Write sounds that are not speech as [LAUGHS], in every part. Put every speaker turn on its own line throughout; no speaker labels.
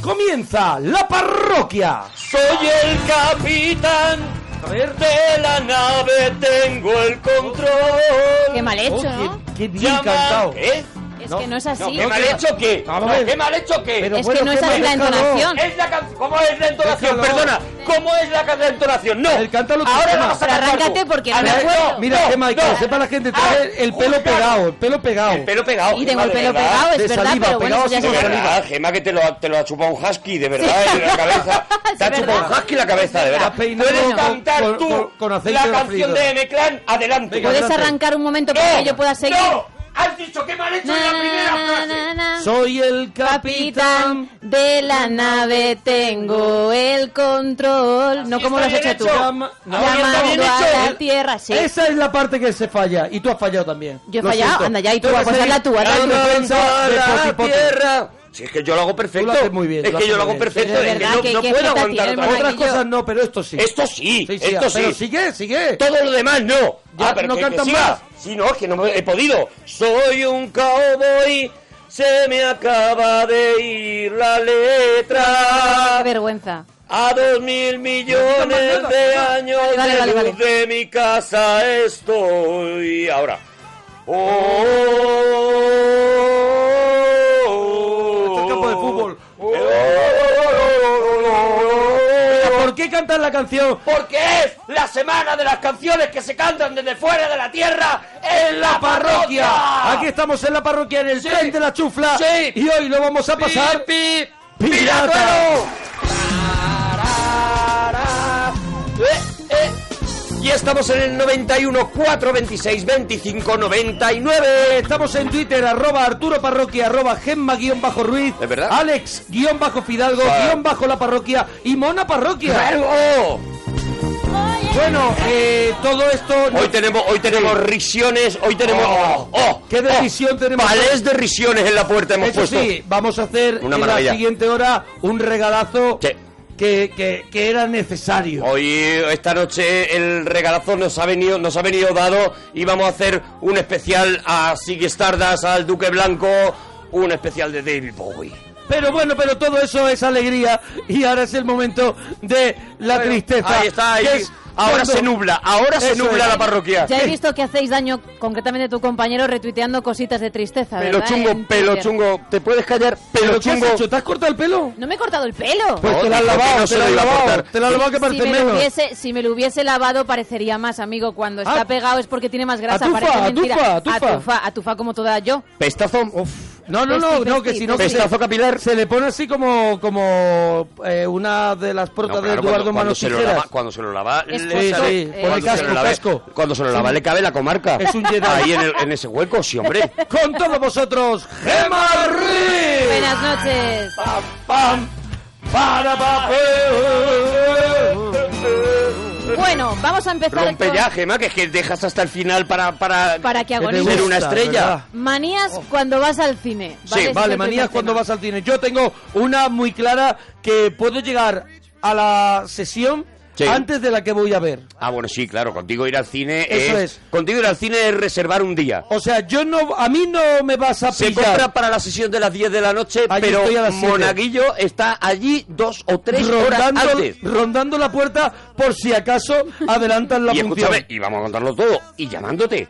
comienza la parroquia.
Soy el capitán.
A ver.
De la nave tengo el
Qué
control.
mal hecho,
Oh,
¿no?
qué, qué bien
Llama-
cantado.
¿Eh?
Es
no,
que no es
No,
así.
¿Qué mal hecho qué?
Vamos
No,
a ver.
¿Qué mal hecho qué?
Pero
es
bueno,
que no
qué
es así la
mal hecho, no.
entonación.
Es la can- ¿Cómo es la entonación?
Déjalo.
Perdona, ¿cómo es la, can- la entonación? No,
A ver, cántalo tú,
ahora
Gemma.
la vas a
Pero
cantar tú.
arráncate porque no me
Arranca-
acuerdo.
no,
Mira,
no,
Gemma, que
no.
lo sepa la gente,
Ah,
trae el pelo
juzgar.
pegado, el pelo pegado.
El pelo pegado.
Y tengo
Gemma,
el
de
pelo
verdad.
pegado,
de
es verdad,
saliva,
pero bueno, eso
pegados
ya
y
De
es
con
otra
verdad, Gema, que te lo, ha- te lo ha chupado un husky, de verdad, ¿eh? en la
[LAUGHS]
cabeza.
Es
Te ha chupado
verdad.
un husky la cabeza, de verdad.
Ha peinado
Puedes
con-
cantar
con-
tú
con- con aceite
la
de
canción
frío.
de M-Clan, adelante.
Venga,
¿Puedes
adelante.
arrancar un momento para que yo pueda seguir?
¡No! ¡Has dicho que mal hecho
Na,
en la primera
na,
frase!
na, na.
Soy el capitán.
Capitán de la nave, tengo el control. No como lo has
está
hecho tú.
bien hecho.
Llama- no,
está bien
Llamando
hecho.
a la
El-
tierra, ¿Ah, sí.
Esa es la parte que se falla y tú has fallado también.
Yo he
Lo
fallado,
siento.
anda ya, y tú,
Tengo
pues
que
hazla tú, hazla
seguir
tú.
en defensa de
Avanza
Poti
la
Poti.
tierra. Si es que yo lo hago perfecto.
Tú lo haces muy bien,
Es
lo
que
haces
yo lo hago
muy bien.
perfecto.
Sí,
Es
es
que
verdad
no,
que-
no
que
puedo
está
aguantar otra
tierna, hermano.
cosa.
Otras
Monaguillo.
cosas no, pero esto sí.
Esto sí,
Sí, sí,
esto sí.
Pero sigue, sigue.
Todo lo demás no.
Ya,
ah, pero
no
que,
cantas
que siga.
más.
Sí, no, es que no me- he podido. Soy un cowboy. Se me acaba de ir la
Qué
letra.
vergüenza.
A dos
No,
mil
no, no,
millones
no,
de
no.
años
Vale, vale,
de
vale,
luz de mi casa estoy ahora. Oh,
Esto es campo de fútbol.
Oh, oh, oh, oh, oh, oh.
¿Por qué cantas la canción?
Porque es la semana de las canciones que se cantan desde fuera de la tierra en la parroquia.
Aquí estamos en la parroquia, en el
Sí.
tren de la chufla.
Sí.
Y hoy lo vamos a pasar.
pi,
pirata.
Tarara. Eh, eh. Y estamos en el 91 4 26 25 99.
Estamos en Twitter, arroba Arturo Parroquia, arroba Gemma guión bajo Ruiz,
¿Es verdad?
Alex guión bajo Fidalgo,
Claro.
guión bajo la parroquia y Mona Parroquia.
¡Claro!
Bueno, eh, todo esto.
Hoy tenemos, hoy tenemos risiones, hoy tenemos.
Oh.
Oh, oh,
¿Qué de
oh.
risión tenemos hoy?
Palés de risiones en la puerta hemos
Eso
puesto.
sí, vamos a hacer
Una
en
maravilla.
la siguiente hora un regalazo
Sí.
que, que- que era necesario.
Hoy, esta noche, el regalazo nos ha venido, nos ha venido dado y vamos a hacer un especial a Ziggy Stardust, al Duque Blanco, un especial de David Bowie.
Pero bueno, pero todo eso es alegría y ahora es el momento de la tristeza.
Ahí está, ahí.
que es
Ahora
cuando-
se nubla, ahora se
Eso
nubla
es.
la parroquia.
Ya he
¿Qué?
visto que hacéis daño, concretamente tu compañero, retuiteando cositas de tristeza.
Pelo
¿verdad?
chungo,
En
pelo
Twitter.
chungo, ¿te puedes callar? Pelo
¿Pero qué has
chungo.
hecho? ¿Te has cortado el pelo?
No me he cortado el pelo.
Pues
No,
te lo has
dijo que
lavado,
no
te
se
lo
lo
has
iba a
lavado,
cortar.
te lo has lavado que
Si
parece
me, lo
menos.
hubiese, si me lo hubiese lavado parecería más, amigo. Cuando está
Ah.
pegado es porque tiene más grasa.
Atufa,
parece mentira.
atufa, atufa.
atufa, atufa como toda yo.
Pestazo.
No, no, no,
Pesti,
no, que
pesti,
si no que
pesti.
se, capilar se le pone así como como eh, una de las
No,
protas
claro,
de Eduardo Manos
se lo lava,
Tijeras.
cuando se lo lava,
Es
le sale-
Sí, sí,
cuando
pone
se
casco,
lo lave-
casco.
Cuando se lo lava,
Es un-
le cabe la comarca.
es un Jedi.
Ahí en, el- en ese hueco, sí, hombre.
[LAUGHS] Con todos vosotros, Gemma Ruiz.
Buenas noches.
pam, pam, para, pa,
Bueno, vamos a empezar
Rompe
con
ya, Gema, que es que dejas hasta el final para, para,
Para que
Que te
agonice.
ser
gusta,
una estrella.
¿verdad?
manías cuando vas al cine.
Sí,
Ese es
Vale,
el
manías
primer
cuando
tema.
vas al cine. Yo tengo una muy clara que puedo llegar a la sesión
Sí.
antes de la que voy a ver.
Ah, bueno, sí, claro, contigo ir al cine
Eso
es,
es.
Contigo ir al cine es reservar un día.
O sea, yo no, a mí no me vas a
Se
pillar.
compra para la sesión de las 10 de la noche,
Allí
pero
estoy a las siete.
Monaguillo está allí dos o tres horas
rondando,
antes.
rondando la puerta por si acaso adelantan la
y
función.
escúchame, y vamos a contarlo todo, y llamándote.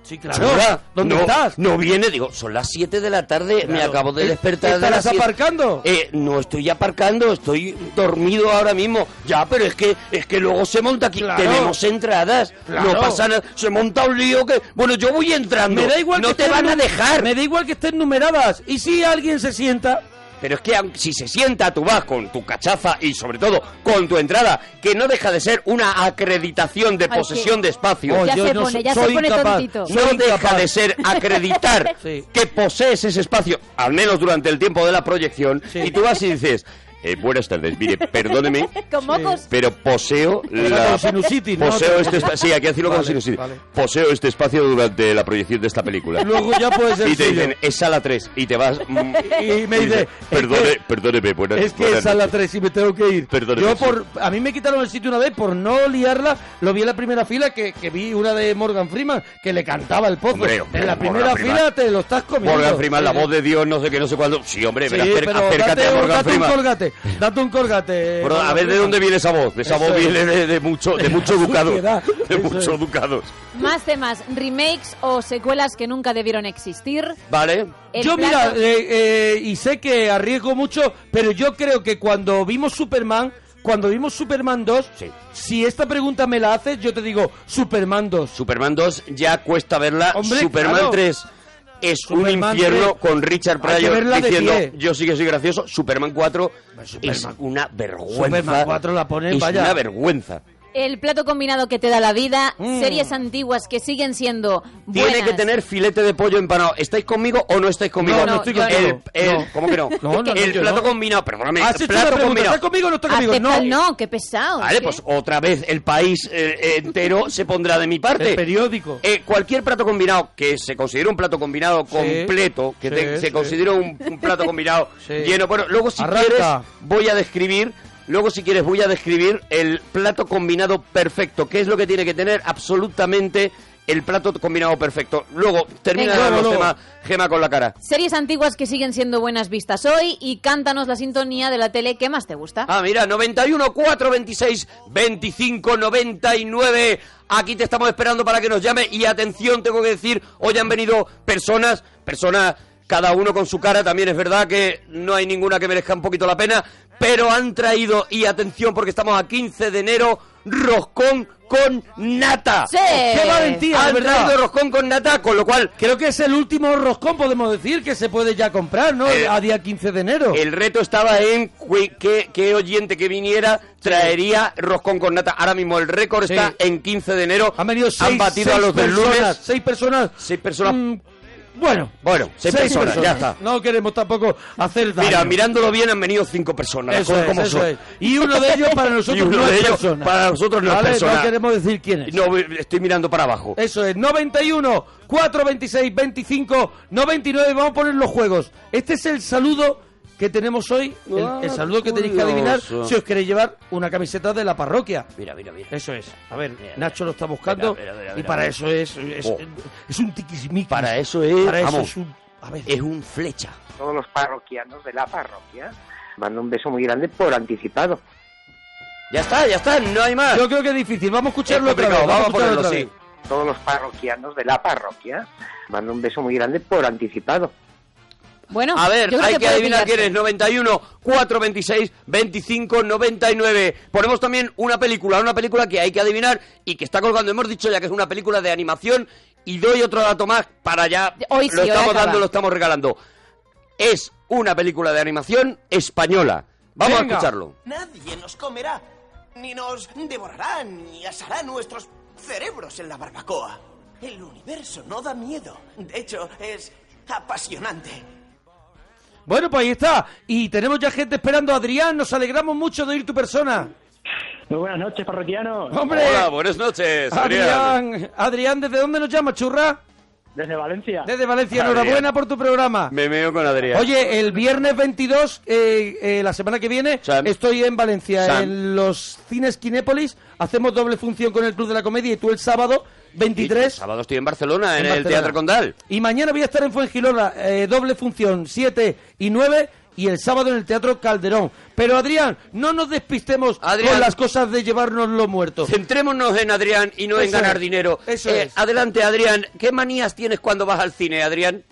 Sí,
Señora,
¿Dónde
no,
estás?
No viene, digo, son las 7 de la tarde, me
Claro.
acabo de
¿Eh?
despertar. de
¿Estarás
las siete.
aparcando?
Eh, no estoy aparcando, estoy dormido ahora mismo. Ya, pero es que es que luego se monta aquí.
Claro.
Tenemos entradas,
Claro.
no pasa nada. Se monta un lío que. Bueno, yo voy entrando.
Me da igual
no
que
te
estén
van a
nu-
dejar.
Me da igual que estén numeradas. Y si alguien se sienta,
Pero es que aun- si se sienta, tú vas con tu cachaza y sobre todo con tu entrada, que no deja de ser una acreditación de
Ay,
posesión
que-
de espacio.
Ya
Oh, yo
se
no
pone,
so-
ya se
soy
pone
incapaz.
tontito.
Soy
no deja
incapaz.
de ser acreditar
Sí. [LAUGHS]
que posees ese espacio, al menos durante el tiempo de la proyección,
Sí.
y tú vas y dices, eh, buenas
[LAUGHS]
tardes. Mire, perdóneme,
Con mocos.
pero poseo
Era
la
con sinusitis, ¿no?
poseo este espa- sí, aquí decirlo con
Vale,
sinusitis.
vale.
Poseo este espacio durante la proyección de esta película.
Luego ya puede ser
y te
suyo.
dicen, es sala 3 y
[LAUGHS]
te vas mm,
Y me dice,
y dices,
es
"Perdone- perdóneme, buenas,
Es que
buenas
es a las
noches".
3 y me tengo que ir.
Perdóneme,
Yo
sí.
por, a mí me quitaron el sitio una vez por no liarla. Lo vi en la primera fila que, que vi una de Morgan Freeman que le cantaba el pozo.
Hombre,
en la
Morgan
primera
Freeman.
fila te lo estás comiendo.
Morgan Freeman, la
Sí.
voz de Dios, no sé qué, no sé cuándo. Sí, hombre,
Sí,
pero acer-
pero
acércate
date,
a Morgan
date un
Freeman.
colgate, date un colgate.
Pero, a
Morgan
ver de
Freeman.
dónde viene esa voz. Esa
Eso
voz
es.
viene de, de mucho, de mucho ducado.
suciedad.
De
Eso
muchos
es.
ducados.
Más temas, remakes o secuelas que nunca debieron existir.
Vale.
El
yo mira,
plato-
eh, eh, y sé que arriesgo mucho, pero yo creo que cuando vimos Superman, cuando vimos Superman 2,
Sí.
si esta pregunta me la haces, yo te digo Superman 2.
Superman 2 ya cuesta verla.
Hombre,
Superman
claro.
3 es
Superman
un infierno
3.
con Richard
Hay que verla
Pryor
de
diciendo
pie.
yo sí que soy gracioso. Superman 4
Superman-
es una vergüenza.
Superman 4 la ponen,
es
vaya.
una vergüenza.
El plato combinado que te da la vida,
Mm.
series antiguas que siguen siendo buenas.
Tiene que tener filete de pollo empanado. ¿Estáis conmigo o no estáis conmigo?
No,
no estoy contigo.
El- el-
No.
¿Cómo que no?
No, no, no,
el
yo
plato
no. Ah,
combinado, perdóname.
Has
el
hecho una
plato
pregunta,
combinado.
¿estás conmigo o no estás conmigo?
Acepta-
No.
no, qué pesado.
Vale,
¿sí?
pues otra vez el país eh,
[LAUGHS]
entero se pondrá de mi parte.
El periódico.
Eh, cualquier plato combinado que se considere un plato combinado completo, que
sí,
te- se
sí.
considere un, un plato combinado
[LAUGHS] Sí.
lleno. Bueno, luego si
Arranca.
quieres voy a describir, luego si quieres voy a describir el plato combinado perfecto, que es lo que tiene que tener absolutamente el plato combinado perfecto. Luego termina
Venga.
los
Luego, luego.
temas, Gema con la cara.
Series antiguas que siguen siendo buenas vistas hoy y cántanos la sintonía de la tele que más te gusta.
Ah, mira, 91 4 26 25 99. Aquí te estamos esperando para que nos llame y atención, tengo que decir, hoy han venido personas, personas cada uno con su cara, también es verdad que no hay ninguna que merezca un poquito la pena, pero han traído y atención porque estamos a 15 de enero, roscón con nata.
Sí.
¡Qué valentía, de
Han
verdad!
traído roscón con nata, con lo cual
Creo que es el último roscón, podemos decir, que se puede ya comprar, ¿no?
Eh,
a día 15 de enero.
El reto estaba en cui- qué, qué oyente que viniera traería roscón con nata. Ahora mismo el récord
Sí.
está en 15 de enero.
Han venido seis,
batido
seis
a los del
personas,
lunes.
Seis personas.
Seis personas.
Mm, bueno.
Bueno, seis personas, ya está.
No queremos tampoco hacer daño.
Mira, mirándolo bien han venido cinco personas. las
Eso
cosas
es,
como
eso
son.
es. Y uno de ellos
[LAUGHS]
para nosotros
Y uno
no
de
es
ellos
persona.
para nosotros no es
¿Vale?
persona.
No queremos decir quién es. Eh.
No, estoy mirando para abajo.
Eso es, 91, 426, 25, 99. Vamos a poner los juegos. Este es el saludo que tenemos hoy. El, el saludo que tenéis que adivinar
curioso.
si os queréis llevar una camiseta de la parroquia.
Mira, mira, mira.
Eso es. A ver,
Mira,
Nacho lo está buscando.
Mira, mira, mira,
y
mira,
para
mira.
eso es. Es,
Oh.
es un tiquismiquis.
Para eso es-
Para eso
vamos.
es un. A ver.
Es un flecha.
todos los parroquianos de la parroquia. Mando un beso muy grande por anticipado.
Ya está, ya está, no hay más.
Yo creo que es difícil. Vamos a escucharlo
Es
otra vez.
complicado,
Vamos a
vamos a
escucharlo otra
ponerlo,
vez.
Todos los parroquianos de la parroquia. Mando un beso muy grande por anticipado.
Bueno,
A ver,
yo creo
hay que,
puede
adivinar
pillarse.
quién es. 91, 4, 26, 25, 99. Ponemos también una película, una película que hay que adivinar y que está colgando. Hemos dicho ya que es una película de animación y doy otro dato más para ya.
Hoy sí,
lo
hoy
estamos
acaba.
dando, lo estamos regalando. Es una película de animación española. Vamos
Venga.
a escucharlo.
Nadie nos comerá, ni nos devorará, ni asará nuestros cerebros en la barbacoa. El universo no da miedo. De hecho, es apasionante.
Bueno, pues ahí está. Y tenemos ya gente esperando. Adrián, nos alegramos mucho de ir tu persona.
Muy buenas noches, parroquianos.
¡Hombre!
Hola, buenas noches, Adrián.
Adrián, Adrián, ¿desde dónde nos llama, churra?
Desde Valencia.
Desde Valencia,
Adrián.
enhorabuena por tu programa.
Me meo con Adrián.
Oye, el viernes 22, eh, eh, la semana que viene,
Sam.
estoy en Valencia,
Sam.
en los cines Kinépolis. Hacemos doble función con el Club de la Comedia y tú el sábado 23.
El sábado estoy en Barcelona,
en
en, el
Barcelona.
Teatro Condal.
Y mañana voy a estar en Fuengirola, eh, doble función, 7 y 9, y el sábado en el Teatro Calderón. Pero Adrián, no nos despistemos
Adrián.
con las cosas de llevarnos los muertos.
Centrémonos en Adrián y no en
Eso
ganar
es,
dinero. Eh,
eso es.
Adelante, Adrián. ¿Qué manías tienes cuando vas al cine, Adrián?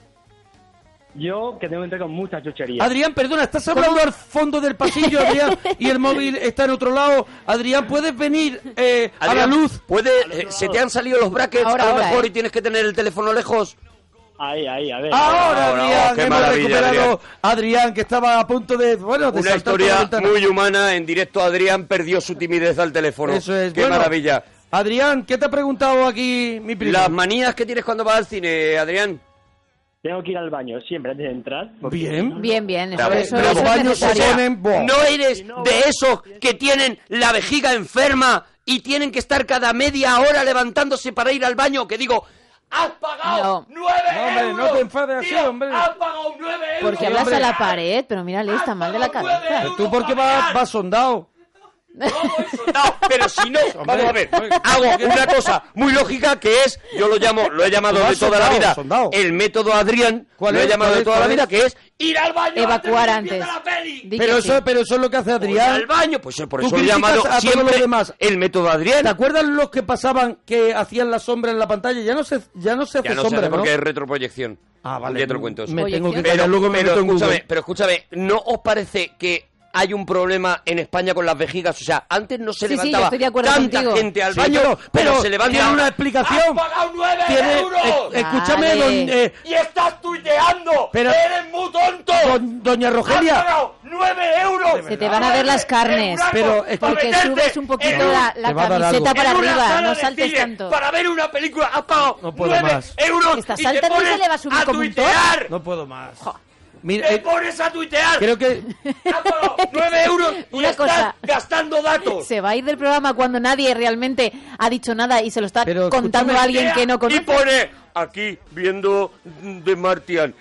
Yo que tengo que entrar con muchas chucherías.
Adrián, perdona, estás hablando al fondo del pasillo,
[LAUGHS]
Adrián, y el móvil está en otro lado. Adrián, ¿puedes venir eh, a la
Adrián,
luz?
¿Puede, eh, ¿Se te han salido los brackets
Ahora,
a lo
ahora,
mejor
eh.
y tienes que tener el teléfono lejos?
Ahí, ahí, a ver.
Ahora,
Ahora, oh,
Adrián,
qué
hemos
maravilla,
recuperado a Adrián, que estaba a punto de, bueno, de
Una
saltar por la
historia
ventana. [LAUGHS]
muy humana. En directo, Adrián perdió su timidez al teléfono.
Eso es,
Qué
bueno,
maravilla.
Adrián, ¿qué te ha preguntado aquí mi primo?
Las manías que tienes cuando vas al cine, Adrián.
Tengo que ir al baño siempre antes de entrar. porque
Bien.
Bien, bien. Eso,
A ver,
eso-
pero
eso es
baños se
necesario.
ponen- Buah.
No eres de esos que tienen la vejiga enferma y tienen que estar cada media hora levantándose para ir al baño. Que digo, has pagado
No.
nueve
No, hombre,
euros.
no te enfades así,
tío,
hombre.
Has pagado nueve euros.
Porque hablas
hombre.
a la pared, pero mírale, está mal de la cabeza.
¿Tú por qué vas, vas
[LAUGHS]
sondado?
No, pero si no, vamos a ver,
hombre.
hago una cosa muy lógica que es, yo lo llamo, lo he llamado
Pues
de
has
toda la
sondado,
vida,
sondado.
el método Adrián,
¿Cuál
lo he
es?
llamado
¿Cuál
de
es?
toda la
¿Cuál
vida,
es?
que es ir al baño
Evacuar
antes de que
antes.
empiece la peli.
Di
Pero
que
eso,
sí.
pero eso es lo que hace
Ir
Adrián.
al baño, pues por
Tú
eso lo he
criticas
llamado
a todos
siempre
los demás.
el método
¿Te
Adrián.
acuerdas los que pasaban que hacían la sombra en la pantalla? Ya no se, ya no se hace
Ya no
sombra,
sé
¿no?
porque es retroproyección.
Ah, vale.
Ya te lo cuento. eso.
Me
Oye,
tengo que
¿qué?
Pero,
callar, luego me
pero
meto en Google.
escúchame, pero escúchame, ¿no os parece que hay un problema en España con las vejigas? O sea, antes no se
Sí, sí, yo
levantaba
estoy de acuerdo
tanta
contigo.
gente al
Sí,
baño,
pero-
pero,
pero
se levanta.
tiene
ahora.
una explicación.
¡Has pagado nueve
Tiene-
euros!
eh, escúchame,
Vale.
don, eh,
¡Y estás tuiteando!
Pero-
¡Eres muy tonto!
don- doña
¡Has
Rogelia.
pagado nueve euros!
Se te van a ver las carnes.
Pero
es
es
Porque subes un poquito la,
te
la
va a dar
camiseta
algo.
para
en una
arriba,
sala
no
de
saltes
cine
tanto.
Para ver una película has pagado
No puedo
9
más.
euros
Estás
y te
saltando y
pones
se le va a subir
a
como un top.
tuitear.
No puedo más. Mira,
Te
eh,
pones a tuitear.
creo que
Has pagado 9 euros y
Una
estás
cosa.
gastando datos.
Se va a ir del programa cuando nadie realmente ha dicho nada y se lo está
Pero
¿eh? contando
escúchame,
a alguien que no
Y
conoce.
pone aquí viendo de Martian.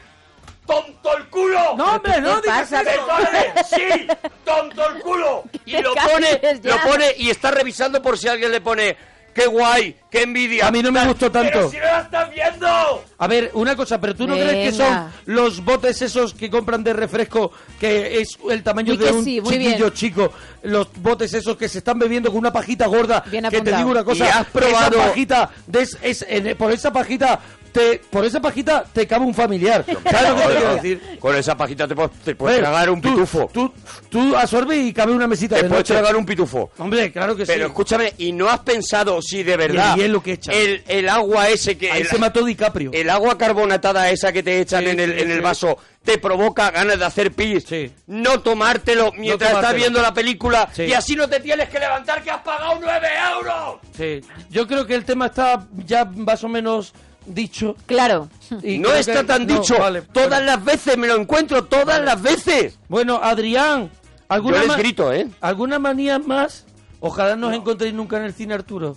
¡Tonto el culo!
No, hombre, no
¿Qué
digas
pasa?
eso.
Perdóname, ¡Sí! ¡Tonto el
[LAUGHS]
culo! Y
te
lo
calles
pone,
ya.
lo pone y está revisando por si alguien le pone ¡Qué guay! ¡Qué envidia!
A mí no me
Tal.
gustó tanto.
¡Pero si no la estás viendo!
A ver, una cosa, pero tú no crees que son
Venga.
los botes esos que compran de refresco, que es el tamaño
Di
de
que
un
sí, muy
chiquillo
bien.
chico, los botes esos que se están bebiendo con una pajita gorda,
Bien
que te
apuntado.
digo una cosa,
Y has probado-
esa pajita, des- es- en- por esa pajita, te, por esa pajita te cabe un
[LAUGHS]
familiar. ¿Sabes lo que te quiero decir?
Con esa pajita te puedes, te
Ver, tú- Tú, tú absorbes y cabe una mesita de noche.
un pitufo.
Hombre, claro que
Pero
sí.
escúchame, ¿y no has pensado si de verdad
Y el hielo que echa.
el, el agua ese que
Ahí
el,
se mató DiCaprio.
el agua carbonatada esa que te echan
Sí,
en el,
sí,
en el
sí.
vaso te provoca ganas de hacer pis?
Sí.
No tomártelo mientras estás
tomártelo.
viendo la película
Sí.
y así no te tienes que levantar que has pagado 9 euros.
Sí. Yo creo que el tema está ya más o menos dicho.
Claro.
y
no
creo
está
que-
tan
no,
dicho.
vale,
todas
bueno.
las veces me lo encuentro, todas las veces.
Bueno, Adrián, ¿alguna,
Yo les
ma-
grito, ¿eh?
¿alguna manía más? Ojalá nos encontréis nunca en el cine, Arturo.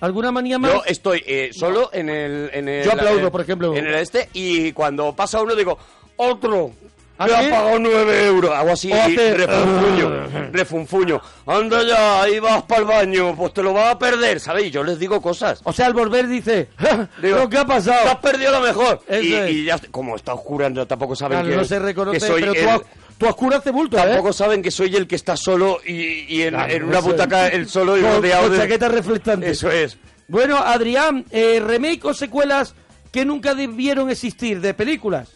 ¿Alguna manía más?
Yo estoy eh, solo en el, en el-
Yo aplaudo,
en el-
por ejemplo.
En el este, y cuando pasa uno digo, otro.
¿Ah,
Me
sí?
ha pagado 9 euros. Hago así,
O Ah, hace-
refunfuño.
[LAUGHS]
refunfuño. Anda ya, ahí vas para el baño, pues te lo vas a perder, ¿sabéis? Yo les digo cosas.
O sea, al volver dice, "Ja,
Digo,
lo que ha
Te
pasado.
has perdido lo mejor.
Eso
Y,
es.
y ya, está- como está oscura, no- tampoco saben
Claro,
que,
no se reconoce,
que soy
pero
el-
tú, a- tú a oscura hace bulto, ¿eh?
Tampoco saben que soy el que está solo y, y en,
Claro,
en
eso
una
es.
butaca, el solo y
Con-
rodeado
con
de.
chaqueta reflectante.
Eso es.
Bueno, Adrián, eh, remake o secuelas que nunca debieron existir de películas.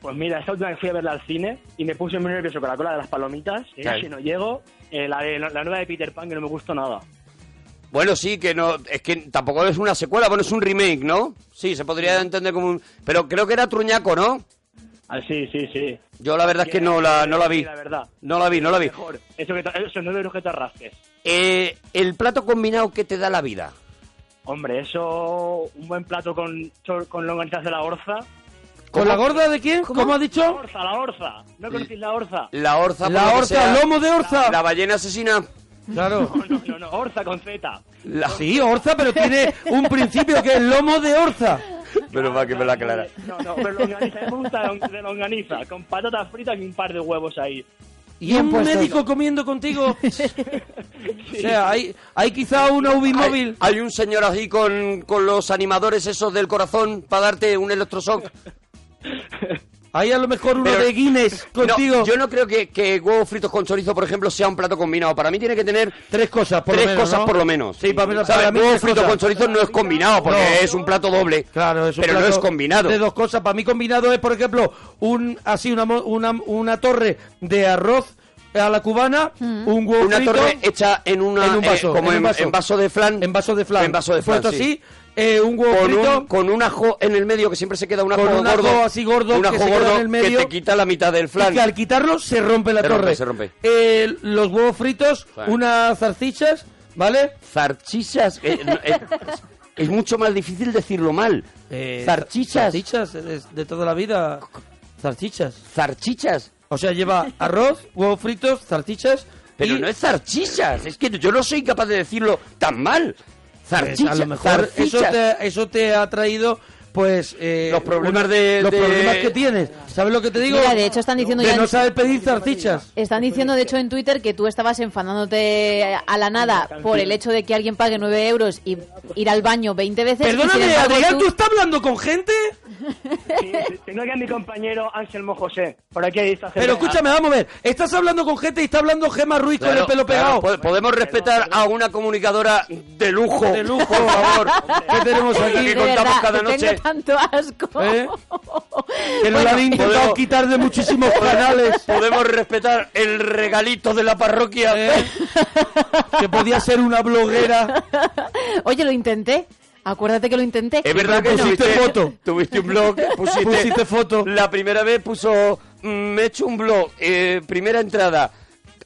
Pues mira, esta última que fui a verla al cine y me puse muy nervioso con la cola de las palomitas. Y
Claro.
si no llego, eh, la, de- la nueva de Peter Pan que no me gustó nada.
Bueno, sí, que no. Es que tampoco es una secuela, bueno, es un remake, ¿no? Sí, se podría entender como un. Pero creo que era Truñaco, ¿no?
Ah, sí, sí, sí.
Yo la verdad es que no la, no la vi.
La verdad.
No la vi, no la vi.
Mejor. Eso que te- esos nueve euros que te rasques.
Eh, el plato combinado que te da la vida.
Hombre, eso. Un buen plato con, chor- con longanizas de la orza.
¿Con la gorda de quién? ¿Cómo, ha
La
dicho?
orza, la orza. ¿No conocéis la orza?
La orza. por lo
La
que
orza,
sea,
lomo de orza.
La ballena asesina.
[LAUGHS] Claro.
No, no, no, no, orza con Z. [LAUGHS]
La...
Sí, orza, pero tiene un principio que es lomo de orza.
Pero para que me la aclara.
No, no, pero longaniza, me gusta de-
[LAUGHS]
de longaniza, con patatas fritas y un par de huevos ahí.
Y un
puesto.
médico comiendo contigo. O sea, hay, hay quizá una UBI
Hay,
móvil.
hay un señor así con, con los animadores esos del corazón para darte un electroshock.
[LAUGHS] Hay a lo mejor uno
Pero-
de Guinness contigo.
No, yo no creo que, que huevos fritos con chorizo, por ejemplo, sea un plato combinado. Para mí tiene que tener
Tres cosas, por lo
tres
menos,
cosas
¿no?
por lo menos.
Sí, para mí,
¿Sabes?
para mí
Huevo
tres
frito
cosas.
con chorizo no es combinado porque
No.
es un plato doble.
Claro, es un
pero no
plato
es combinado.
De dos cosas. Para mí combinado es, por ejemplo, un así una, mo- una, una torre de arroz a la cubana,
Mm.
un huevo
Una
frito,
torre hecha en una
en un vaso,
eh, como
en un vaso.
en vaso de flan,
en vaso de flan.
en vaso de flan,
Puesto
sí.
así, eh, un huevo
con
frito.
un, con un ajo en el medio que siempre se queda un ajo
Con un ajo
gordo,
así gordo
un
que
ajo
se queda
gordo
en el medio.
que te quita la mitad del
Y
flan.
que al quitarlo se rompe la
Se rompe,
torre.
se rompe.
Eh, los huevos fritos,
Sí.
unas zarcichas, ¿vale?
Zarchichas. eh, no, eh, Es mucho más difícil decirlo mal.
Eh,
zarchichas.
Zarchichas, es de toda la vida. Zarchichas.
Zarchichas.
O sea, lleva arroz, huevos fritos, zarchichas.
Pero
y-
no es zarchichas. Es que yo no soy capaz de decirlo tan mal.
Pues,
Zarchichas.
a lo mejor eso
zarchichas.
te, eso te ha traído, pues. eh,
Los problemas de-
Los
de-
problemas que tienes. ¿Sabes lo que te digo?
Mira, de hecho están diciendo
De
ya
no
en-
saber pedir zarchichas.
Están diciendo, de hecho, en Twitter que tú estabas enfadándote a la nada por el hecho de que alguien pague 9 euros y ir al baño 20 veces. y sin
Perdóname,
embargo
Adrián,
tú-
¿tú estás hablando con gente?
Sí, sí, Tengo aquí a mi compañero Anselmo José. Por aquí está.
Pero escúchame, vamos a ver. Estás hablando con gente y está hablando Gema Ruiz con
Claro,
el pelo pegado.
claro, po- podemos respetar a una comunicadora de lujo.
De lujo.
por favor.
[LAUGHS] ¿Qué tenemos
Oye,
aquí?
que
De
contamos
verdad,
cada
que
noche.
Tengo tanto asco.
¿Eh?
[LAUGHS]
Que nos
Bueno,
la han intentado
podemos-
quitar de
[LAUGHS]
muchísimos canales.
Podemos respetar el regalito de la parroquia.
¿eh? Que podía ser una bloguera.
Oye, lo intenté. Acuérdate que lo intenté.
Es verdad que
Pusiste
tuviste,
foto.
tuviste
[LAUGHS]
un blog, pusiste,
Pusiste foto.
La primera vez puso, mm, me he hecho un blog, eh, primera entrada,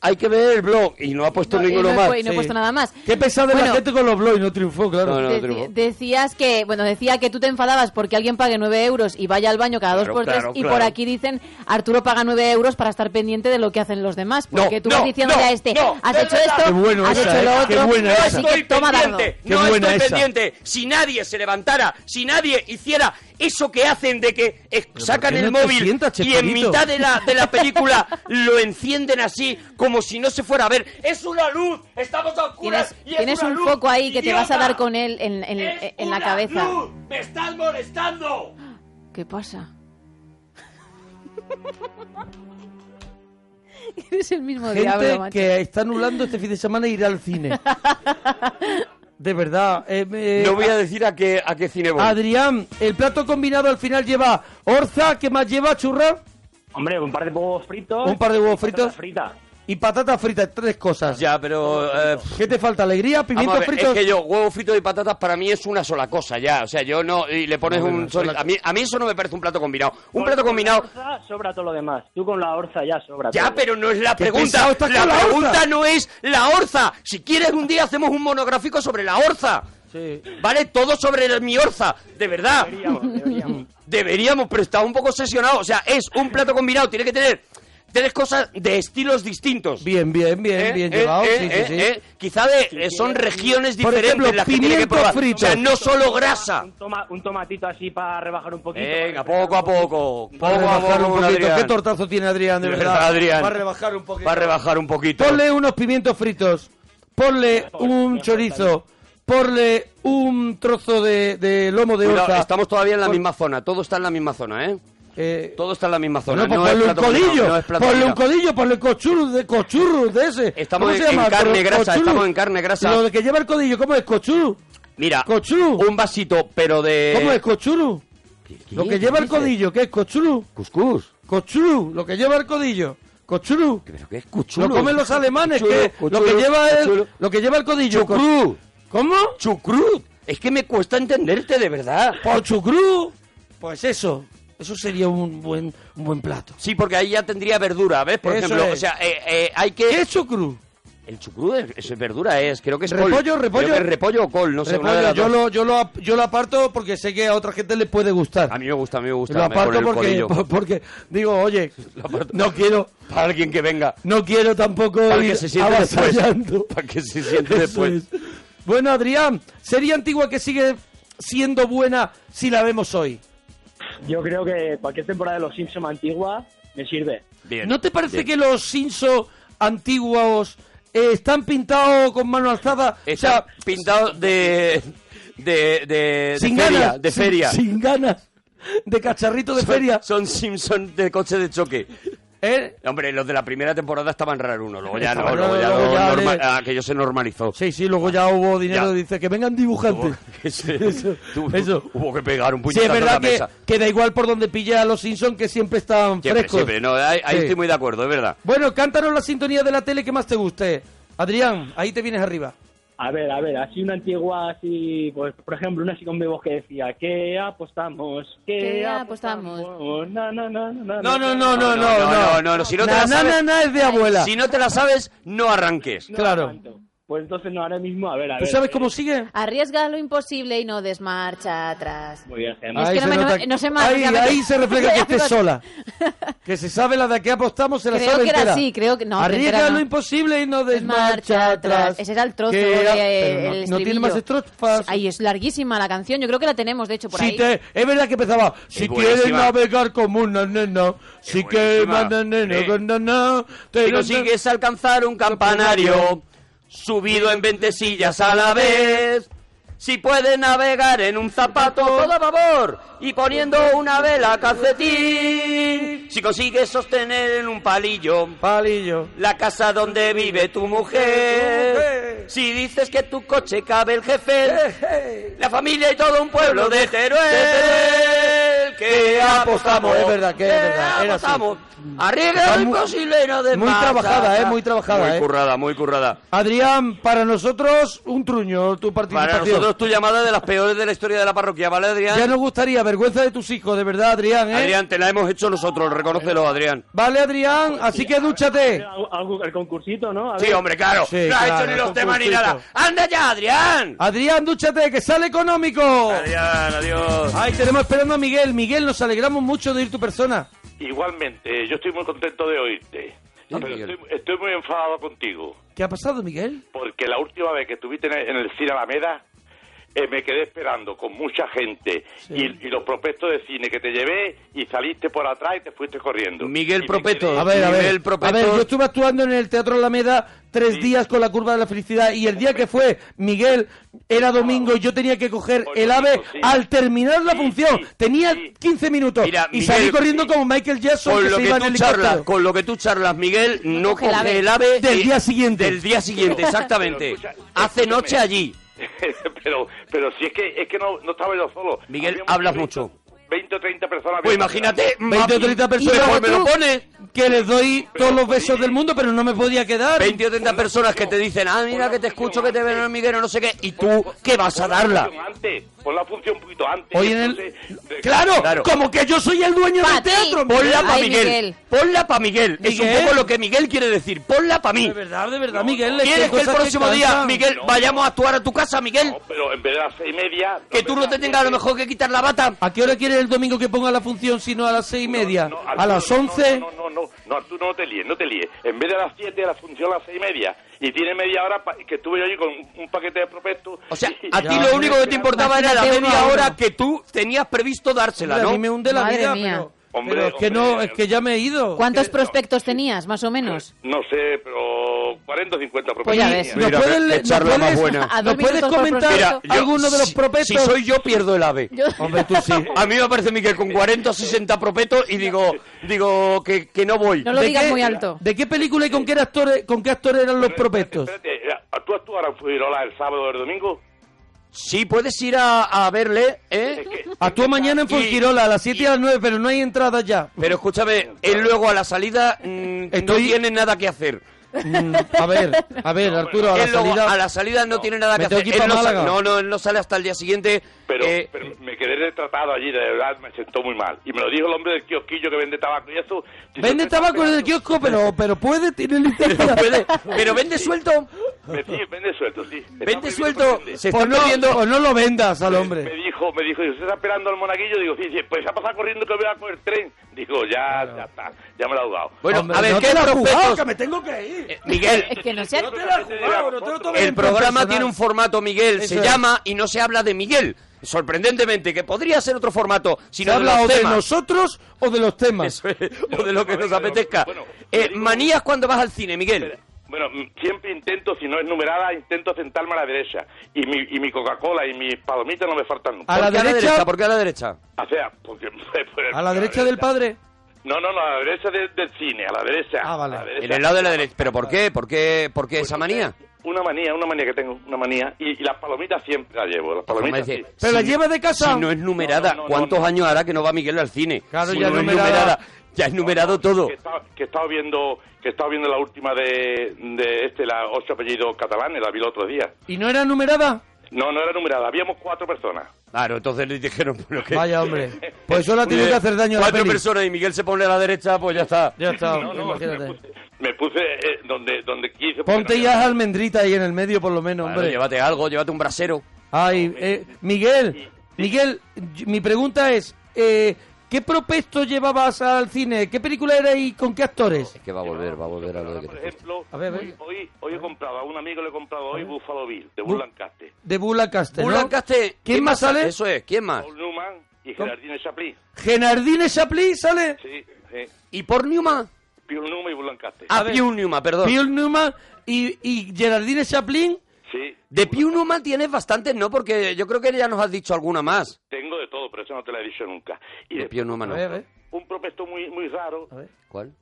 hay que ver el blog, y no ha puesto
No, y
ninguno
no he
más.
pu- y no he
Sí.
puesto nada más.
Qué pesada es la
Bueno.
gente con los blogs y no triunfó, claro.
No, no,
Deci-
triunfó.
decías que, bueno, decía que tú te enfadabas porque alguien pague 9 euros y vaya al baño cada dos
Claro,
por tres.
claro,
y
claro.
por aquí dicen, Arturo paga 9 euros para estar pendiente de lo que hacen los demás.
No,
Porque tú
no,
vas diciéndole
no,
a este,
no,
has
es
hecho
verdad.
esto,
Qué bueno
has
esa,
hecho
¿eh?
lo
Qué
otro.
buena esa.
así que
estoy
toma dardo.
pendiente,
Qué
no
buena
estoy
esa.
pendiente. Si nadie se levantara, si nadie hiciera eso que hacen de que eh, sacan
qué
el
no te
móvil
sientas,
y en
Chespirito?
mitad de la, de la película
[LAUGHS]
lo encienden así, como si no se fuera a ver. ¡Es una luz! ¡Estamos a oscuras!
Tienes,
y es
tienes
una
un
luz,
foco ahí que te vas a
idiota.
dar con él en, en-
¡Es
en la
una
cabeza.
luz! ¡Me estás [LAUGHS] molestando!
¿Qué pasa? [LAUGHS] Eres el mismo diablo,
gente
macho.
que está anulando este fin de semana ir al cine. De verdad. eh, me-
No voy a decir a qué, a qué cine voy.
Adrián, el plato combinado al final lleva orza, ¿qué más lleva, churra?
Hombre, un par de huevos fritos.
Un par de huevos
y
fritos.
patatas fritas.
Y patatas fritas, tres cosas.
Ya, pero... eh,
¿Qué te falta? ¿Alegría?
Vamos
¿Pimientos
a ver,
fritos?
Es que yo, huevo frito y patatas para mí es una sola cosa ya. O sea, yo no. Y le pones
No, no,
un.
no, sola
chorizo- a, mí, a mí eso no me parece un plato combinado. Un
Con-
plato
con
combinado.
la orza sobra todo lo demás. Tú con la orza ya sobra
Ya,
todo.
pero no es la
Qué
pregunta.
pesado estás
La
con la
pregunta
orza.
no es la orza. Si quieres, un día hacemos un monográfico sobre la orza.
Sí.
¿Vale? Todo sobre el- mi orza. De verdad.
Deberíamos, deberíamos.
Deberíamos, pero está un poco obsesionado. O sea, es un plato combinado. Tiene que tener tres cosas de estilos distintos.
Bien, bien, bien,
Eh,
bien
eh,
llevado.
eh,
sí, sí,
eh,
sí.
eh. Quizá de, eh, son regiones
Por
diferentes
ejemplo,
las que tiene que
pimientos
probar.
fritos.
O sea, no solo grasa.
Un, toma- un tomatito así para rebajar un poquito.
Venga,
para
poco a
rebajar un
poco. Poco
Para
a
rebajar
poco,
un
con
poquito.
Adrián.
¿Qué tortazo tiene Adrián, de,
De
verdad?
verdad, Adrián.
Para rebajar un poquito.
Va a rebajar un poquito.
Ponle unos pimientos fritos. Ponle un chorizo. Ponle un trozo de, de lomo de
Cuidado,
orza.
estamos todavía en la
Pon-
misma zona. Todo está en la misma zona, ¿eh?
Eh,
Todo está en la misma zona.
no, pues
No es
ponle un
plato combinado,
codillo.
no es plato
ponle un
combinado.
codillo, ponle cochurros de, cochurros de ese.
Estamos
¿Cómo
en-
se llama?
en carne
Pero-
grasa,
cochurro.
estamos en carne grasa.
Lo de que lleva el codillo, ¿cómo es? ¿Cochuru?
Mira,
Cochú.
un vasito, pero de...
¿Cómo es? ¿Cochuru? Lo que lleva el
dices?
codillo, ¿qué es? ¿Cochuru?
Cuscús.
Cochuru, lo que lleva el codillo. Cochuru.
¿Pero qué es cuchulo?
Lo comen los alemanes,
Cuchulo,
que lo que
cuchulo,
lleva el,
cuchulo.
lo que lleva el codillo.
Chucrú.
¿Cómo?
Chucrut. Es que me cuesta entenderte, de verdad.
Por chucrú. Pues eso, eso sería un buen, un buen plato.
Sí, porque ahí ya tendría verdura, ¿ves? Por
Eso
ejemplo,
es.
o sea, eh, eh, hay que...
¿Qué es chucrú?
El chucrú es, es verdura, es, creo que es col.
Repollo, repollo.
Creo que es repollo o col, no sé. una de
Repollo,
las
yo
dos.
lo, yo, lo, ap- yo lo aparto porque sé que a otra gente le puede gustar.
A mí me gusta, a mí me gusta.
lo
me- con
aparto
el
porque,
codillo.
por- [LAUGHS] porque digo,
[LAUGHS]
oye, no quiero,
Para alguien que venga.
no quiero tampoco
Para que
ir
se siente
avasallando.
después. Para que se siente
Eso
después.
es. Bueno, Adrián, ¿sería antigua que sigue siendo buena si la vemos hoy?
poco. Yo creo que cualquier temporada de los Simpsons antigua me sirve.
Bien.
¿No te parece
bien.
que los Sinso antiguos eh, están pintados con mano alzada?
Está
o sea,
pintado de. de. de.
sin
de feria.
ganas.
de
sin-
feria.
Sin, ganas. De cacharrito de
Son-
feria.
Son Simpson de coche de choque.
¿Eh?
Hombre, los de la primera temporada estaban raro uno. Luego ya no,
Estaban
luego ya,
raro,
lo
luego ya
norma-
le-
ah, aquello se normalizó.
Sí, sí, luego ya hubo dinero.
Ya.
Dice que vengan dibujantes.
Hubo que, se-
Eso,
[LAUGHS] tuvo-
eso.
hubo que pegar un
Sí, es
puñetazo en la
verdad que,
mesa.
que da igual por donde pille a los Simpsons, que siempre están
Siempre,
frescos.
siempre. No, ahí, ahí
Sí.
estoy muy de acuerdo, es verdad.
Bueno, cántanos la sintonía de la tele que más te guste. Adrián, ahí te vienes arriba.
A ver, a ver, así una antigua, así, pues, por ejemplo, una así con mi voz que decía, ¿qué apostamos? ¿Qué,
¿Qué apostamos?
apostamos? Na, na, na, na,
No, no, no,
na,
no, no,
no, no, no, no, si no te
Na,
la
na,
sabes-
na, na, es de abuela.
Si no te la sabes, no arranques.
no
claro.
tanto. Pues entonces no, ahora mismo, a ver, a
¿Tú
ver. eh,
sabes cómo sigue?
Arriesga lo imposible y no des marcha atrás.
Muy bien, Gemma.
Es que no me- no- no sé más,
ahí,
obviamente.
ahí
[LAUGHS]
se refleja que estés
Digo- [LAUGHS]
sola. Que se sabe la de que apostamos, se la
Creo
sabe
que era
entera.
así, creo que- no,
Arriesga
entera no.
lo imposible y no des marcha atrás.
Ese era el trozo.
Que
de,
era-
eh,
pero no-
el
no, tiene
estribillo.
más estrofas.
Ahí es larguísima la canción. Yo creo que la tenemos, de hecho, por
Si
ahí.
te- es verdad que empezaba. Si quieres
buenísima.
navegar como una nena, si quieres
buenísima.
na, na, na,
Sí.
na, na, na, te-
Si
na, na.
consigues alcanzar un campanario, subido en 20 sillas a la vez. Si puedes navegar en un zapato, todo a favor, y poniendo una vela calcetín. Si consigues sostener en un palillo,
Palillo.
la casa donde vive tu mujer. Si dices que tu coche cabe el
Eh.
jefe, la familia y todo un pueblo de
Eh.
Teruel. Que apostamos,
Es verdad, que es verdad, era así.
apostamos. Arriesga
Está
lo
muy-
imposible, no de
muy
marcha
trabajada,
atrás.
eh, muy trabajada,
Muy
eh.
currada, muy currada.
Adrián, para nosotros, un truño tu participación.
Para nosotros tu llamada es de las peores de la historia de la parroquia, ¿vale, Adrián?
Ya nos gustaría, vergüenza de tus hijos, de verdad, Adrián, ¿eh?
Adrián, te la hemos hecho nosotros, reconócelo, Adrián.
Vale, Adrián, así que dúchate.
Algo- algo- el concursito, ¿no? A
Sí,
ver.
hombre, claro.
Sí,
no has
claro,
hecho ni los
con
temas ni
puntito.
nada. ¡Anda ya, Adrián!
Adrián, dúchate, que sale económico.
Adrián, adiós.
Ahí tenemos esperando a Miguel. Miguel, nos alegramos mucho de ir tu persona.
Igualmente, eh, yo estoy muy contento de oírte. Ah,
Sí,
pero
Miguel.
estoy, estoy muy enfadado contigo,
¿Qué ha pasado, Miguel?
porque la última vez que estuviste en el, en el Cine Alameda, eh, me quedé esperando con mucha gente y, y los prospectos de cine que te llevé y saliste por atrás y te fuiste corriendo.
Miguel
Y me
Propeto.
quedé-
A ver, a
Miguel
ver,
Propeto.
a ver, yo estuve actuando en el Teatro Alameda tres días con la curva de la felicidad y el día que fue Miguel era
Ah.
domingo y yo tenía que coger
Pues
el
domingo,
ave
sí.
al terminar la
Sí,
función.
sí,
Tenía
sí.
15 minutos
Mira,
y
Miguel,
salí corriendo
sí.
como Michael Jackson
con
que
lo
se
que
iba en
tú charlas,
helicóptero.
con lo que tú charlas, Miguel, no
coge el
coge
ave.
el ave
Del
y-
día siguiente.
Del día
[LAUGHS]
siguiente, exactamente.
Pero escucha,
Hace
escúchame.
noche allí.
[LAUGHS] pero, pero si es que, es que no, no estaba yo solo.
Miguel,
Habíamos
hablas
20
mucho.
20 o 30 personas.
Pues imagínate,
20 o 30 personas Pues como
Mejor me lo
tú,
pones.
que les doy
Pero,
todos los
oye,
besos del mundo, pero no me podía quedar.
20 o 30 personas que te dicen, ah, mira que te escucho, que te ven en el miguero, no sé qué, y tú, ¿qué vas a
Pon la
darla?
función Antes, pon la función un poquito antes.
Hoy en el...
entonces, de-
Claro,
Claro.
como que yo soy el dueño
Pa'
del
ti.
teatro. Miguel.
Ponla para
Ay,
Miguel.
Miguel.
Ponla para Miguel. Es un
Miguel.
poco lo que Miguel quiere decir. Ponla para mí.
De verdad, de verdad, Miguel. es
¿Quieres que el
cosas
próximo día,
cansan.
Miguel, vayamos a actuar a tu casa, Miguel?
No, pero en vez de las seis y media.
Que tú no te tengas a lo mejor que quitar la bata.
¿A qué hora quieres el domingo que ponga la función si no a las seis y media? ¿A las once?
No, no, no, no, Arturo, no te líes, no te líes. En vez de las siete, la función a las seis y media. Y tiene media hora pa- que estuve yo allí con un, un paquete de prospectos.
O sea,
y-
a ti
Ya,
lo único que te importaba era la
Imagínate
media
uno a
hora
uno.
que tú tenías previsto dársela,
A mí me
¿no?
hunde la
Madre
vida,
mía.
pero...
Hombre,
pero es que
hombre.
no, es que ya me he ido.
¿Cuántos
Es que-
prospectos tenías, más o menos?
No sé, pero 40 o 50 prospectos.
Pues ya ves.
¿Nos
Mira,
puedes,
qué- qué
¿nos
charla más
puedes-
buena.
A
¿nos
dos
puedes
minutos por
comentar
prospecto.
yo-
alguno de los
si-
propetos?
Si soy yo, pierdo el ave.
Yo-
Hombre, tú sí.
A mí me parece, Miguel, con 40 o 60 propetos y digo, digo que, que no voy.
No lo
¿De
digas
qué-
muy alto.
¿De qué película y con qué actores, con qué actores eran los propetos?
Espérate, espérate, ¿tú actúas en Fuirola el sábado o el domingo?
Sí, puedes ir a, a verle,
Es
¿eh?
que-
Actúa mañana en
Y-
Fuengirola a las 7 y a las 9, pero no hay entrada ya.
Pero escúchame, él luego a la salida mm,
Estoy-
no tiene nada que hacer.
Mm, a ver, a ver, Arturo, a la
él luego
salida...
a la salida no, tiene nada
Me
que
tengo
hacer.
que ir
Él
pa'
no, sa-
Málaga.
no, no, él no sale hasta el día siguiente.
Pero,
eh,
pero me quedé retratado allí, de verdad, me sentó muy mal. Y me lo dijo el hombre del kiosquillo que vende tabaco y eso. si
Vende
yo te-
tabaco en el kiosco, pero, pero puede, tiene
pero
licencia.
puede- pero vende suelto,
Me- sí, vende suelto, sí. Está
vende
prohibido
suelto.
por ley.
Se
Pues
está
no,
perdiendo.
pues no lo vendas al
Me
hombre.
dijo, me dijo, ¿usted está esperando al monaguillo? Digo, sí, sí, pues se ha pasado corriendo que voy a coger tren. Digo, ya, ya está, ya me lo ha jugado.
Bueno,
Hombre,
a ver,
no
¿qué
te la has
prospectos?
jugado, que me tengo que ir.
Eh, Miguel,
Es que no sea...
el programa tiene un
fondo.
formato, Miguel,
Eso
se
es.
llama y no se habla de Miguel. Sorprendentemente, que podría ser otro formato, si no
habla
los
o de
temas.
nosotros o de los temas.
Eso es, o de lo que nos apetezca.
Bueno,
Eh, manías cuando vas al cine, Miguel.
Bueno, mm, siempre intento, si no es numerada, intento sentarme a la derecha. Y mi, y mi Coca-Cola y mis palomitas no me faltan nunca.
A la
¿Por qué a la
derecha,
derecha? ¿Por qué a la derecha?
O sea, porque... [LAUGHS] pues,
a la derecha del padre.
No, no, no, a la derecha de- del cine, a la derecha.
Ah, vale.
A la derecha.
En el lado de la derecha. ¿Pero por qué? ¿Por qué, por qué esa manía?
Una manía, una manía que tengo, una manía. Y, y las palomitas siempre las llevo, las
Como
palomitas
dice,
sí.
Pero
si
la
no-
lleva de casa.
Si no es numerada,
No, no, no,
¿cuántos
no.
años hará que no va Miguel al cine?
Claro,
Si
ya
no es
numerada.
Ya es numerado
No, no,
todo.
Que estaba, que estaba viendo, que estaba viendo la última de, de este, la ocho apellidos catalanes, la vi el otro día.
¿Y no era numerada?
Pues,
No, no era numerada, habíamos cuatro personas.
Claro, entonces le dijeron, [LAUGHS] bueno, que...
Vaya, hombre. Pues eso la ha tenido
Eh,
que hacer daño a la
Cuatro
peli.
personas y Miguel se pone a la derecha, pues ya está.
Ya está,
No, no,
imagínate.
me puse- me puse eh, donde, donde quise. porque
Ponte
no
ya
había-
almendrita ahí en el medio, por lo menos,
Claro,
hombre.
llévate algo, llévate un brasero.
Ay, eh, Miguel, Miguel, y- mi pregunta es, eh, ¿qué propuesto llevabas al cine? ¿Qué película era y con qué actores?
Es que va a volver, va a volver a lo de que
Por
te cuesta.
ejemplo,
A ver, a ver.
hoy- Hoy, hoy he comprado, a un amigo le he comprado hoy Buffalo Bill, de Bull Lancaster.
De Bula Caster, ¿no?
Bull Lancaster,
¿Quién, más sale?
Eso es, ¿quién más?
Paul Newman y
¿Cómo?
Gerardine Chaplin.
¿Genardine Chaplin sale?
Sí, sí.
¿Y por Newman?
Paul Newman y Bull Lancaster.
Ah,
ver.
Piu Newman, perdón.
Bill Newman y, y Gerardine Chaplin.
Sí.
De Piu Newman tienes bastantes, ¿no? Porque yo creo que ya nos has dicho alguna más.
Tengo de todo, pero eso no te lo he dicho nunca. Y
De
después,
Piu Newman,
A ver, a
no.
ver,
un propuesto muy, muy raro
a ver.
¿Cuál?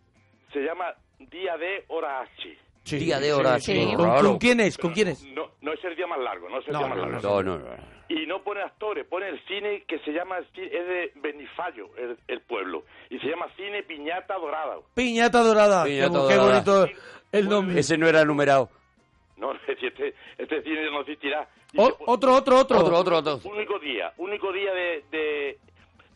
se llama Día de Hora H.
Día de horas.
sí.
no,
¿Con,
raro.
con quién es? ¿Con quién es?
No, no es el día más largo, no es el
No,
día más
no,
No,
largo.
no, no.
Y no pone actores, pone el cine que se llama, es de Benifallo, el, el pueblo. Y se llama Cine Piñata Dorada.
Piñata Dorada.
Piñata
qué, qué
Dorada.
bonito el nombre.
Ese no era numerado.
No, [LAUGHS] si este, este cine no existirá. Dice,
O-
pues,
otro, otro, otro.
Otro, otro, otro.
Único día, único día de... de,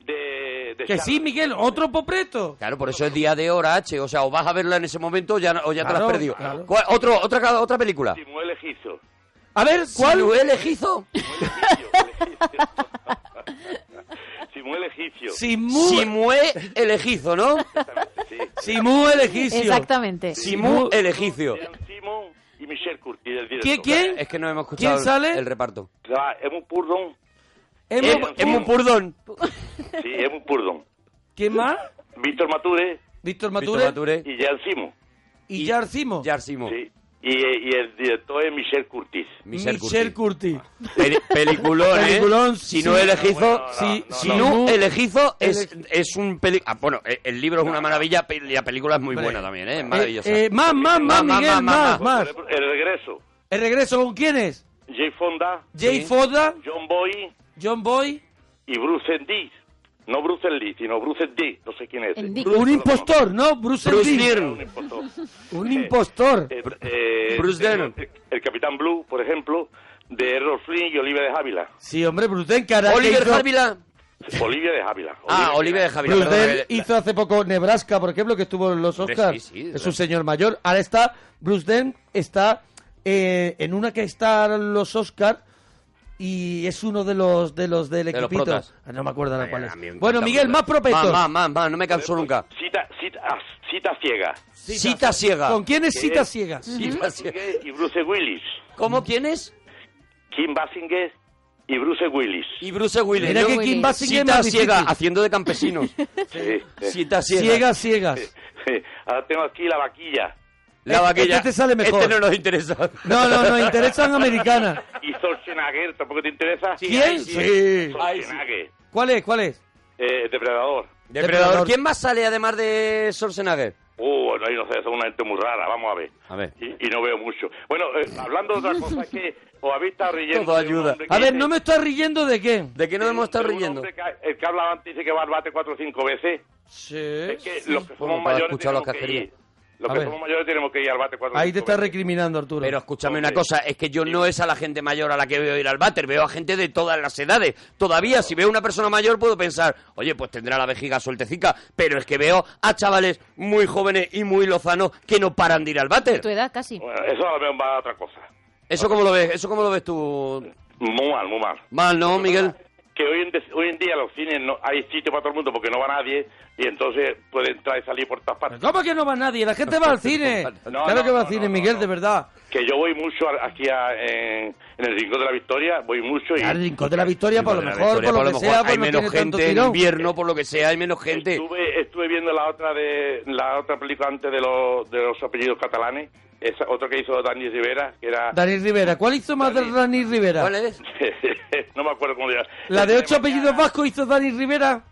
de, de
Que sí,
charla.
Miguel, otro popreto.
Claro, por eso es día de hora H. O sea, o vas a verla en ese momento o ya, o ya te la
Claro,
has perdido.
claro.
¿Cuál- otro, otra, otra película.
Simón Legizo.
A ver, ¿cuál?
Sinuel Egizo.
Simón Legicio.
Simu,
Simue el Egizo, ¿no?
sí.
[LAUGHS] Simú el egipcio.
Exactamente.
Simú el Egicio.
Eran Simón y Michel Curti, el director.
¿Quién? quién?
Es que no hemos escuchado
¿Quién sale?
el reparto.
Ah, es un purdón.
Emo-
Emo-
Emo-
Emu Purdón.
[LAUGHS] Sí, es un purdón.
¿Quién más?
Víctor Mature
Víctor
Víctor
Mature.
Mature.
y Jan Simo.
Y Jar Simo.
Yarsimo.
Sí. Y, eh, y el director es Michel Curtis.
Michel
Michel
Curti.
Curti.
Peli- peliculón, ¿eh?
Peliculón, sí.
si no el Egizo,
No, bueno, no,
si,
no,
si
no.
no,
No.
el Egizo es,
El-
es un peli... ah, bueno, eh, el libro es una maravilla, pe- la película es muy buena también, ¿eh? Es maravillosa.
Eh, eh, más, más,
Más,
más,
más,
Miguel,
más,
más,
más.
más.
El regreso.
¿El regreso con quién es?
Jay Fonda,
Jay Fonda,
John Boy
John Boy,
y Bruce Lee. No Bruce Lee, sino Bruce D. No sé quién es.
En Dick.
un impostor, ¿no? Bruce,
Bruce
Lee.
Dern.
Un impostor.
Un impostor.
Eh, eh,
Bruce
tengo
Dern.
El, el Capitán Blue, por ejemplo, de Errol Flynn y Olivia de Ávila.
Sí, hombre, Bruce Dern, que ahora que
Oliver
hizo-
Ávila.
Olivia de Ávila.
Ah, Oliver de Javier.
Bruce
perdón,
Dern
que-
hizo hace poco Nebraska, por ejemplo, que estuvo en los
Hombre,
Oscars.
sí, sí,
es
claro.
un señor mayor. Ahora está, Bruce Dern está eh, en una que está en los Oscars y es uno de los de los del
De los
equipito.
protas.
Ah, no me acuerdo ahora
Ay,
cuál
a
es.
mí me
Bueno,
encanta
Miguel,
Bruce
más
Dern.
propetos.
Más, más, más, no me canso nunca.
Cita, cita, ah, cita ciega.
Cita, ciega.
¿Con quién es
¿Qué?
Cita Ciega?
Cita ciega.
Y Bruce Willis.
¿Cómo? ¿Quién es?
Kim Basinger y Bruce Willis.
Y Bruce Willis.
Mira
¿no?
que Kim
Willis.
Basinger es
Cita
más
ciega,
difícil.
haciendo
[LAUGHS]
de campesinos.
Sí, sí.
Cita ciega.
Ciega, ciegas.
Ahora tengo aquí la vaquilla
La vaquilla.
Este te sale mejor.
Este no nos interesa.
No, no, nos interesan americanas.
y Schwarzenegger, ¿tampoco te interesa?
Sí, ahí
¿Quién?
sí.
Sí.
Ahí sí.
Schwarzenegger,
¿Cuál es? ¿Cuál es?
eh, depredador.
Depredador.
Depredador.
¿Quién más sale además de Schwarzenegger?
Uh, no, yo no sé, son una gente muy rara, vamos a ver.
A ver.
Y, y no veo mucho. Bueno, eh, hablando de otra cosa, es que os habéis estado riendo.
Todo
de un
ayuda.
hombre que
A ver,
dice-
no me estás riendo de qué.
¿De qué nos
de
hemos
un-
estado
de un
riendo?
hombre que- el que hablaba antes dice que va al bate cuatro o cinco veces.
Sí.
Es que los que somos
Bueno, para
mayores
escuchar los
tenemos que
casquerías.
ir. Los
A
que
ver.
somos mayores tenemos que ir al bate cuatro o
Ahí te
cinco
estás
veces.
recriminando, Arturo.
Pero escúchame una
Hombre.
cosa, es que yo no es a la gente mayor a la que veo ir al váter, veo a gente de todas las edades. Todavía, si veo a una persona mayor, puedo pensar, oye, pues tendrá la vejiga sueltecica, pero es que veo a chavales muy jóvenes y muy lozanos que no paran de ir al váter.
Tu edad casi.
Bueno,
[LAUGHS]
eso a lo mejor va a otra cosa.
¿Eso cómo lo ves? ¿Eso cómo lo ves tú?
Muy mal, muy mal.
Mal, ¿no, Miguel?
que hoy en, de- hoy en día los cines no hay sitio para todo el mundo porque no va nadie y entonces puede entrar y salir por todas partes.
¿Cómo que no va nadie? La gente va al cine.
[LAUGHS] No,
claro
no,
que va al
no,
cine,
no,
Miguel,
no.
de verdad.
Que yo voy mucho a- aquí a- en, en el Rincón de la Victoria, voy mucho y...
Al rincón de la victoria, por lo
Bueno, la
mejor,
victoria,
por lo que
mejor.
sea,
hay
pues no tiene
menos
tanto
gente en
tirón.
invierno, por lo que sea, hay menos gente.
Estuve, estuve viendo la otra de la otra película antes de los, de los apellidos catalanes, esa, otra que hizo Dani Rivera, que era... [LAUGHS]
Dani Rivera. ¿Cuál hizo más de
Dani.
Dani Rivera?
¿Cuál es?
no me acuerdo cómo era.
¿La de ocho
Mañana.
apellidos vascos hizo Dani Rivera?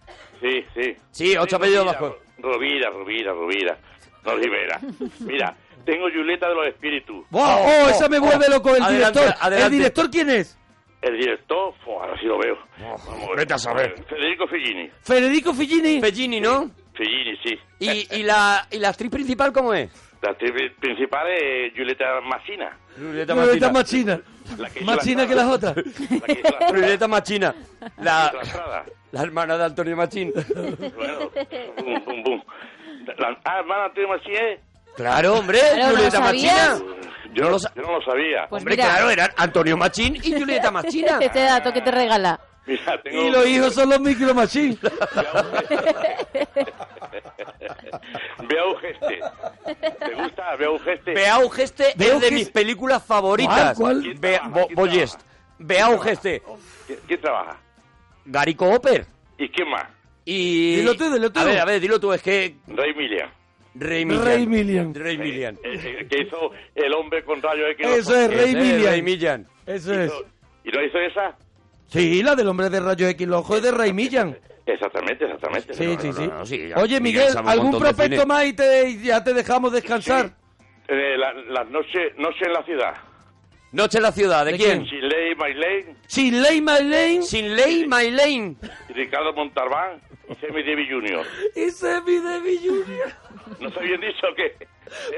Sí, sí.
Sí, ocho apellidos vascos.
Rovira, Rovira, Rovira. No Rivera. Mira, tengo Julieta de los Espíritus.
¡Buah!
Oh,
¡Oh,
oh,
esa me
oh.
vuelve loco el
Adelante,
director!
adelante.
¿El director quién es?
El director, fue, ahora sí lo veo. Vamos ver.
Oh, vete a saber.
Federico Fellini.
Federico Fellini.
Pellini, ¿no?
Fellini, sí.
¿Y, y la, ¿Y la actriz principal cómo es?
La actriz pri- principal es Julieta Massina.
Julieta
Julieta más china.
La que hizo
Más
la
china
entrada.
que las otras.
La que hizo [LAUGHS] la
Julieta Machina, la,
La entrada.
la hermana de Antonio Machín.
Bueno, boom, boom, boom. La, ah, hermana Antonio Massina es
Claro, hombre,
Claro, ¿no lo
Julieta
sabías?
Machina.
Yo,
No lo
no
sa-
yo no lo sabía. [LAUGHS]
Pues
hombre,
mira.
claro, eran Antonio Machín y Julieta Machina.
este dato que te regala.
Mira, tengo
Y los hijos son los micro
[LAUGHS]
machines. [LAUGHS]
Vea un geste. ¿Te gusta? Vea un geste.
Beau Geste
Beau
es de
Geste-
mis películas favoritas.
¿Cuál?
¿Quién
Be-
trabaja?
Bo-
¿Quién
Boyest. Beau Geste.
¿Qui- ¿Quién trabaja?
Gary Cooper.
¿Y quién más?
Y...
Dilo tú, dilo tú.
A ver, a ver, dilo tú. Es que
Ray Millian.
Ray Millian.
Ray Millian.
Ray Millian.
Eh, eh, que hizo el hombre con rayos X.
Eso es, Ray
Ese,
Millian.
Ray Millian.
Eso es.
¿Y no hizo esa?
Sí, la del hombre de rayos X, los ojos de Ray Millan.
Exactamente, exactamente.
Sí,
No,
sí,
no,
sí.
no,
no, no, sí, ya-
Oye,
Miguel
Miguel,
sabe un
¿algún
montón de
prospecto
cine.
más y, te- y ya te dejamos descansar?
Eh, la- Las noches noche en la ciudad.
Noche en la ciudad. ¿De,
¿De
quién?
Sin ley, my lane.
Sin ley, my lane
Sin ley, my lane.
Ricardo Montalbán y Sammy Davis Jr.
y Semi Devi Junior.
¿No está bien dicho o qué?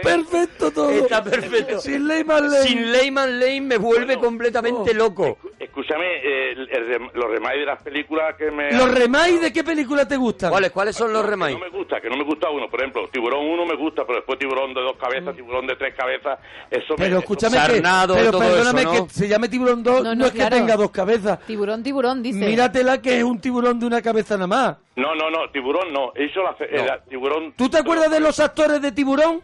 Perfecto todo.
Está perfecto.
Sin ley, my lane Oh.
Sin ley, my lane me vuelve
Bueno.
completamente loco.
Escúchame, eh, el- el rem- los remakes de las películas que
Eh,
me...
¿Los remakes de qué película te gustan?
¿Cuáles, ¿Cuáles son los
Que
remakes?
No me gusta, que no me gusta uno. Por ejemplo, Tiburón 1 me gusta, pero después Tiburón de dos cabezas, Tiburón de tres cabezas, eso me...
Mm. Pero
eso-
escúchame
Sarnado,
que, pero
todo
perdóname
eso, ¿no?
que se llame tiburón 2, no,
No, no,
es
claro.
que tenga dos cabezas.
Tiburón, tiburón, dice.
Míratela que es un tiburón de una cabeza nada más.
No, no, no, Tiburón no. Hizo la... fe- eh, la- tiburón...
¿Tú te acuerdas de los actores de tiburón?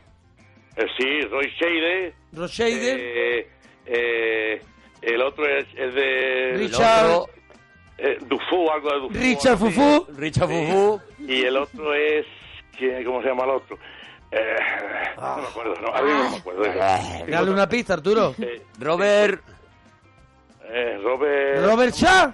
Eh, sí, Roy Shade.
Roshade,
eh, eh, el otro es, es de...
El
Richard-
otro,
eh, Dufour, algo de Dufour.
Richard
algo así.
Fufú.
Richard Fufu.
Y el otro es... ¿quién- ¿Cómo se llama el otro? Eh, no me acuerdo, no, a mí no me acuerdo.
Ah, Dale una pista, Arturo.
Eh,
Robert. eh,
eh, Robert...
Robert Shaw.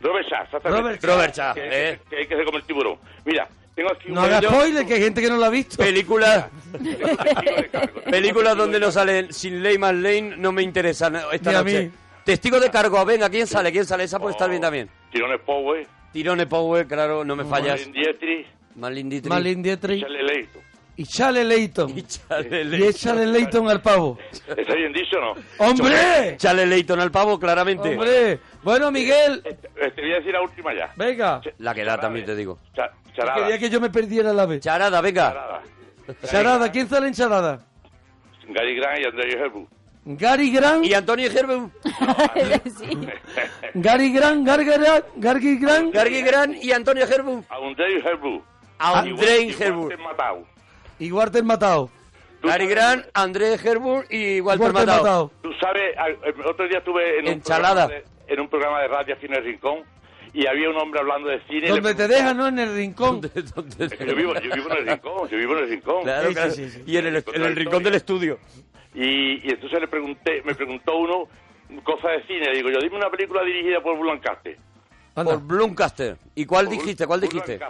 Robert Shaw, exactamente.
Robert Shaw.
Robert Shaw,
Que,
eh.
que hay que hacer como el tiburón. Mira, tengo aquí
No hagas
Yo-
spoiler, que hay gente que no la ha visto.
Películas,
tengo un testigo de cargo.
películas donde no salen Sin Ley más Lane no me interesan esta
Ni a
noche.
mí.
Testigo de cargo, venga, ¿quién sale? ¿Quién sale? Esa puede estar bien también.
Oh, Tirones Power,
Tirone Power, claro, no me fallas.
Colin Dietry,
Marlene Dietrich.
Malin Dietrich
Charlie Leito.
y Charlie Leighton.
Y Charlie
Y
Leighton.
échale Leighton al pavo.
¿Está bien dicho o no?
¡Hombre!
Charlie Leighton al pavo, claramente.
¡Hombre! Bueno, Miguel,
Eh, Te voy a decir la última ya.
venga.
La que da también, te digo.
Cha-
Quería
charada.
que yo me perdiera la vez.
Charada, venga.
charada.
Charada, ¿quién sale en charada?
Gary Grant y
[LAUGHS]
André Herbu.
Gary Grant,
Y Antonio Gerber,
[LAUGHS]
sí.
Gary Grant, Gargara, Gary Grant,
Gargi Gran y Antonio Gerber.
André Herbu.
A Andrei
Igual- igual
Herbu.
te han matado.
y Walter Matado.
Tú
Gary
sabes-
Gran, André Gerber y Walter,
Walter
Matthau.
Matthau.
Tú sabes, al- el otro día estuve en un,
Enchalada.
programa de, en un programa de radio aquí en el Rincón y había un hombre hablando de cine. y le
Donde te
pregunté-
dejan, ¿no? En el rincón.
¿Dónde-
Yo vivo, yo vivo en el Rincón, yo vivo en el Rincón.
Claro,
Sí,
claro.
sí, sí, sí.
Y en el, en el rincón del estudio.
Y, y entonces le pregunté, me preguntó uno cosa de cine. Le digo, yo dime una película dirigida por Blancaste.
Anda.
Por Bloomcaster. ¿Y cuál dijiste? ¿Cuál dijiste?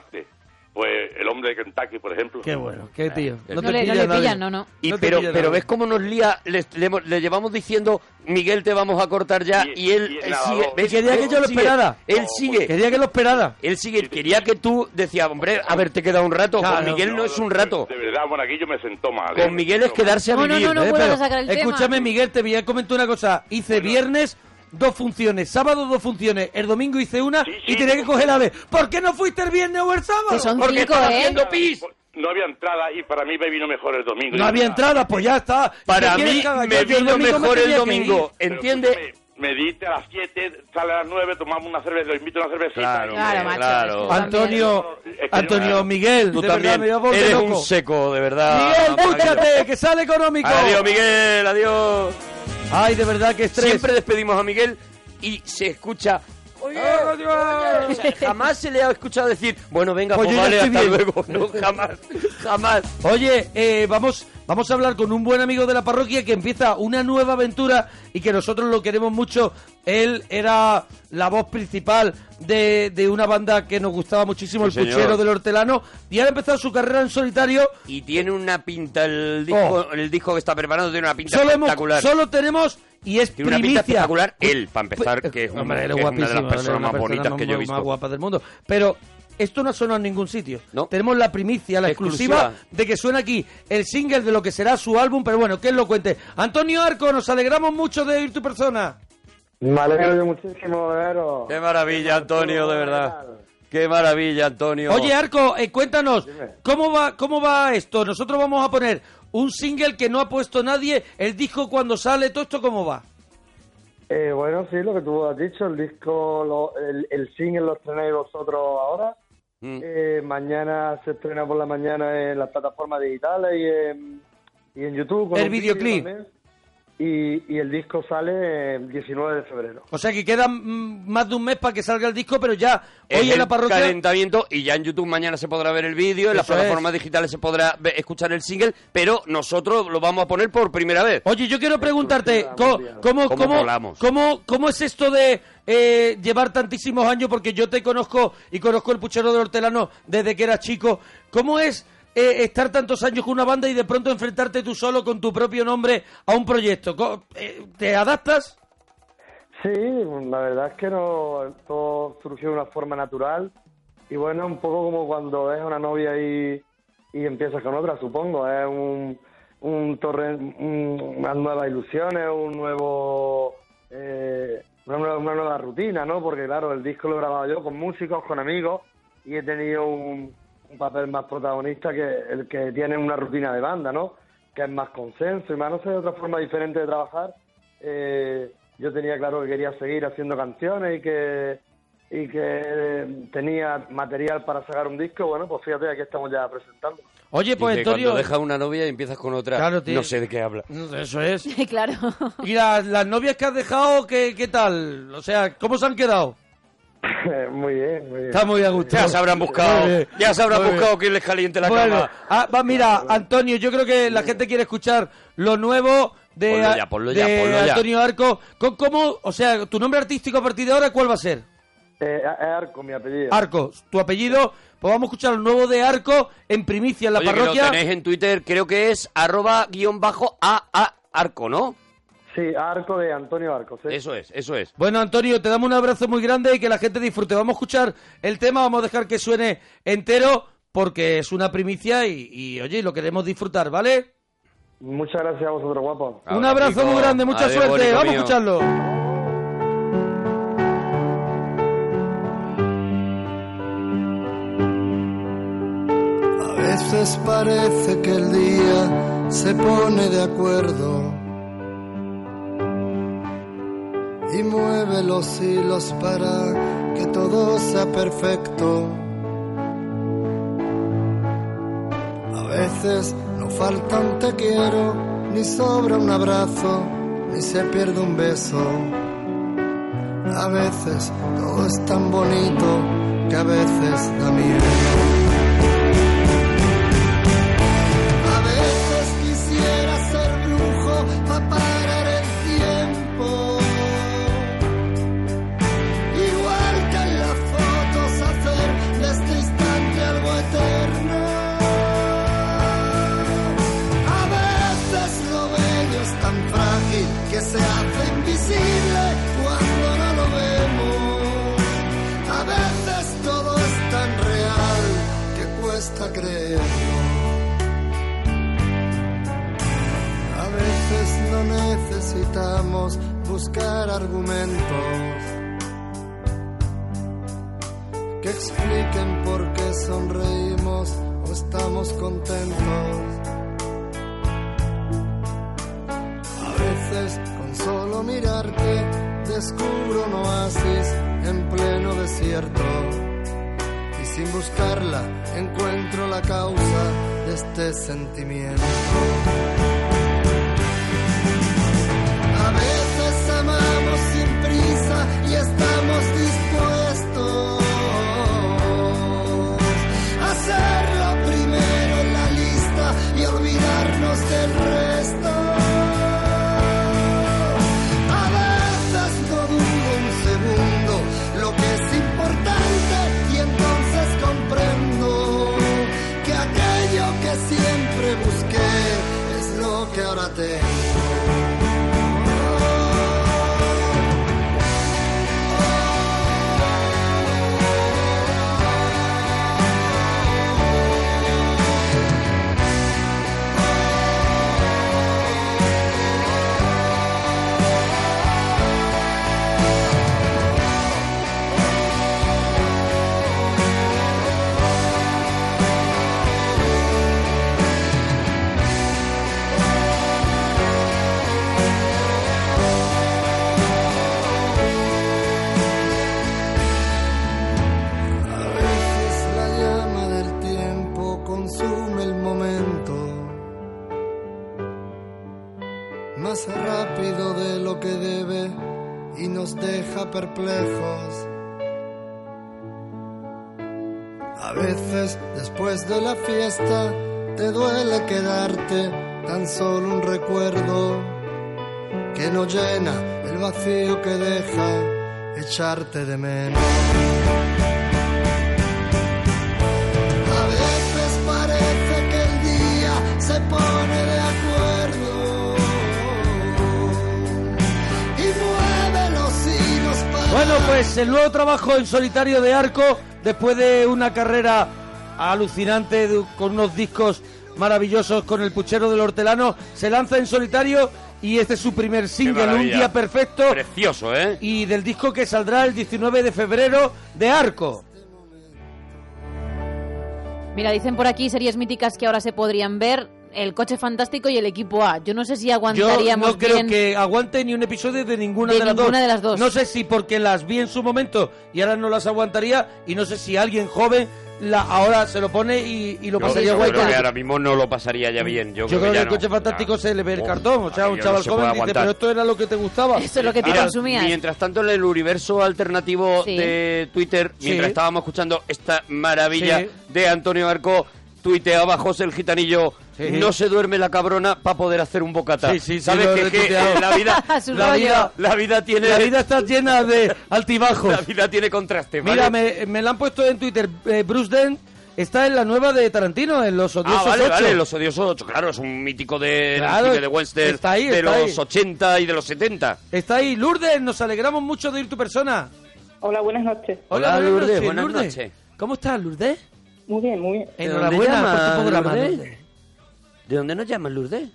Pues El hombre de Kentucky, por ejemplo.
Qué bueno, qué tío.
No,
Eh,
No, te
le, no
pillan,
le
nadie.
pillan, no, no.
Y
No te
pero
pilla
pero
nadie.
ves cómo nos lía, le, le hemos- le llevamos diciendo, Miguel, te vamos a cortar ya, y,
Y-
él,
y el
él
nadador.
sigue. ¿ves?
Quería que yo lo
Sigue.
esperara.
Él sigue,
Quería que lo esperara.
él sigue. Quería que tú decías, hombre, a ver, te queda un rato. Con
Claro.
Miguel no es un rato.
De verdad, Monaguillo me sentó mal. ¿eh?
Con Miguel es quedarse a
No, no,
vivir.
no,
Eh,
vuelvas
pero
a sacar el tema.
escúchame, Miguel, te voy a comentar una cosa. Hice viernes dos funciones, sábado dos funciones, el domingo hice una
Sí,
y
sí.
tenía que coger la vez. ¿Por qué no fuiste el viernes o el sábado?
Que son
Porque
cinco,
estás
¿eh?
haciendo pis.
No había entrada y para mí me vino mejor el domingo.
No había entrada, pues ya está.
Para
¿Qué quieres
mí
que haga?
me
Yo el
vino
domingo me
mejor el
tenía que ir.
domingo.
Pero
¿Entiende?
escúchame, Me diste a las 7, sale a las 9, tomamos una cerveza, lo invito a una cervecita.
Claro,
y-
Claro, macho.
Claro.
es que
Antonio,
Es que yo-
Antonio Miguel,
Tú
de verdad,
también
me voy a volver
eres
loco.
un seco, de verdad.
Miguel, búscate, que sale económico.
Adiós, Miguel, adiós.
Ay, de verdad que estrés.
Siempre despedimos a Miguel y se escucha. "Oye,
Ah,
oye". O sea, jamás se le ha escuchado decir, bueno, venga,
Pues yo
pues,
ya
vale,
estoy
hasta
bien". [LAUGHS]
luego. No, jamás, jamás.
Oye, eh, vamos, vamos a hablar con un buen amigo de la parroquia que empieza una nueva aventura y que nosotros lo queremos mucho. Él era la voz principal de, de una banda que nos gustaba muchísimo,
Sí,
El
señor.
Puchero del Hortelano, y ha empezado su carrera en solitario.
Y tiene una pinta, el disco,
Oh.
el disco que está preparando tiene una pinta
Solo, hemos-
espectacular.
solo tenemos y es
Tiene una pinta
primicia.
espectacular él, para empezar,
Pues,
que es, un-
hombre,
que
él
es
es
una de las
guapísimo, él es
personas
una
más
persona
bonitas que yo he
más- más
visto.
guapa del mundo. Pero esto no suena en ningún sitio.
No.
Tenemos la primicia, la exclusiva,
Exclusiva.
de que suena aquí el single de lo que será su álbum, pero bueno, que él lo cuente. Antonio Arco, nos alegramos mucho de oír tu persona.
Me alegro yo muchísimo de veros.
Qué maravilla, Antonio, de verdad. Qué maravilla, Antonio.
Oye, Arco, eh, cuéntanos, ¿cómo va, ¿cómo va esto? Nosotros vamos a poner un single que no ha puesto nadie, el disco cuando sale, todo esto, ¿cómo va?
Eh, bueno, sí, lo que tú has dicho, el disco, lo- el, el single lo estrenáis vosotros ahora.
Mm.
Eh, mañana se estrena por la mañana en las plataformas digitales y en, y en YouTube.
El
un vídeo
videoclip.
también. Y, y el disco sale el 19 de febrero.
O sea que queda mm, más de un mes para que salga el disco, pero ya
Es
hoy en
el
la parroquia...
calentamiento y ya en YouTube mañana se podrá ver el vídeo, en las
Eso
plataformas digitales se podrá ve- escuchar el single, pero nosotros lo vamos a poner por primera vez.
Oye, yo quiero preguntarte, ¿cómo,
mundial.
cómo,
¿Cómo
cómo,
volamos?
cómo- cómo es esto de eh, llevar tantísimos años? Porque yo te conozco y conozco el puchero del hortelano desde que eras chico. ¿Cómo es eh, estar tantos años con una banda y de pronto enfrentarte tú solo con tu propio nombre a un proyecto? Co- eh, ¿Te adaptas?
Sí, la verdad es que no, todo surgió de una forma natural. Y bueno, un poco como cuando es una novia y, y empiezas con otra, supongo. Es un, un torre, un- unas nuevas ilusiones, un nuevo, eh, una, nueva, una nueva rutina, ¿no? Porque claro, el disco lo he grabado yo con músicos, con amigos, y he tenido un, un papel más protagonista que el que tiene una rutina de banda, ¿no? Que es más consenso y más, no sé, otra forma diferente de trabajar. Eh, yo tenía claro que quería seguir haciendo canciones y que y que eh, tenía material para sacar un disco, bueno, pues fíjate, aquí estamos ya presentando. [LAUGHS]
Oye, pues
Dice,
Antonio...
Cuando dejas una novia y empiezas con otra,
Claro, tío.
no sé de qué habla.
Eso es.
claro.
¿Y las, las novias que has dejado, ¿qué, qué tal? O sea, ¿cómo se han quedado?
muy bien, muy bien.
Está muy a gusto.
Ya se habrán buscado,
Muy bien.
ya se habrán
Muy bien.
buscado quién les caliente la
Bueno,
cama.
ah, va, mira, Antonio, yo creo que la gente quiere escuchar lo nuevo de,
Ponlo ya, ponlo ya,
de
ponlo ya.
Antonio Arco. ¿Con cómo, o sea, tu nombre artístico a partir de ahora, cuál va a ser?
Eh, es Arco, mi apellido.
Arco, tu apellido. Pues vamos a escuchar lo nuevo de Arco en primicia en la
Oye, que
parroquia.
lo tenéis en Twitter, creo que es arroba guión bajo a, a arco, ¿no?
Sí, Arco de Antonio Arco. sí.
Eso es, eso es.
Bueno, Antonio, te damos un abrazo muy grande y que la gente disfrute. Vamos a escuchar el tema, vamos a dejar que suene entero porque es una primicia y, y, oye, lo queremos disfrutar, ¿vale?
Muchas gracias a vosotros, guapos.
un abrazo
Abracico.
muy grande, mucha
Adiós,
suerte.
bonito
Vamos a
mío.
escucharlo.
A veces parece que el día se pone de acuerdo y mueve los hilos para que todo sea perfecto. A veces no falta un te quiero, ni sobra un abrazo, ni se pierde un beso. A veces todo es tan bonito que a veces da miedo. A veces quisiera ser brujo para parar el tiempo. Igual que en las fotos hacer de este instante algo eterno. A veces lo bello es tan frágil que se hace invisible cuando no lo vemos. A veces todo es tan real que cuesta creerlo. A veces no necesitamos buscar argumentos que expliquen por qué sonreímos o estamos contentos. A veces con solo mirarte descubro un oasis en pleno desierto y sin buscarla encuentro la causa de este sentimiento. A veces amamos sin prisa y estamos dispuestos a ser lo primero en la lista y olvidarnos del resto. A veces no dudo un segundo lo que es importante y entonces comprendo que aquello que siempre busqué es lo que ahora tengo. A rápido de lo que debe y nos deja perplejos. A veces después de la fiesta te duele quedarte tan solo un recuerdo que no llena el vacío que deja echarte de menos. A veces parece que el día se pone de acuerdo y mueve los hilos para
Bueno, pues el nuevo trabajo en solitario de Arco, después de una carrera alucinante de- con unos discos maravillosos con el puchero del hortelano, se lanza en solitario y este es su primer single, Un
maravilla.
Día Perfecto,
Precioso, ¿eh?
y del disco que saldrá el 19 de febrero de Arco.
Mira, dicen por aquí series míticas que ahora se podrían ver, el coche fantástico y el equipo A. Yo no sé si
Yo
aguantaríamos
no creo
bien-
que aguante ni un episodio de ninguna,
De
de, las
ninguna
dos.
de las dos.
No sé si porque las vi en su momento y ahora no las aguantaría y no sé si alguien joven la ahora se lo pone y, y lo
Yo,
pasaría
yo
guay.
creo
con-
que ahora mismo no lo pasaría ya bien. Yo,
Yo, creo que
ya
el coche
no,
fantástico
ya.
se le ve el
Oh,
cartón. O sea, un
aquello no
chaval
se
joven
puede
dice,
aguantar.
pero esto era lo que te gustaba.
Eso es lo que te
Mira,
consumías.
Mientras tanto, en el universo alternativo
Sí.
de Twitter,
Sí.
mientras estábamos escuchando esta maravilla
Sí.
de Antonio Arco, tuiteaba José el Gitanillo.
Sí.
No se duerme la cabrona para poder hacer un bocata.
Sí, sí, sí,
¿Sabes
lo he
que- que,
retuiteado.
eh, la vida,
[LAUGHS] A su
la
rollo.
vida, la vida tiene,
La vida está llena de altibajos.
la vida tiene contraste. ¿vale?
Mira, me, me la han puesto en Twitter. eh, Bruce Dent está en la nueva de Tarantino, en Los Odiosos
Ah, vale,
8.
vale, Los Odiosos 8, claro, es un mítico de,
Claro,
de Western
está ahí,
de
está
los
ahí. Eh,
80 y de los 70.
Está ahí. Lourdes, nos alegramos mucho de ir tu persona.
Hola, buenas noches.
Hola, Lourdes,
noches,
buenas noches.
¿Cómo estás, Lourdes?
Muy bien, muy bien.
Enhorabuena por tu programa, Lourdes.
¿De dónde nos llamas, Lourdes?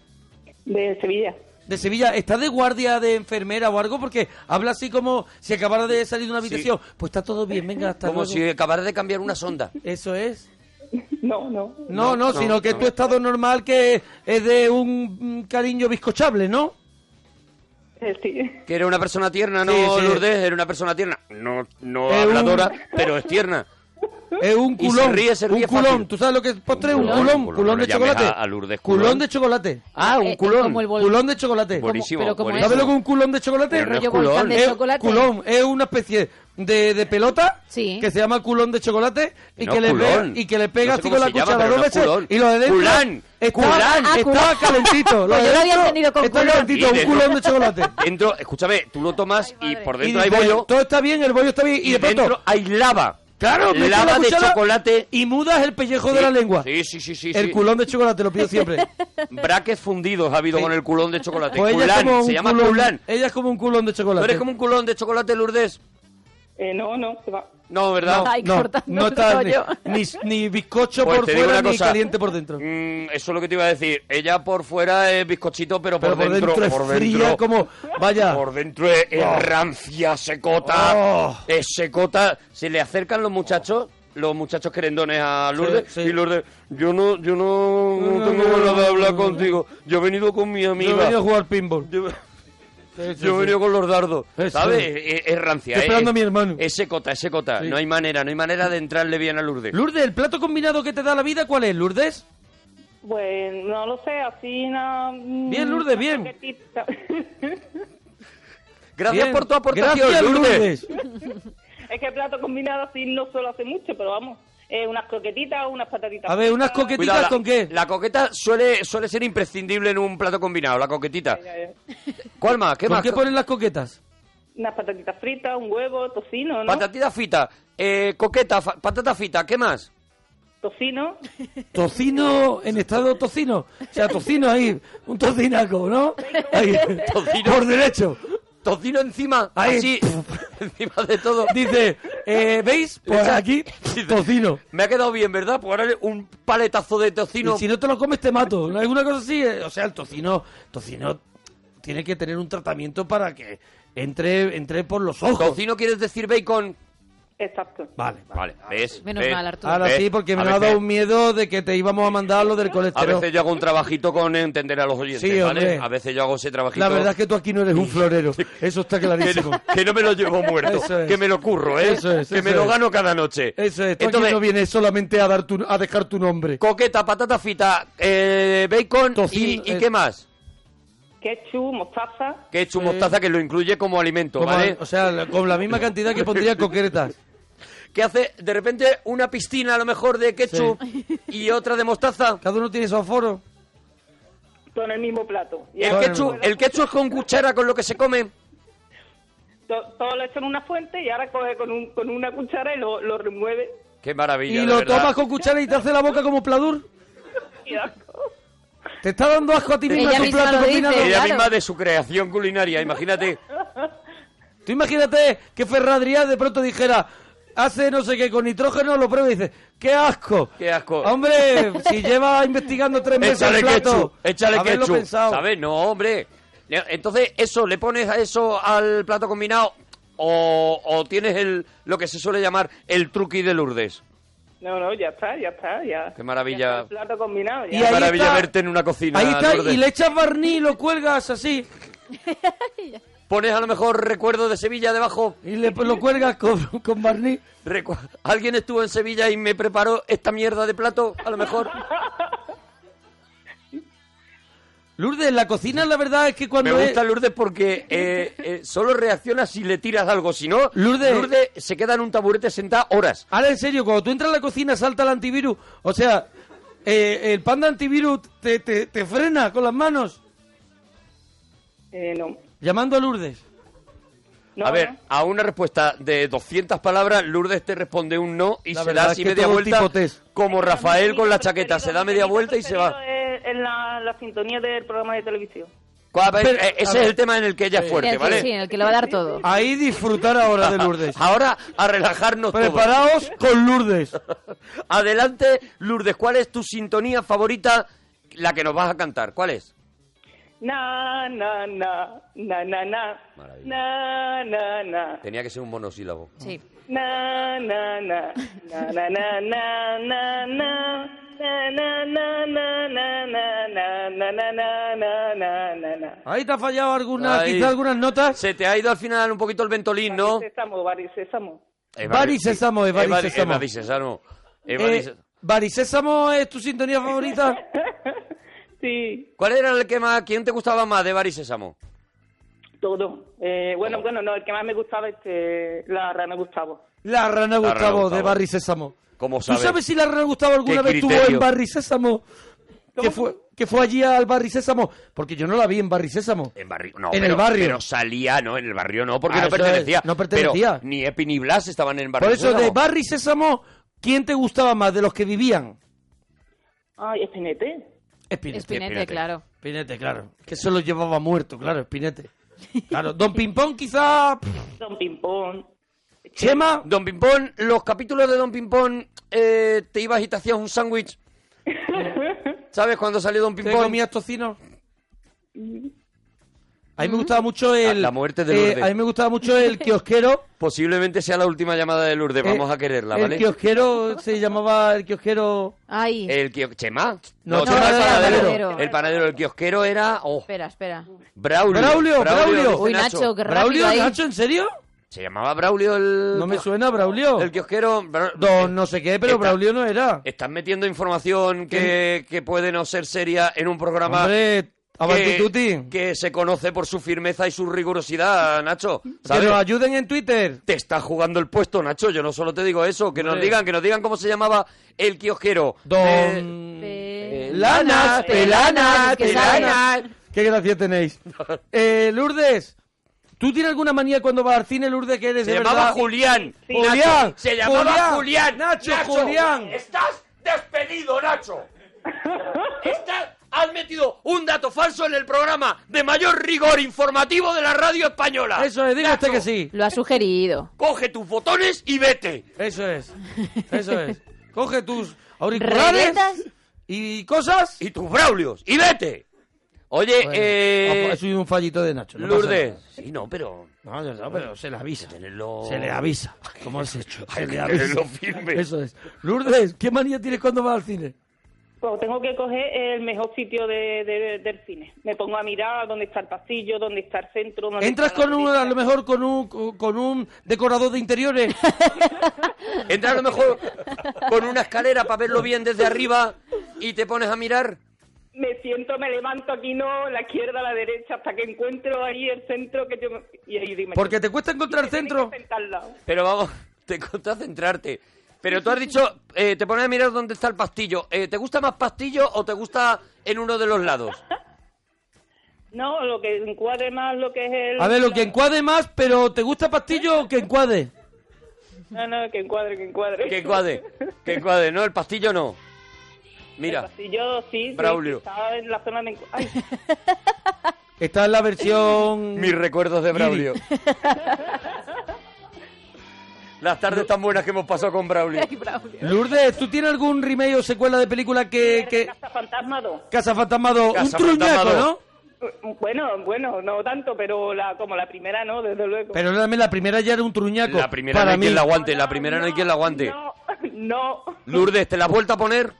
De Sevilla.
De Sevilla, ¿estás de guardia de enfermera o algo? Porque habla así como si acabara de salir de una habitación. Pues está todo bien, venga, hasta
Como
luego.
Pues si acabara de cambiar una sonda.
Eso es.
No, no.
No, no,
No,
sino que
no.
tu estado normal que es de un mm, cariño bizcochable, ¿no?
eh, sí.
Que era una persona tierna, ¿no,
Sí, sí.
Lourdes? Era una persona tierna. No, no
Es un-
habladora, pero es tierna.
Es un
Y se
culón.
ríe, se ríe
un culón.
fácil.
¿Tú sabes lo que es postre?
Un
Un
culón,
culón.
un culón.
Culón
No
de
llames
chocolate.
a- a Lourdes
culón.
culón.
de chocolate.
Ah, un
Eh, eh,
culón.
como el bol-
Culón de chocolate.
Buenísimo,
pero como
buenísimo.
¿Sabes lo que es un culón de chocolate?
Pero no es
rollo
culón.
volcán de
Es-
chocolate.
culón es una especie de, de pelota
Sí.
que se llama culón de chocolate y,
No,
que, le
culón.
pega, y que le pegas
No
así
sé cómo
con la
se llama,
cuchara
pero
dos
no es
veces
culón.
y lo de dentro
Culán,
está,
culán.
Ah,
está
culón.
calentito. Lo de
[LAUGHS] Pues yo lo
dentro
había entendido con
está
culón.
calentito,
Y
un
dentro-
culón de [LAUGHS] chocolate.
Dentro, escúchame, tú lo tomas y por
Y
dentro hay
dice,
bollo.
Todo está bien, el bollo está bien y, de pronto...
dentro hay lava.
Claro, metes la
lava de
cuchara
chocolate.
Y mudas el pellejo de la lengua.
Sí, sí, sí, sí.
el
sí.
culón de chocolate,
[LAUGHS]
lo pido siempre.
Braques fundidos ha habido
Sí.
con el culón de chocolate.
Pues ella es
Culán,
como un
se llama
culón.
culán.
Ella es como un culón de
¿Tú
chocolate.
eres como un culón de chocolate, Lourdes?
Eh, no, no, se va.
No, ¿verdad?
Ay,
no,
cortando
no
el
está ni,
rollo.
ni,
[LAUGHS]
ni bizcocho
Pues
por
te digo
fuera
una
ni
cosa.
caliente por dentro.
Mm, eso es lo que te iba a decir. Ella por fuera es bizcochito, pero,
Pero
por, dentro, por
es
dentro,
fría como... Vaya,
por dentro es, es rancia, secota,
Oh.
es secota. Se le acercan los muchachos, los muchachos querendones a Lourdes
Sí, sí.
y Lourdes, yo no, yo no, no
No,
tengo
no,
ganas de
no,
hablar
no.
contigo. Yo he venido con mi
yo he
amiga.
venido a jugar pinball.
Yo-
Sí, sí,
Yo he
sí.
venido con los dardos,
Eso.
¿sabes? Es, es rancia.
Estoy
es-
esperando a mi hermano.
Es secota, es secota.
Sí.
No hay manera, no hay manera de entrarle bien a Lourdes.
Lourdes, ¿el plato combinado que te da la vida cuál es, Lourdes?
Pues no lo sé, así mm, nada.
Bien, Lourdes, bien.
[LAUGHS] Gracias
Bien.
por tu aportación,
Gracias,
Lourdes.
Lourdes.
[LAUGHS] es que plato combinado así no suelo hacer mucho, pero vamos. eh, unas croquetitas, unas patatitas.
A ver, unas
fritas.
coquetitas
Cuidado, la-
con qué.
La coqueta suele, suele ser imprescindible en un plato combinado, la coquetita.
Eh,
¿Cuál más? ¿Qué
¿Con
más?
qué ponen las coquetas?
Unas patatitas fritas, un huevo, tocino, ¿no?
Patatita fita, eh, coqueta, fa- patata fita, ¿qué más? [LAUGHS]
Tocino.
Tocino en estado tocino. O sea, tocino ahí, un tocinaco, ¿no? Ahí,
Tocino.
Por derecho.
Tocino encima,
Ahí.
así, encima de todo.
Dice, eh, ¿veis? [LAUGHS] Pues
Echa-
aquí,
Dice,
tocino.
Me ha quedado bien, ¿verdad? Pues ahora un paletazo de tocino.
Y si no te lo comes, te mato. ¿No? ¿Alguna cosa así? eh, O sea, el tocino, tocino tiene que tener un tratamiento para que entre, entre por los ojos.
¿Tocino quieres decir bacon?
Exacto.
Vale, vale.
Vale, ves.
Menos
ves.
mal, Arturo.
Ahora
Ves,
sí, porque me
a
ha dado
veces-
un miedo de que te íbamos a mandar lo del
A
colesterol.
veces yo hago un trabajito con entender a los oyentes,
Sí,
¿vale?
hombre.
A veces yo hago ese trabajito.
La verdad es que tú aquí no eres un
[LAUGHS]
florero. Eso está
que
clarísimo.
no, [LAUGHS] que no me lo llevo muerto,
Eso es.
que me lo curro, ¿eh?
Eso es,
que
eso
me lo
es.
gano cada noche.
Eso es, tú
Entonces,
aquí no vienes solamente a, dar tu, a dejar tu nombre.
coqueta, patata frita, eh, bacon
Tocino,
y, y
eh.
¿qué más?
ketchup, mostaza.
Que hecho mostaza que lo incluye como alimento,
Como-
¿vale?
O sea, la- eh, con la misma cantidad que pondría
[LAUGHS]
concretas.
que hace de repente una piscina a lo mejor de ketchup [LAUGHS] y otra de mostaza.
Cada uno tiene su aforo.
Todo en el mismo plato. Y
El
ahora-
ketchup, el ketchup es con cuchara con lo que se come.
to- todo lo echa en una fuente y ahora coge con, un, con una cuchara y lo, lo remueve.
Qué maravilla.
Y
de
lo
verdad.
tomas con cuchara y te hace la boca como pladur.
Qué asco.
Te está dando asco a ti misma
Ella
tu
misma
plato
lo dice,
combinado.
Ella
claro.
misma de su creación culinaria, imagínate.
Tú imagínate que Ferradriá de pronto dijera, hace no sé qué con nitrógeno, lo prueba y dice, ¡qué asco!
Qué asco. [LAUGHS]
Hombre, si lleva investigando tres meses
Échale
el plato,
ketchup, échale
haberlo
ketchup.
pensado.
¿Sabes? No, hombre. Entonces, eso, le pones a eso al plato combinado o, o tienes el lo que se suele llamar el truqui de Lourdes.
[LAUGHS] No, no, ya está, ya está, ya.
Qué
ya está
maravilla.
el plato combinado.
Y
Ya.
Qué
ahí
maravilla
está-
verte en una cocina.
Ahí está,
Lourdes.
y le echas barniz y lo cuelgas así,
Pones a lo mejor recuerdo de Sevilla debajo.
y le, lo cuelgas con, con barniz.
Recu- ¿Alguien estuvo en Sevilla y me preparó esta mierda de plato? A lo mejor.
[LAUGHS] Lourdes, la cocina la verdad es que
Me
cuando es...
gusta Lourdes porque eh, eh, solo reacciona si le tiras algo. Si no,
Lourdes-
se queda en un taburete sentada horas.
Ahora, en serio, cuando tú entras a la cocina salta el antivirus. O sea, eh, el panda antivirus te, te, te frena con las manos.
Eh, no.
Llamando a Lourdes.
No,
a ver,
no.
a una respuesta de 200 palabras, Lourdes te responde un no y
La
se
verdad
da
es
así
que
media
todo el
vuelta.
tipo test.
Como Rafael
Mi
con la
sonido
chaqueta, se
preferido-
da
mi
media
sonido
vuelta y se va.
preferido es- es la, la sintonía del programa de televisión.
Cua-
Pero-
eh,
a
ese
ver.
es el tema en el que ella es
En
fuerte,
el que- Sí, en
¿vale?
el que le va a dar todo.
Ahí disfrutar ahora de Lourdes.
[LAUGHS] Ahora a relajarnos todos.
Preparaos con Lourdes.
[LAUGHS] Adelante, Lourdes, ¿cuál es tu sintonía favorita? La que nos vas a cantar, ¿cuál es?
Na, na, na, na, na, na.
Maravilla.
Na, na, na.
Tenía que ser un monosílabo.
Sí.
Na, na, na. Na, na, na, na, na, na. Na, na, na, na, na, na, na, na, na, na, na, na, na, na.
Ahí te ha fallado alguna,
Ahí.
quizá algunas notas. Eh,
Se te ha ido al final un poquito el ventolín, ¿no?
Sésamo, Baris Sésamo.
Eh,
Bari
sí.
Sésamo, eh, Bari
Eh, Bari-
Sésamo.
eh, Bari Sésamo. Eh, Bari
Eh,
Sésamo.
Barisésamo es tu sintonía
Eh,
favorita.
Sí,
¿Cuál era el que más, quién te gustaba más de Bari Sésamo?
todo. Eh, bueno, bueno, no, el que más me gustaba es eh, la rana Gustavo.
La rana
rana
Gustavo de
Gustavo.
Barry Sésamo.
¿Cómo
¿Tú
sabes?
sabes si la rana Gustavo alguna
¿Qué
vez estuvo
criterio?
en Barry Sésamo? Que
¿Cómo?
fue, que fue allí al Barry Sésamo. Porque yo no la vi en Barry Sésamo.
En, barrio, no,
En
pero-
el barrio.
Pero salía, ¿no? En el barrio no, porque
Ah,
no
eso
pertenecía.
es, no pertenecía.
Pero ni Epi ni Blas estaban en el barrio.
Por eso, de
Sésamo.
Barry Sésamo, ¿quién te gustaba más de los que vivían?
Ay, espinete.
Espinete.
Espinete,
Espinete.
claro.
Espinete, claro. Que eso lo llevaba muerto, claro,
[LAUGHS]
Espinete. Claro, Don Pimpón quizá... pff,
Don Pimpón.
Chema...
Don Pimpón, los capítulos de Don Pimpón eh, te ibas y te hacías un
[LAUGHS]
sándwich. ¿Sabes cuándo salió Don
¿Te
Pimpón?
comías tocino? A mí
Mm.
me gustaba mucho el...
La- la muerte de
eh,
Lourdes.
a mí me gustaba mucho
[LAUGHS]
el kiosquero.
Posiblemente sea la última llamada de Lourdes, vamos
Eh,
a quererla,
el
¿vale?
kiosquero se llamaba el kiosquero...
Ay,
El kios- Chema.
No,
Chema
Chema
el
era el
panadero.
panadero.
El panadero, el kiosquero era. Oh,
espera, espera.
Braulio.
Braulio, Braulio.
dice
Uy, Nacho, qué rápido
¿Braulio?
ahí.
¿Nacho, en serio?
Se llamaba Braulio el.
No me
kios-
suena, Braulio.
El kiosquero. Bra-
Don no sé qué, pero
Está-
Braulio no era.
Estás metiendo información que, que puede no ser seria en un programa
Hombre, avanti
que,
tutti.
que se conoce por su firmeza y su rigurosidad, Nacho.
Que
¿Sabes?
nos ayuden en Twitter.
Te está jugando el puesto, Nacho. Yo no solo te digo eso. Que nos
Hombre.
digan, que nos digan cómo se llamaba el kiosquero. Eh,
Don...
Pe-
Lanas, pelanas,
pelanas, que saben.
pelanas. Qué gracia
[LAUGHS]
tenéis. Eh, Lourdes, ¿tú tienes alguna manía cuando vas al cine, Lourdes, que eres
se
de
llamaba
verdad?
Julián.
Sí, Julián,
Nacho, Se llamaba
Julián,
Julián. eh,
Nacho, Julián.
Estás despedido, Nacho. Estás, has metido un dato falso en el programa de mayor rigor informativo de la radio española.
Eso es, diga usted que sí.
Ah. Lo ha sugerido.
Coge tus botones y vete.
Eso es, eso
[LAUGHS]
es. Coge tus auriculares
Regletas.
y cosas.
Y tus braulios y vete. Oye,
Bueno,
eh,
ha sido un fallito de Nacho. no pasa
Lourdes. Sí, no, pero...
nada. No, no, no, pero se le avisa.
Tenerlo-
Se le avisa. ¿Cómo has hecho? Se le
tenerlo firme.
Eso es. Lourdes, ¿qué manía tienes cuando vas al cine?
Pues tengo que coger el mejor sitio de, de- del cine. Me pongo a mirar dónde está el pasillo, dónde está el centro. Dónde
Entras
está la
con un,
orilla.
a lo mejor con un, con un decorador de
[LAUGHS]
interiores.
Entra a lo mejor con una escalera para verlo bien desde arriba y te pones a mirar.
me siento, me levanto aquí, no, la izquierda, la derecha, hasta que encuentro ahí el centro que yo... me- Y ahí digo,
Porque te cuesta encontrar centro. Pero vamos, [LAUGHS] te cuesta centrarte. Pero tú has dicho, eh, te pones a mirar dónde está el pastillo. Eh, ¿Te gusta más pastillo o te gusta en uno de los lados?
No, lo que encuadre más lo que es el...
A ver, lo que encuadre más, pero ¿te gusta pastillo o que encuadre?
No, no, que encuadre, que encuadre.
Que cuade, que cuade, ¿no? El pastillo no. Mira,
Sí, yo sí,
Braulio.
sí, estaba en la zona de... encu- Ay,
Esta es la versión...
[LAUGHS] Mis recuerdos de Braulio.
Giri.
[LAUGHS] las tardes tan buenas que hemos pasado con Braulio.
Lourdes, ¿tú tienes algún remake o secuela de película que... que...
está fantasmado.
Casa Fantasmado, Oh, un
Casa
truñaco,
Fantasmado.
¿no?
Bueno, bueno, no tanto, pero la, como la primera no, desde luego.
Pero también la primera ya era un truñaco.
La primera
para
no hay
mí.
quien la aguante, la primera no hay quien la aguante.
No, [LAUGHS] no,
Lourdes, ¿te la has vuelto a poner?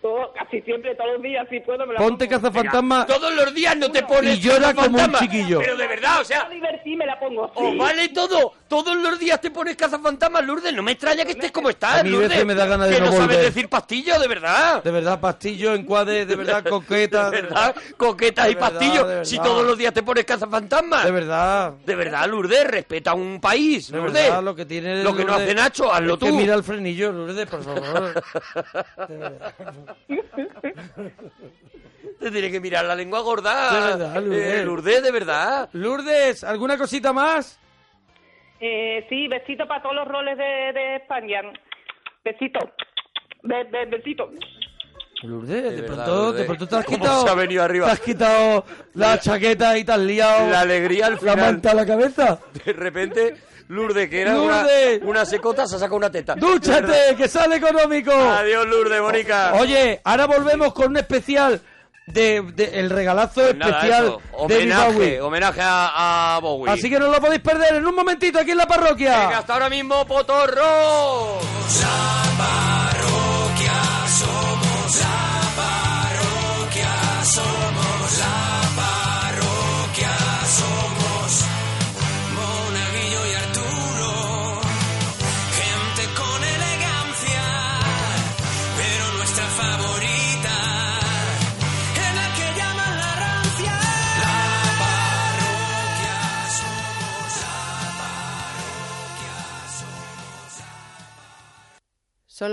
todo- casi siempre, todos los días, si puedo, me la
Ponte
pongo.
Casa Fantasma
Todos los días no te pones.
Y llora como un
Fantasma.
chiquillo.
Pero de verdad, o sea,
Para divertir me la pongo. sí.
os vale todo. Todos los días te pones cazafantasmas, Lourdes. No me extraña que estés como estás,
A mí a
Lourdes.
veces me da ganas de
Ah, que
no
no sabes
volver.
decir pastillo, de verdad.
De verdad, pastillo, encuadre, de verdad, coqueta.
[LAUGHS] De verdad, [LAUGHS] coquetas
De
y
verdad,
pastillos.
de
Si
verdad.
todos los días te pones cazafantasmas.
De verdad.
De verdad, Lourdes, respeta a un país,
De
Lourdes.
verdad, lo que tiene.
Lo que no
Lourdes
hace Nacho, hazlo
es que
tú.
mira el frenillo, Lourdes, por favor.
[LAUGHS] Te tiene que mirar la lengua gorda.
De verdad, Lourdes.
Eh, Lourdes, de verdad.
Lourdes, ¿alguna cosita más?
Eh, sí, besito para todos los roles de, de España. Besito. Be- be- besito.
Lourdes, de,
verdad,
pronto,
Lourdes.
de pronto te has
¿Cómo
quitado.
se ha venido arriba?
Te has quitado la chaqueta y te has liado.
La alegría al
la
final.
manta a la
[LAUGHS]
cabeza.
De repente, Lourdes, que era una-
Lourdes.
Una, secota, se saca una teta. De verdad.
¡Dúchate, que sale económico!
Adiós, Lourdes, bonica.
Oye, ahora volvemos con un especial de, de- el regalazo
Pues nada,
especial
eso.
de David
Homenaje,
Bowie.
homenaje a, a Bowie.
Así que no lo podéis perder en un momentito aquí en la parroquia.
Venga, hasta ahora mismo, Potorro.
Son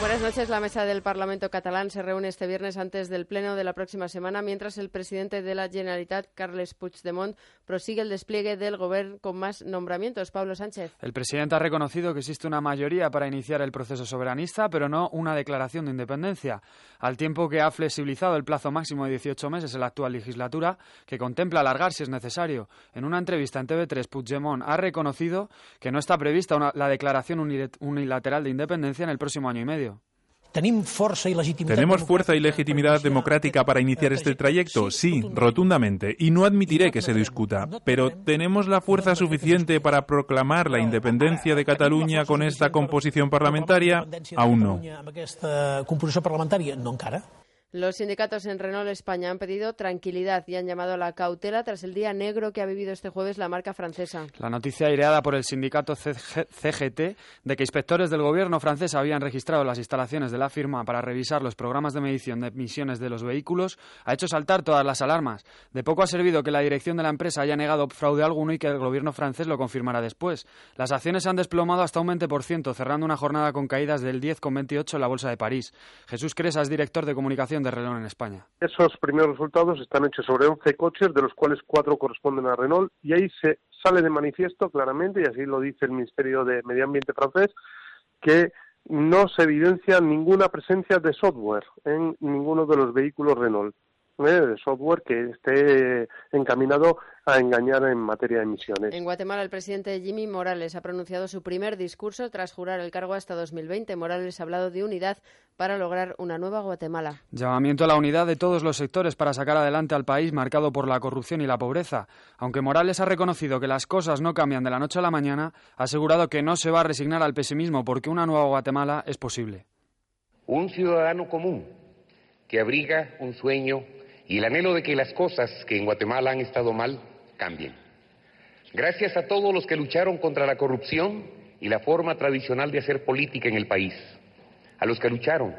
Buenas noches. La mesa del Parlamento catalán se reúne este viernes antes del pleno de la próxima semana, mientras el presidente de la Generalitat, Carles Puigdemont, prosigue el despliegue del gobierno con más nombramientos. Pablo Sánchez.
El presidente ha reconocido que existe una mayoría para iniciar el proceso soberanista, pero no una declaración de independencia, al tiempo que ha flexibilizado el plazo máximo de 18 meses en la actual legislatura, que contempla alargar si es necesario. En una entrevista en TV3, Puigdemont ha reconocido que no está prevista una- la declaración unile- unilateral de independencia en el próximo año y medio.
Tenemos fuerza y legitimidad democrática para iniciar este trayecto, sí, rotundamente, y no admitiré que se discuta, pero tenemos la fuerza suficiente para proclamar la independencia de Cataluña con esta composición parlamentaria, aún no.
Los sindicatos en Renault España han pedido tranquilidad y han llamado a la cautela tras el día negro que ha vivido este jueves la marca francesa.
La noticia aireada por el sindicato CG CGT de que inspectores del gobierno francés habían registrado las instalaciones de la firma para revisar los programas de medición de emisiones de los vehículos ha hecho saltar todas las alarmas. De poco ha servido que la dirección de la empresa haya negado fraude alguno y que el gobierno francés lo confirmara después. Las acciones se han desplomado hasta un 20%, cerrando una jornada con caídas del 10,28 en la Bolsa de París. Jesús Cresas, director de comunicación de Renault en España.
Esos primeros resultados están hechos sobre 11 coches, de los cuales 4 corresponden a Renault, y ahí se sale de manifiesto claramente, y así lo dice el Ministerio de Medio Ambiente francés, que no se evidencia ninguna presencia de software en ninguno de los vehículos Renault, ¿eh? de software que esté encaminado a engañar en materia de emisiones.
En Guatemala, el presidente Jimmy Morales ha pronunciado su primer discurso tras jurar el cargo hasta 2020. Morales ha hablado de unidad para lograr una nueva Guatemala.
Llamamiento a la unidad de todos los sectores para sacar adelante al país marcado por la corrupción y la pobreza. Aunque Morales ha reconocido que las cosas no cambian de la noche a la mañana, ha asegurado que no se va a resignar al pesimismo porque una nueva Guatemala es posible.
un ciudadano común que abriga un sueño y el anhelo de que las cosas que en Guatemala han estado mal cambien. Gracias a todos los que lucharon contra la corrupción y la forma tradicional de hacer política en el país, a los que lucharon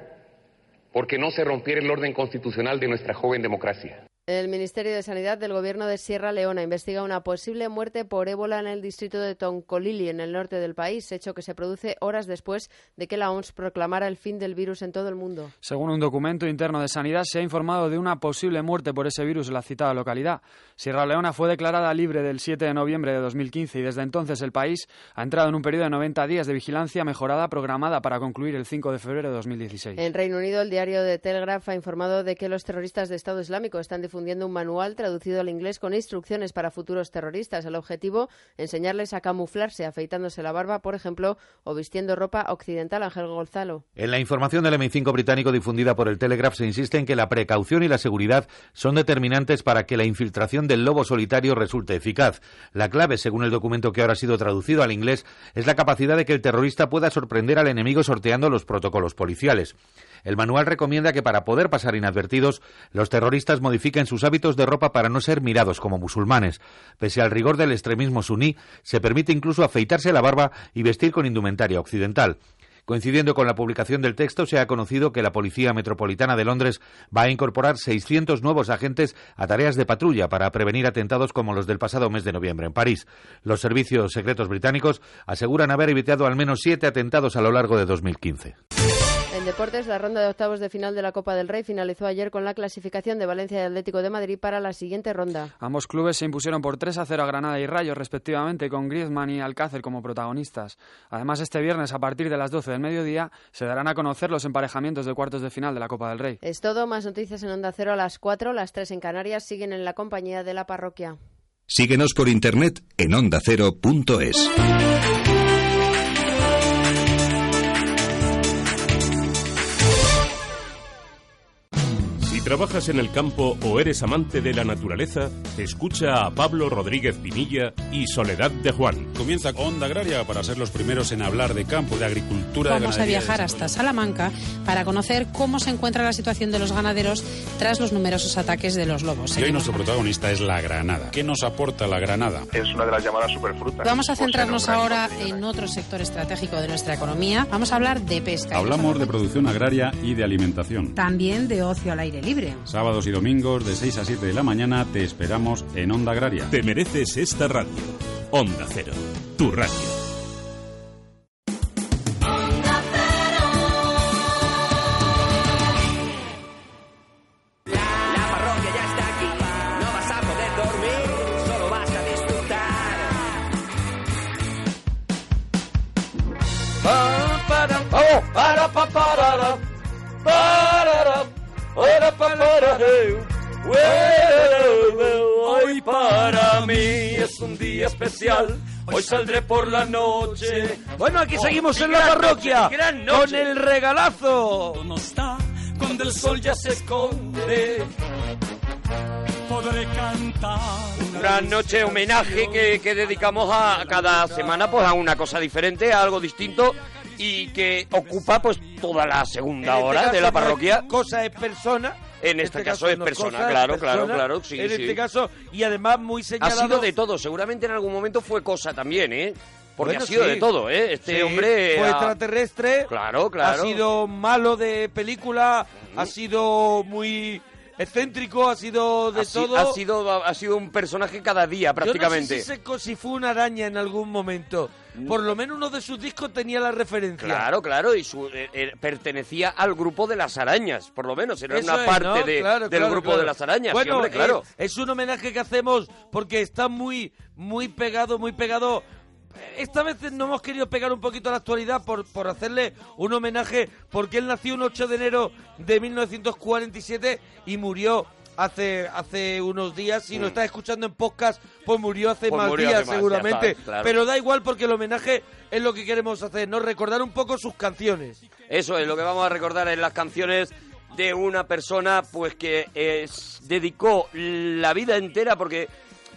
porque no se rompiera el orden constitucional de nuestra joven democracia.
El Ministerio de Sanidad del Gobierno de Sierra Leona investiga una posible muerte por ébola en el distrito de Toncolili, en el norte del país, hecho que se produce horas después de que la OMS proclamara el fin del virus en todo el mundo.
Según un documento interno de Sanidad, se ha informado de una posible muerte por ese virus en la citada localidad. Sierra Leona fue declarada libre del 7 de noviembre de 2015 y desde entonces el país ha entrado en un periodo de 90 días de vigilancia mejorada programada para concluir el 5 de febrero de 2016.
En Reino Unido, el diario The Telegraph ha informado de que los terroristas de Estado Islámico están difundiendo un manual traducido al inglés con instrucciones para futuros terroristas. El objetivo, enseñarles a camuflarse afeitándose la barba, por ejemplo, o vistiendo ropa occidental. Ángel Gonzalo.
En la información del M5 británico difundida por el Telegraph se insiste en que la precaución y la seguridad son determinantes para que la infiltración del lobo solitario resulte eficaz. La clave, según el documento que ahora ha sido traducido al inglés, es la capacidad de que el terrorista pueda sorprender al enemigo sorteando los protocolos policiales. El manual recomienda que para poder pasar inadvertidos, los terroristas modifiquen sus hábitos de ropa para no ser mirados como musulmanes. Pese al rigor del extremismo suní, se permite incluso afeitarse la barba y vestir con indumentaria occidental. Coincidiendo con la publicación del texto, se ha conocido que la Policía Metropolitana de Londres va a incorporar 600 nuevos agentes a tareas de patrulla para prevenir atentados como los del pasado mes de noviembre en París. Los servicios secretos británicos aseguran haber evitado al menos siete atentados a lo largo de 2015.
En deportes, la ronda de octavos de final de la Copa del Rey finalizó ayer con la clasificación de Valencia y Atlético de Madrid para la siguiente ronda.
Ambos clubes se impusieron por 3 a 0 a Granada y Rayo, respectivamente, con Griezmann y Alcácer como protagonistas. Además, este viernes, a partir de las 12 del mediodía, se darán a conocer los emparejamientos de cuartos de final de la Copa del Rey.
Es todo, más noticias en Onda Cero a las 4, las 3 en Canarias, siguen en la compañía de la parroquia.
Síguenos por internet en ondacero.es.
Si trabajas en el campo o eres amante de la naturaleza, escucha a Pablo Rodríguez Pinilla y Soledad de Juan.
Comienza Onda Agraria para ser los primeros en hablar de campo, de agricultura,
Vamos
de
a
ganadería,
viajar
de
hasta Salamanca para conocer cómo se encuentra la situación de los ganaderos tras los numerosos ataques de los lobos. ¿eh?
Y hoy nuestro protagonista es la granada. ¿Qué nos aporta la granada?
Es una de las llamadas superfrutas.
Vamos a centrarnos ahora en otro sector estratégico de nuestra economía. Vamos a hablar de pesca.
Hablamos de producción agraria y de alimentación.
También de ocio al aire libre.
Sábados y domingos de 6 a 7 de la mañana te esperamos en Onda Agraria.
Te mereces esta radio. Onda Cero, tu radio.
No vas a poder dormir, solo vas a disfrutar.
Pa, para, vamos, para, pa, parara, parara, para, pa, para, eh, eh, Hoy para mí es un día especial. Hoy saldré por la noche. Bueno, aquí
Oh,
seguimos en la parroquia con el regalazo.
No está cuando el sol ya se esconde. Podré cantar.
Una noche homenaje que, que dedicamos a cada semana pues a una cosa diferente, a algo distinto y que ocupa pues toda la segunda
En este
hora de
caso
la
no es
parroquia.
cosa es persona.
En este caso es
no
persona,
cosa, es
claro, claro,
persona.
claro, sí,
en
sí.
este caso, y además muy
Ha
señalado.
sido de todo, seguramente en algún momento fue cosa también, ¿eh? Porque
Bueno,
ha sido
sí.
de todo, ¿eh? Este
Sí,
hombre...
Fue
ha-
extraterrestre.
Claro, claro.
Ha sido malo de película, ha sido muy excéntrico, ha sido de
ha, si-
todo.
ha sido, ha sido un personaje cada día prácticamente. Mm.
Yo no sé si, se co- si fue una araña en algún momento. Por lo menos uno de sus discos tenía la referencia.
Claro, claro, y su, eh, eh, pertenecía al grupo de las arañas, por lo menos, era
Eso
una
es,
parte
¿no?
de-
Claro,
del
claro,
grupo
claro.
de las arañas. sí,
Bueno,
hombre, claro.
eh, es, un homenaje que hacemos porque está muy, muy pegado, muy pegado. Esta vez no hemos querido pegar un poquito a la actualidad por, por hacerle un homenaje porque él nació un 8 de enero de 1947 y murió hace hace unos días. Si
Mm.
nos estás escuchando en podcast, pues murió hace
Pues
más
murió
días
hace más, ya
seguramente.
está, claro.
Pero da igual porque el homenaje es lo que queremos hacer, ¿no? Recordar un poco sus canciones.
Eso es lo que vamos a recordar en las canciones de una persona pues que es- dedicó la vida entera porque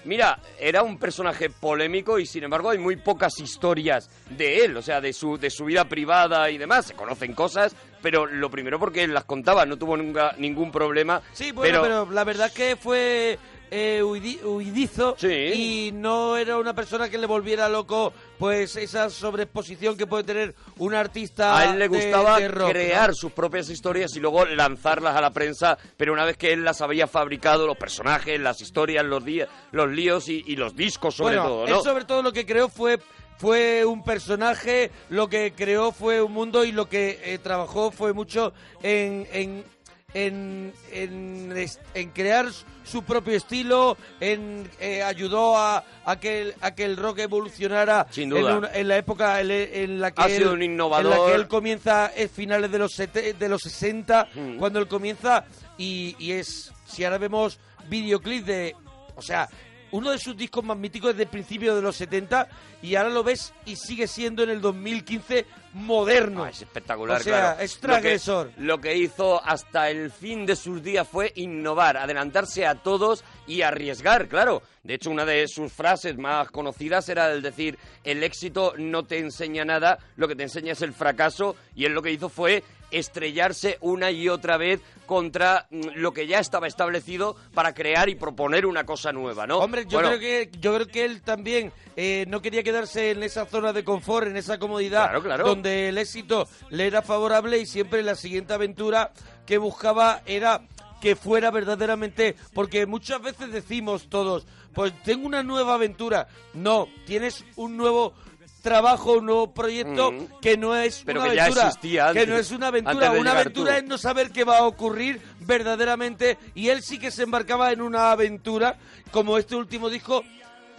mira, era un personaje polémico y sin embargo hay muy pocas historias de él, o sea, de su de su vida privada y demás, se conocen cosas, pero lo primero porque él las contaba, no tuvo nunca ningún problema.
Sí, bueno, pero, la verdad es que fue eh, huidi- huidizo y no era una persona que le volviera loco pues esa sobreexposición que puede tener un artista
A él
de-
le gustaba
de rock, ¿no?
crear sus propias historias y luego lanzarlas a la prensa, pero una vez que él las había fabricado, los personajes, las historias, los días, los líos y, y los discos sobre
bueno,
todo,
él
¿no?
sobre todo lo que creó fue fue un personaje, lo que creó fue un mundo y lo que eh, trabajó fue mucho en en, en, en es- en crear su propio estilo, en eh, ayudó a, a que el, a que el rock evolucionara
Sin duda.
En, una- en la época en, le- en la que
Ha
él,
sido un
en la
innovador.
que él comienza es finales de los sete- de los 60
Mm.
cuando él comienza y, y es si ahora vemos videoclip de o sea uno de sus discos más míticos desde el principio de los 70 y ahora lo ves y sigue siendo en el 2015 moderno es
Ah, espectacular,
o sea
claro.
es transgresor
Lo que, lo que hizo hasta el fin de sus días fue innovar, adelantarse a todos y arriesgar, claro. De hecho, una de sus frases más conocidas era el decir, el éxito no te enseña nada, lo que te enseña es el fracaso, y él lo que hizo fue estrellarse una y otra vez contra mm, lo que ya estaba establecido para crear y proponer una cosa nueva, ¿no?
Hombre, yo creo que yo creo que él también eh, no quería quedarse en esa zona de confort, en esa comodidad,
Claro, claro.
donde el éxito le era favorable y siempre la siguiente aventura que buscaba era que fuera verdaderamente, porque muchas veces decimos todos, pues tengo una nueva aventura. No, tienes un nuevo trabajo, un nuevo proyecto
Mm.
que no es
Pero
una
que ya
aventura,
existía
que
antes-
no es una
antes
aventura,
de
una
llegar
aventura
tú.
es no saber qué va a ocurrir verdaderamente y él sí que se embarcaba en una aventura como este último disco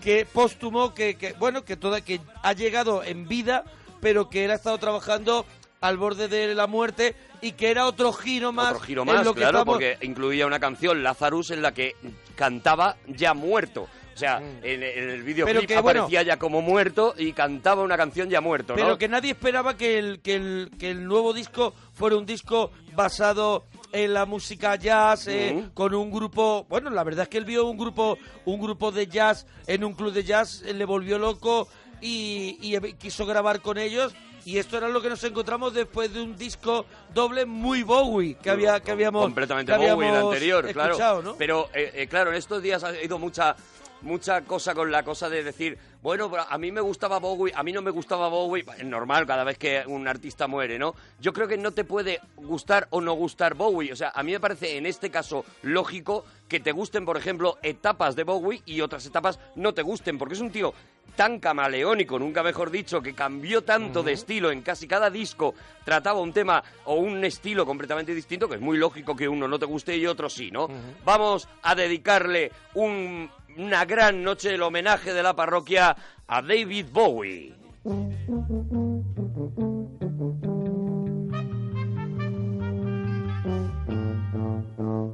que póstumo que, que bueno que toda que ha llegado en vida pero que él ha estado trabajando al borde de la muerte y que era otro giro más
Otro giro
en
más,
lo que
claro,
estamos-
porque incluía una canción, Lazarus, en la que cantaba ya muerto. O sea, en, en el videoclip
que, bueno-
aparecía ya como muerto y cantaba una canción ya muerto, ¿no?
Pero que nadie esperaba que el, que el, que el nuevo disco fuera un disco basado en la música jazz, eh,
Ujú.
con un grupo. Bueno, la verdad es que él vio un grupo, un grupo de jazz en un club de jazz, eh, le volvió loco y, y ev- quiso grabar con ellos. Y esto era lo que nos encontramos después de un disco doble muy Bowie que había que habíamos
completamente
que
Bowie el
habíamos
anterior, claro.
escuchado, ¿no?
Pero eh, eh, claro, en estos días ha ido mucha mucha cosa con la cosa de decir, bueno, pero a mí me gustaba Bowie, a mí no me gustaba Bowie, es normal cada vez que un artista muere, ¿no? Yo creo que no te puede gustar o no gustar Bowie, o sea, a mí me parece en este caso lógico que te gusten, por ejemplo, etapas de Bowie y otras etapas no te gusten, porque es un tío tan camaleónico, nunca mejor dicho, que cambió tanto de estilo en casi cada disco, trataba un tema o un estilo completamente distinto, que es muy lógico que uno no te guste y otro sí, ¿no? Vamos a dedicarle un- una gran noche del homenaje de la parroquia a David Bowie.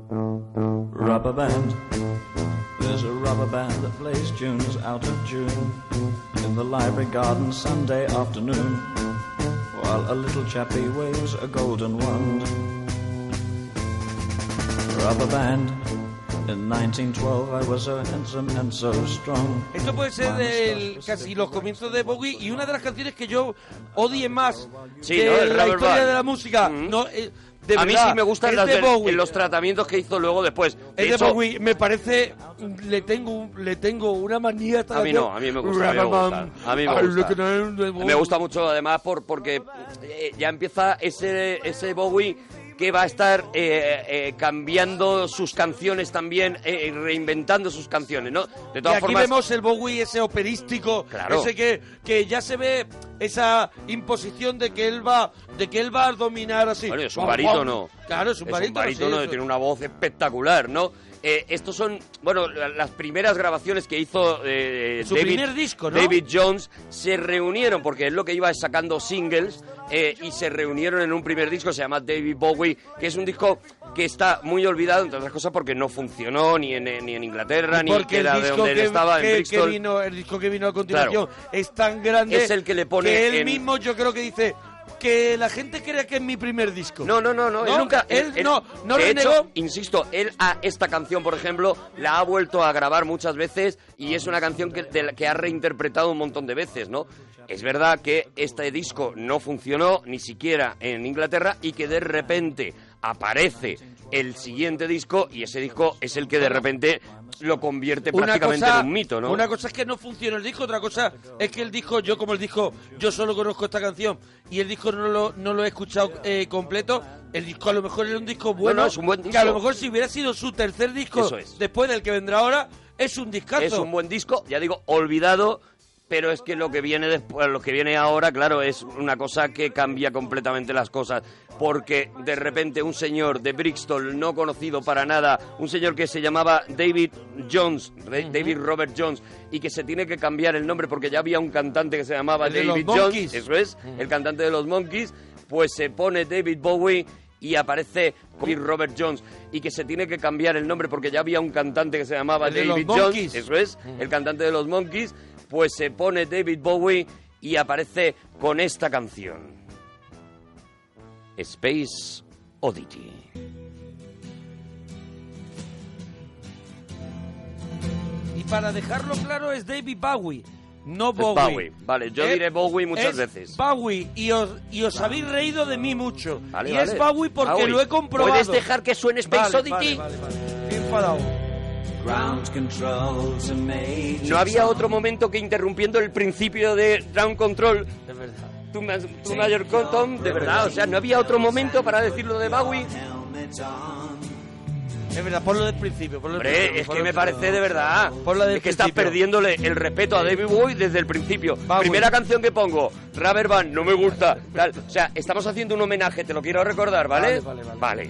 Rubber band. There's a rubber band that plays tunes out of tune in the library garden Sunday afternoon, while a little chappie waves a golden wand. Rubber band. In 1912 I was so handsome and so strong.
Esto puede
Ah,
ser del- casi los comienzos de Bowie y una de las canciones que yo odie más
Sí,
de
¿no? El
la
Rubber
historia
Band.
de la música. No, eh, de
a mí
verdad,
sí me gustan
es
las
de
del-
Bowie.
los tratamientos que hizo luego después. De
Es de
hecho,
Bowie, me parece, le tengo, un- le tengo una manía. hasta
A mí
la-
no, a mí me gusta. A mí me
Rubber
gusta,
Band,
a mí me
I
gusta.
look at the
Me gusta mucho además por, porque eh, ya empieza ese, ese Bowie que va a estar eh, eh, cambiando sus canciones también, eh, eh, reinventando sus canciones, ¿no? De
y
todas
aquí
formas,
vemos el Bowie ese operístico,
Claro.
ese que, que ya se ve esa imposición de que él va, de que él va a dominar así.
Bueno, es un
Guau, guau.
barítono.
Claro, es un barítono. sí,
que tiene una voz espectacular, ¿no? Eh, estos son, bueno, la- las primeras grabaciones que hizo eh,
Su
David,
primer disco, ¿no?
David Jones. Se reunieron, porque es lo que iba sacando singles, eh, y se reunieron en un primer disco, se llama David Bowie, que es un disco que está muy olvidado, entre otras cosas, porque no funcionó ni en, eh, ni en Inglaterra, ni
porque
que era
el
de
disco
donde
que,
él estaba,
que-
en
que
Bristol.
vino, el disco que vino a continuación es tan grande
Es el que le pone
que él
en-
mismo yo creo que dice que la gente crea que es mi primer disco
No, no, no, no, él nunca.
él, no no
de
renegó
hecho, insisto, él a esta canción, por ejemplo, la ha vuelto a grabar muchas veces y es una canción que, de la que ha reinterpretado un montón de veces, ¿no? Es verdad que este disco no funcionó ni siquiera en Inglaterra y que de repente aparece el siguiente disco y ese disco es el que de repente lo convierte prácticamente en un mito, ¿no?
Una cosa es que no funciona el disco, otra cosa es que el disco, yo como el disco, yo solo conozco esta canción y el disco no lo, no lo he escuchado eh, completo, el disco a lo mejor era un disco bueno,
no, es un buen
que a
disco.
lo mejor si hubiera sido su tercer disco
Eso es.
después del que vendrá ahora, es un discazo.
Es un buen disco, ya digo, olvidado, pero es que lo que viene después, lo que viene ahora, claro, es una cosa que cambia completamente las cosas, porque de repente un señor de Brixton no conocido para nada, un señor que se llamaba David Jones, Re- David Robert Jones, y que se tiene que cambiar el nombre porque ya había un cantante que se llamaba
El de los
David
Monkeys.
Jones, eso es, el cantante de los Monkeys, pues se pone David Bowie y aparece David Robert Jones y que se tiene que cambiar el nombre porque ya había un cantante que se llamaba
El de los
David
Monkeys.
Jones, eso es, el cantante de los Monkeys, pues se pone David Bowie y aparece con esta canción. Space Oddity.
Y para dejarlo claro es David Bowie, no
Es
Bowie.
Bowie, vale, yo
Eh,
diré Bowie muchas
es
veces.
Bowie y os, y os habéis reído de mí mucho.
Vale,
y
vale.
es Bowie porque
Bowie.
lo he comprobado.
¿Puedes dejar que suene Space
Vale,
Oddity?
vale, vale, vale. Qué enfadado.
Ground control to Major
No había otro momento que interrumpiendo el principio de Ground Control.
De verdad.
Tu, ma- tu mayor Tom, de verdad, o sea, no había otro momento para decirlo de Bowie.
Es verdad, ponlo del principio. Ponlo del
Hombre,
principio,
es que
ponlo
me
del
parece de
principio.
verdad.
Ponlo del
Es que estás
principio.
perdiéndole el respeto a David Bowie desde el principio. Primera canción que pongo, Rubber Band, no me gusta. tal. O sea, estamos haciendo un homenaje, te lo quiero recordar, ¿vale?
Vale, vale,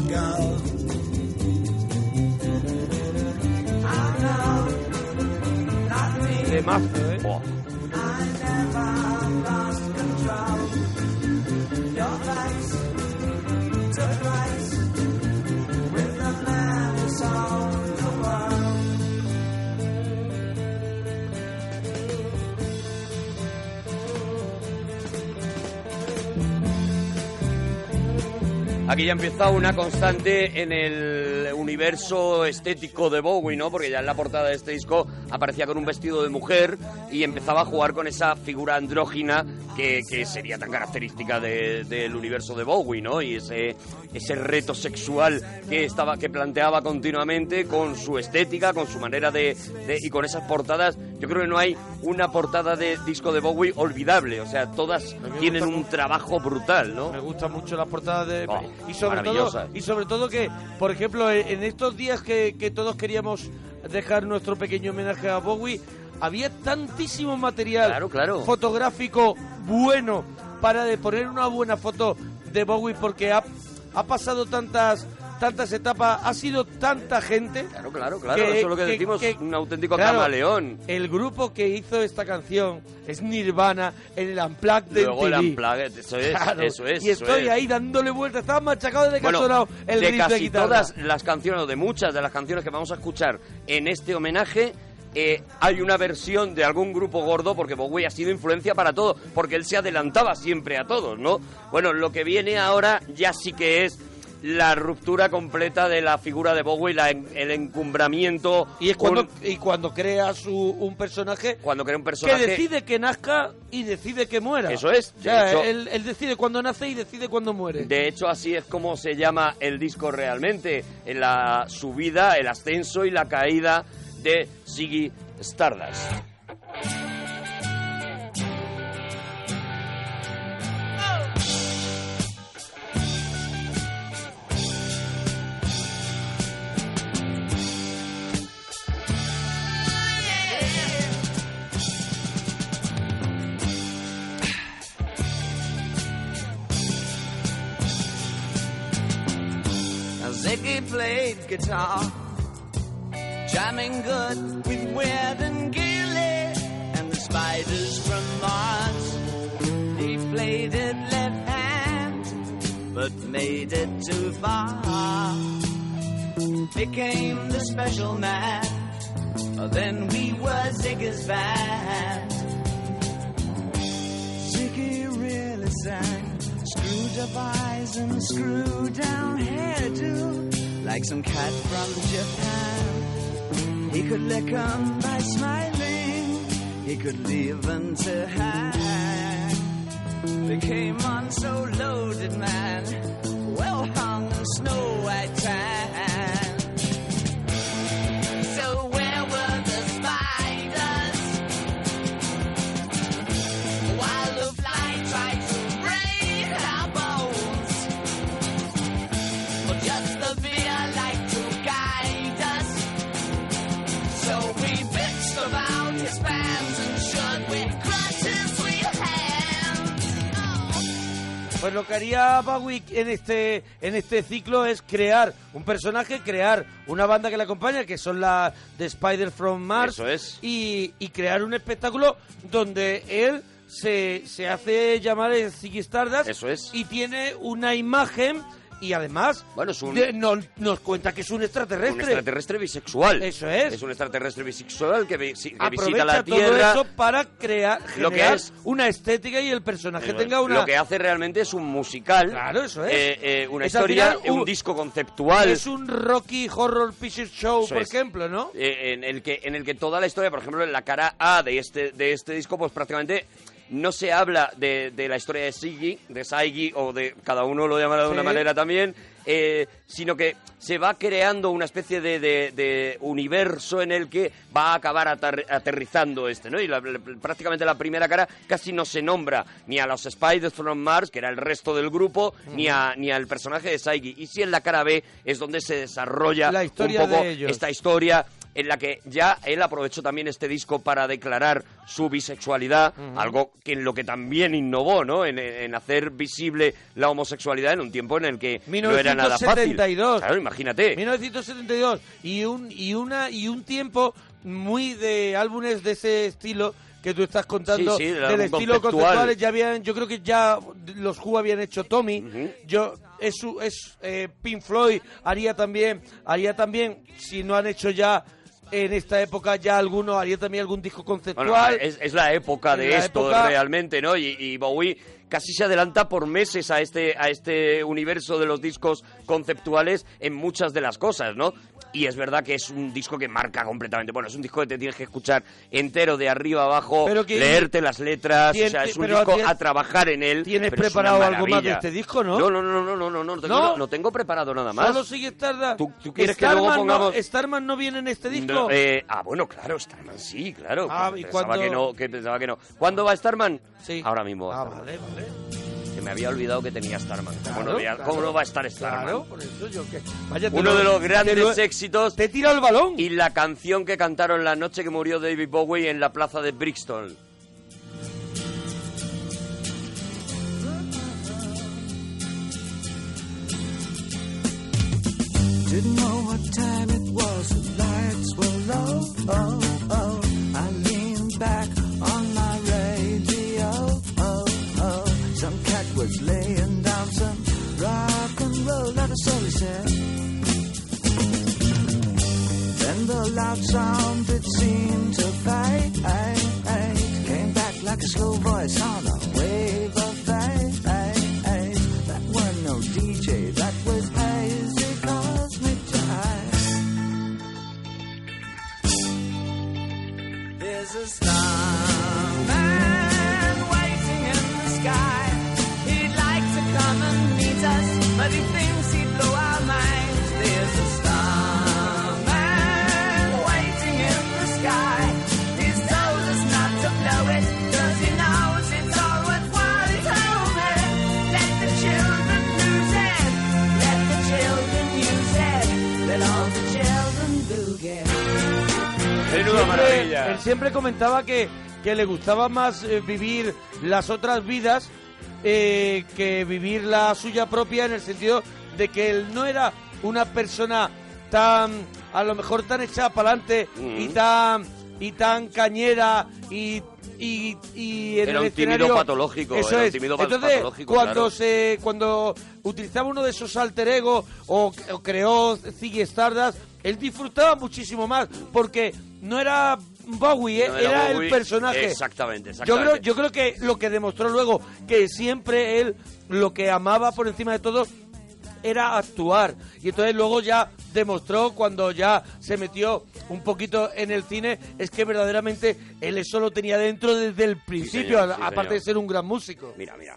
ago. I know nothing.
Temazo, ¿eh? Buah.
I never lost control. Your face to place with the man who sold the world.
Aquí ya empieza una constante en el universo estético de Bowie, ¿no? Porque ya en la portada de este disco aparecía con un vestido de mujer y empezaba a jugar con esa figura andrógina que, que sería tan característica de- del universo de Bowie, ¿no? Y ese, ese reto sexual que, estaba, que planteaba continuamente con su estética, con su manera de, de- y con esas portadas. Yo creo que no hay una portada de disco de Bowie olvidable, o sea, todas tienen un trabajo brutal, ¿no?
Me gustan mucho las portadas de...
Oh,
y, sobre todo,
maravillosas.
y sobre todo que, por ejemplo, en en estos días que, que todos queríamos dejar nuestro pequeño homenaje a Bowie, había tantísimo material fotográfico bueno para de poner una buena foto de Bowie porque ha, ha pasado tantas tantas etapas, ha sido tanta gente. Claro,
Claro, claro, eso es lo que decimos, un auténtico
Claro,
camaleón.
El grupo que hizo esta canción es Nirvana en el Unplugged de
Luego el
MTV.
Unplugged, eso es,
Claro,
eso es.
Y
eso
estoy
es.
ahí dándole vueltas, estaba machacado desde que
Bueno,
ha sonado el
de
riff
casi
de guitarra.
todas las canciones, o de muchas de las canciones que vamos a escuchar en este homenaje, eh, hay una versión de algún grupo gordo, porque Bowie ha sido influencia para todo, porque él se adelantaba siempre a todos, ¿no? Bueno, lo que viene ahora ya sí que es la ruptura completa de la figura de Bowie, la en- el encumbramiento.
Y es cuando, y cuando crea su, un personaje
cuando crea un
que
personaje
decide que nazca y decide que muera.
Eso es,
O
de
sea,
hecho-
él, él decide cuando nace y decide cuando muere.
De hecho, así es como se llama el disco realmente, en la subida, el ascenso y la caída de Ziggy Stardust.
Ziggy played guitar, jamming good with Weird and Gilly and the spiders from Mars. He played it left hand, but made it too far. Became the special man. Then we were Ziggy's band. Ziggy really sang, screwed up eyes and screw down hairdo, like some cat from Japan. He could lick 'em by smiling, he could leave 'em to hang. They came on so loaded, man, well hung in snow white tan. So where were the spiders? While the fly tried to break our bones, but just the fear like to guide us. So we bitched about his bands and should we crutches we had.
Pues lo que haría Bowie en este, en este ciclo es crear un personaje, crear una banda que le acompaña, que son las The Spider from Mars.
Eso es.
Y, y crear un espectáculo donde él se, se hace llamar el Ziggy Stardust.
Eso es.
Y tiene una imagen y además
Bueno, es un,
de- no- nos cuenta que es un
un
extraterrestre.
extraterrestre bisexual.
Eso es.
Es un extraterrestre bisexual que, vi- si- que visita
Aprovecha
la
todo
Tierra.
eso para crear
Lo que
generar
es-
una estética y el personaje
Eso es.
tenga una
Lo que hace realmente es un musical. Claro,
eso es.
eh, una
Es al
historia, eh,
final
un,
un-
disco conceptual.
Es un Rocky Horror Picture Show,
Eso
por
es.
ejemplo, ¿no?
eh, en el que en el que toda la historia, por ejemplo, en la cara A de este de este disco, pues prácticamente no se habla de, de la historia de Siggy, de Saigi o de cada uno lo llamará de una
Sí.
manera también, eh, sino que se va creando una especie de, de- de universo en el que va a acabar atar- aterrizando este, ¿no? Y la- la- prácticamente la primera cara casi no se nombra ni a los Spiders from Mars, que era el resto del grupo, ni a ni al personaje de Saigi. Y si en la cara B es donde se desarrolla
La historia
un poco
de ellos.
esta historia en la que ya él aprovechó también este disco para declarar su bisexualidad,
Ujú.
algo que en lo que también innovó, ¿no? En, en hacer visible la homosexualidad en un tiempo en el que no era nada fácil.
1972.
Claro, imagínate.
1972 y un y una y un tiempo muy de álbumes de ese estilo que tú estás contando
Sí, sí, el
del
álbum
estilo
conceptual.
conceptual ya habían yo creo que ya los Who habían hecho Tommy yo es su- es eh, Pink Floyd haría también haría también si no han hecho ya en esta época ya alguno haría también algún disco conceptual
Bueno, es, es la época
Es
de
la
esto
época-
realmente, ¿no? Y, y Bowie casi se adelanta por meses a este, a este universo de los discos conceptuales en muchas de las cosas, ¿no? Y es verdad que es un disco que marca completamente. Bueno, es un disco que te tienes que escuchar entero de arriba a abajo,
Pero que-
leerte las letras,
Tien-
o sea, es un
pero
disco
tien-
a trabajar en él.
tienes
pero es una
preparado algo más de
maravilla.
este disco no
No, no, no, no, no, no, no, no tengo,
¿No?
no tengo preparado nada más.
Solo sigue Stardust.
¿Tú- tú quieres que luego
Starman no-
pongamos-
Starman no viene en este disco.
No, eh, ah, bueno, claro, Starman sí, claro.
Ah,
pues
¿y
pensaba
cuándo?
que no, que pensaba que no. ¿Cuándo va Starman?
Sí.
Ahora mismo. va
Ah,
Starman.
vale, vale.
Que me había olvidado que tenía Starman. ¿Cómo,
Claro,
no, había-
claro.
cómo no va a estar Starman?
Claro, por eso yo que. Vaya, te
Uno
lo-
de los
te
grandes
lo-
éxitos.
Te tira el balón.
Y la canción que cantaron la noche que murió David Bowie en la plaza de Brixton.
Oh, Oh, loud sound that seemed to fade. Came back like a slow voice on a wave of fate. That were no DJ, that was hazy cosmic jazz. There's a starman waiting in the sky. He'd like to come and meet us, but he thinks he blew our minds. There's a starman waiting in the sky. He's told us not to blow it, cause he knows it's all worthwhile. He's over. Let the children lose it. Let the children use it. Let all the children
Él
Menuda
siempre-
maravilla.
Él siempre comentaba que, que le gustaba más eh, vivir las otras vidas eh, que vivir la suya propia en el sentido de que él no era una persona tan, a lo mejor tan echada para adelante y tan y tan cañera y y, y en
Era
el
un tímido
escenario-
patológico,
Eso
era un
es.
tímido pa-
Entonces,
patológico,
cuando
claro.
se eh, cuando utilizaba uno de esos alter ego o, o creó Ziggy Stardust, él disfrutaba muchísimo más porque no era Bowie, ¿eh?
No
era,
Bowie.
el personaje.
Exactamente,
Yo
exactamente.
creo, yo creo que lo que demostró luego, que siempre él lo que amaba por encima de todo era actuar. Y entonces luego ya demostró cuando ya se metió un poquito en el cine, es que verdaderamente él eso lo tenía dentro desde el principio,
señor,
a-
sí,
aparte
señor.
de ser un gran músico.
Mira, mira.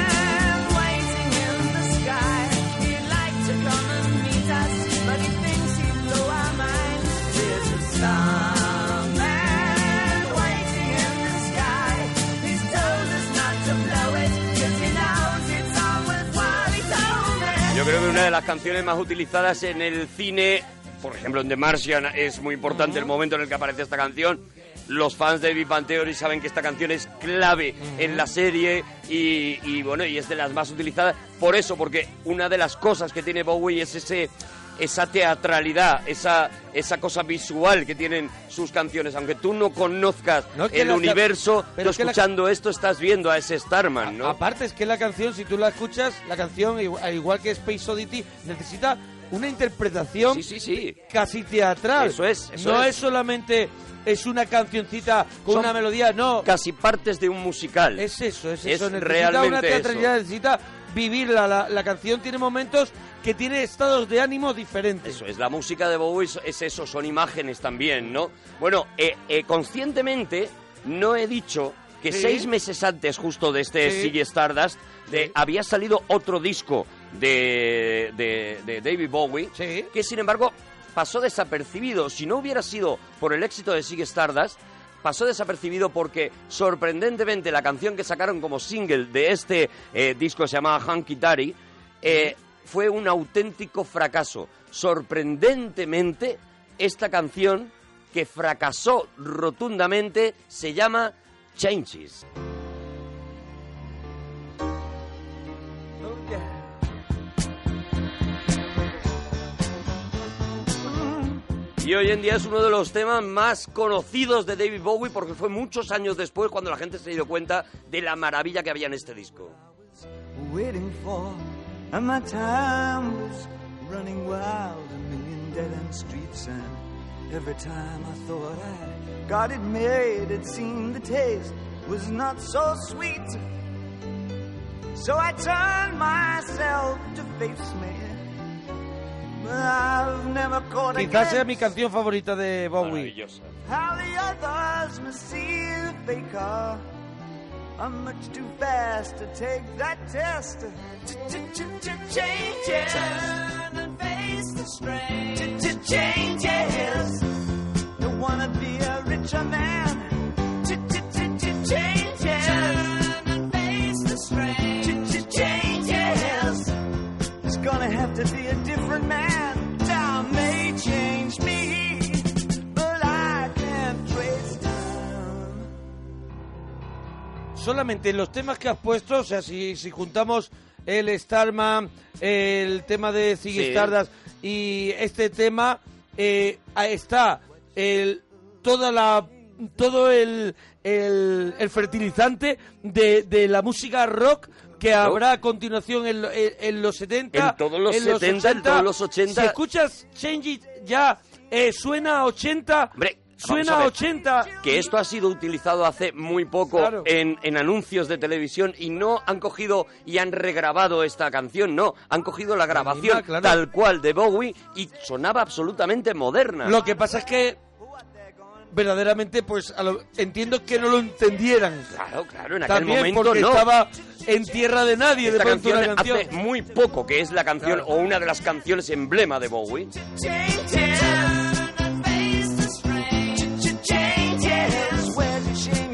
waiting in the sky. He'd like to come and meet us, but he thinks he blew our minds. There's a starman waiting in the sky. He's told us not to blow it, 'cause he knows it's all worthwhile. He told us.
Yo creo que una de las canciones más utilizadas en el cine, por ejemplo en The Martian, es muy importante el momento en el que aparece esta canción. Los fans de Big Bang Theory saben que esta canción es clave en la serie y, y, bueno, y es de las más utilizadas. Por eso, porque una de las cosas que tiene Bowie es ese esa teatralidad, esa, esa cosa visual que tienen sus canciones. Aunque tú no conozcas
es que
el
la-
universo,
pero
tú
es que la-
escuchando esto estás viendo a ese Starman, ¿no?
Aparte es que la canción, si tú la escuchas, la canción, igu- al igual que Space Oddity, necesita una interpretación casi teatral.
Eso es, eso
no
es.
es. solamente es una cancioncita con
Son
una melodía, no.
Casi partes de un musical.
Es eso, es,
Es
eso. Necesita una
realmente
teatralidad, necesita vivirla. La, la canción tiene momentos que tiene estados de ánimo diferentes.
Eso es, la música de Bowie es- es eso, son imágenes también, ¿no? Bueno, eh, eh, conscientemente no he dicho que
Sí.
seis meses antes justo de este
Sí.
Ziggy Stardust de- había salido otro disco de, de- de David Bowie que sin embargo pasó desapercibido. Si no hubiera sido por el éxito de Ziggy Stardust, pasó desapercibido porque sorprendentemente la canción que sacaron como single de este eh, disco se llamaba Hanky Dory eh, fue un auténtico fracaso. Sorprendentemente, esta canción que fracasó rotundamente se llama Changes. Y hoy en día es uno de los temas más conocidos de David Bowie porque fue muchos años después cuando la gente se dio cuenta de la maravilla que había en este disco.
waiting for, and my time was running wild. A million dead end streets, and every time I thought I got it made, it seemed the taste was not so sweet. So I turned myself to face me. But I've never caught a
Quizás sea
glimpse
mi canción favorita de Bowie.
how the others must see the faker. I'm much too fast to take that test. Changes. Turn and face the strain. Changes. Don't wanna be a richer man. Changes. Turn and face the strain. Changes. There's gonna have to be a different man. Time may change me, but I can't trace
Solamente los temas que has puesto, o sea, si, si juntamos el Starman, el tema de Ziggy
Sí.
Stardust y este tema, eh, ahí está el, toda la, todo el, el, el fertilizante de, de la música rock que habrá a continuación en, lo- en- en los 70,
En todos los 70, en todos los 80.
Si escuchas Change It ya eh, suena a 80. suena
Vamos
a
ver,
80.
Que esto ha sido utilizado hace muy poco
Claro.
en, en anuncios de televisión y no han cogido y han regrabado esta canción, no. Han cogido la grabación tal cual de Bowie y sonaba absolutamente moderna.
Lo que pasa es que verdaderamente, pues a lo- entiendo que no lo entendieran.
Claro, claro, en aquel
También
momento
porque
no.
estaba en tierra de nadie
Esta
de pronto
canción,
una canción.
hace muy poco que es la canción o una de las canciones emblema de Bowie.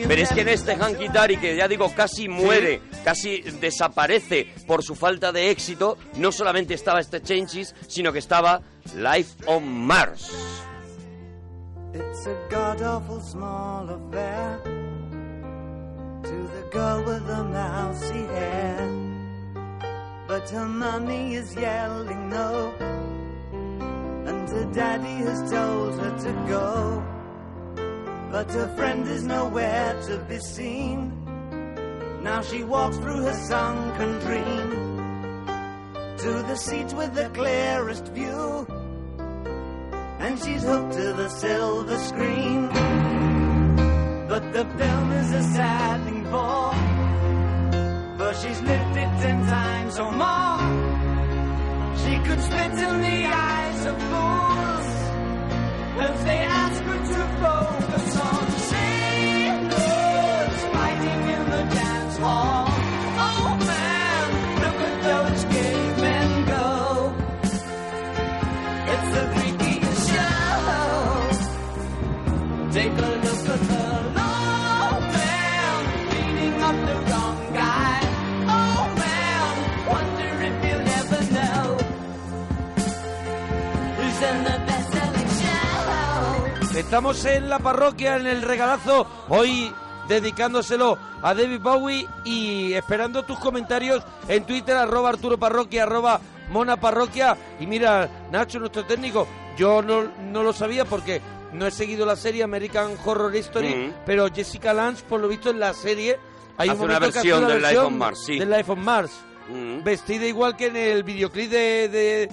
Pero es que en este Hanky Dory, que ya digo, casi muere, casi desaparece por su falta de éxito, no solamente estaba este Changes, sino que estaba Life on Mars.
It's a god awful small affair to the girl with the mousy hair. But her mummy is yelling no, and her daddy has told her to go. But her friend is nowhere to be seen. Now she walks through her sunken dream to the seat with the clearest view and she's hooked to the silver screen. But the film is a saddening bore, for she's lived it ten times or more. She could spit in the eyes of fools if they ask her to focus on. sailors fighting in the dance hall. Oh man, look at those gay men go. It's the freakiest show. Take a look at the old man beating up the wrong guy. Oh man, wonder if you'll ever know who's in the best-selling show.
Estamos en la parroquia, en el regalazo, hoy dedicándoselo a David Bowie y esperando tus comentarios en Twitter, arroba Arturo Parroquia, arroba Mona Parroquia. Y mira, Nacho, nuestro técnico, yo no, no lo sabía porque no he seguido la serie American Horror History,
Mm.
pero Jessica Lange, por lo visto en la serie, hay
Hace
un
una
momento que hace
versión
una
del Life
versión
on Mars, sí. Mm.
del Life on Mars, vestida igual que en el videoclip de, de-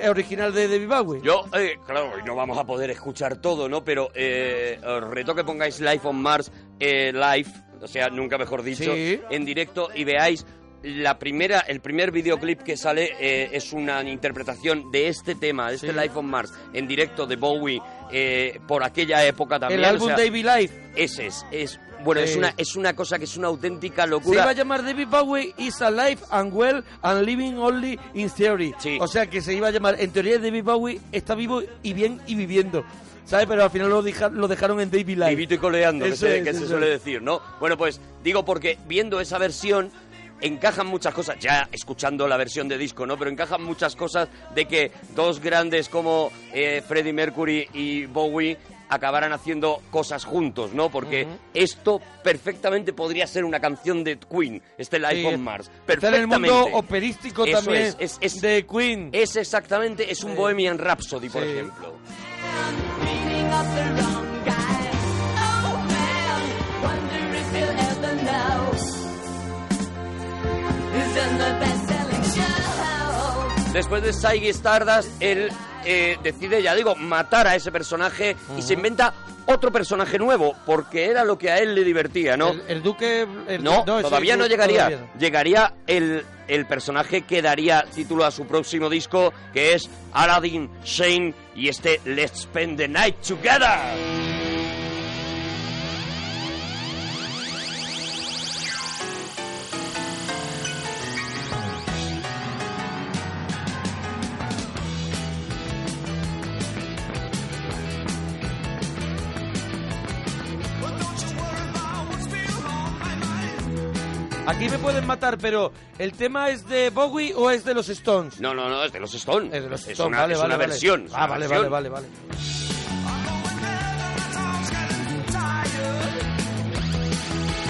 eh, original de David Bowie.
Yo, eh, claro, hoy no vamos a poder escuchar todo, ¿no? Pero eh, os reto que pongáis Life on Mars eh, live, o sea, nunca mejor dicho,
Sí.
en directo y veáis la primera, el primer videoclip que sale eh, es una interpretación de este tema, de este Life on Mars, en directo de Bowie eh, por aquella época también.
el
o
álbum
sea,
David Life.
Ese es, es bueno, es
Eh.
una es una cosa que es una auténtica
Se iba a
locura.
llamar David Bowie is alive and well and living only in theory. O sea que se iba a llamar, en teoría David Bowie está vivo y bien y viviendo. ¿Sabes? Pero al final lo, deja- lo dejaron en David Life.
Vivito y coleando, que
Eso
se,
es,
que se
eso
suele
es.
decir, ¿no? Bueno, pues digo porque viendo esa versión encajan muchas cosas, ya escuchando la versión de disco, ¿no? Pero encajan muchas cosas de que dos grandes como eh, Freddie Mercury y Bowie acabaran haciendo cosas juntos, ¿no? Porque
Ujú.
esto perfectamente podría ser una canción de Queen, este Life
Sí,
on Mars.
Está en el
Perfectamente.
mundo operístico
Eso
también.
es, es, de
Queen.
Es exactamente, es un Bohemian Rhapsody, por
Sí.
ejemplo.
beating up the wrong guy. Oh man, wonder if you'll ever know who's in the best-selling show.
Después de Saigi Stardust, él eh, decide, ya digo, matar a ese personaje y se inventa otro personaje nuevo, porque era lo que a él le divertía, ¿no?
El, el duque... el-
no,
ese-
todavía no llegaría.
todavía no.
Llegaría el, el personaje que daría título a su próximo disco, que es Aladdin Shane y este Let's Spend the Night Together.
Aquí me pueden matar, pero ¿el tema es de Bowie o es de los Stones?
No, no, no, es de los Stones.
Es de los
Es
Stones,
una-
vale,
es
vale,
una
vale.
versión, es
Ah,
una
vale,
versión.
vale, vale, vale.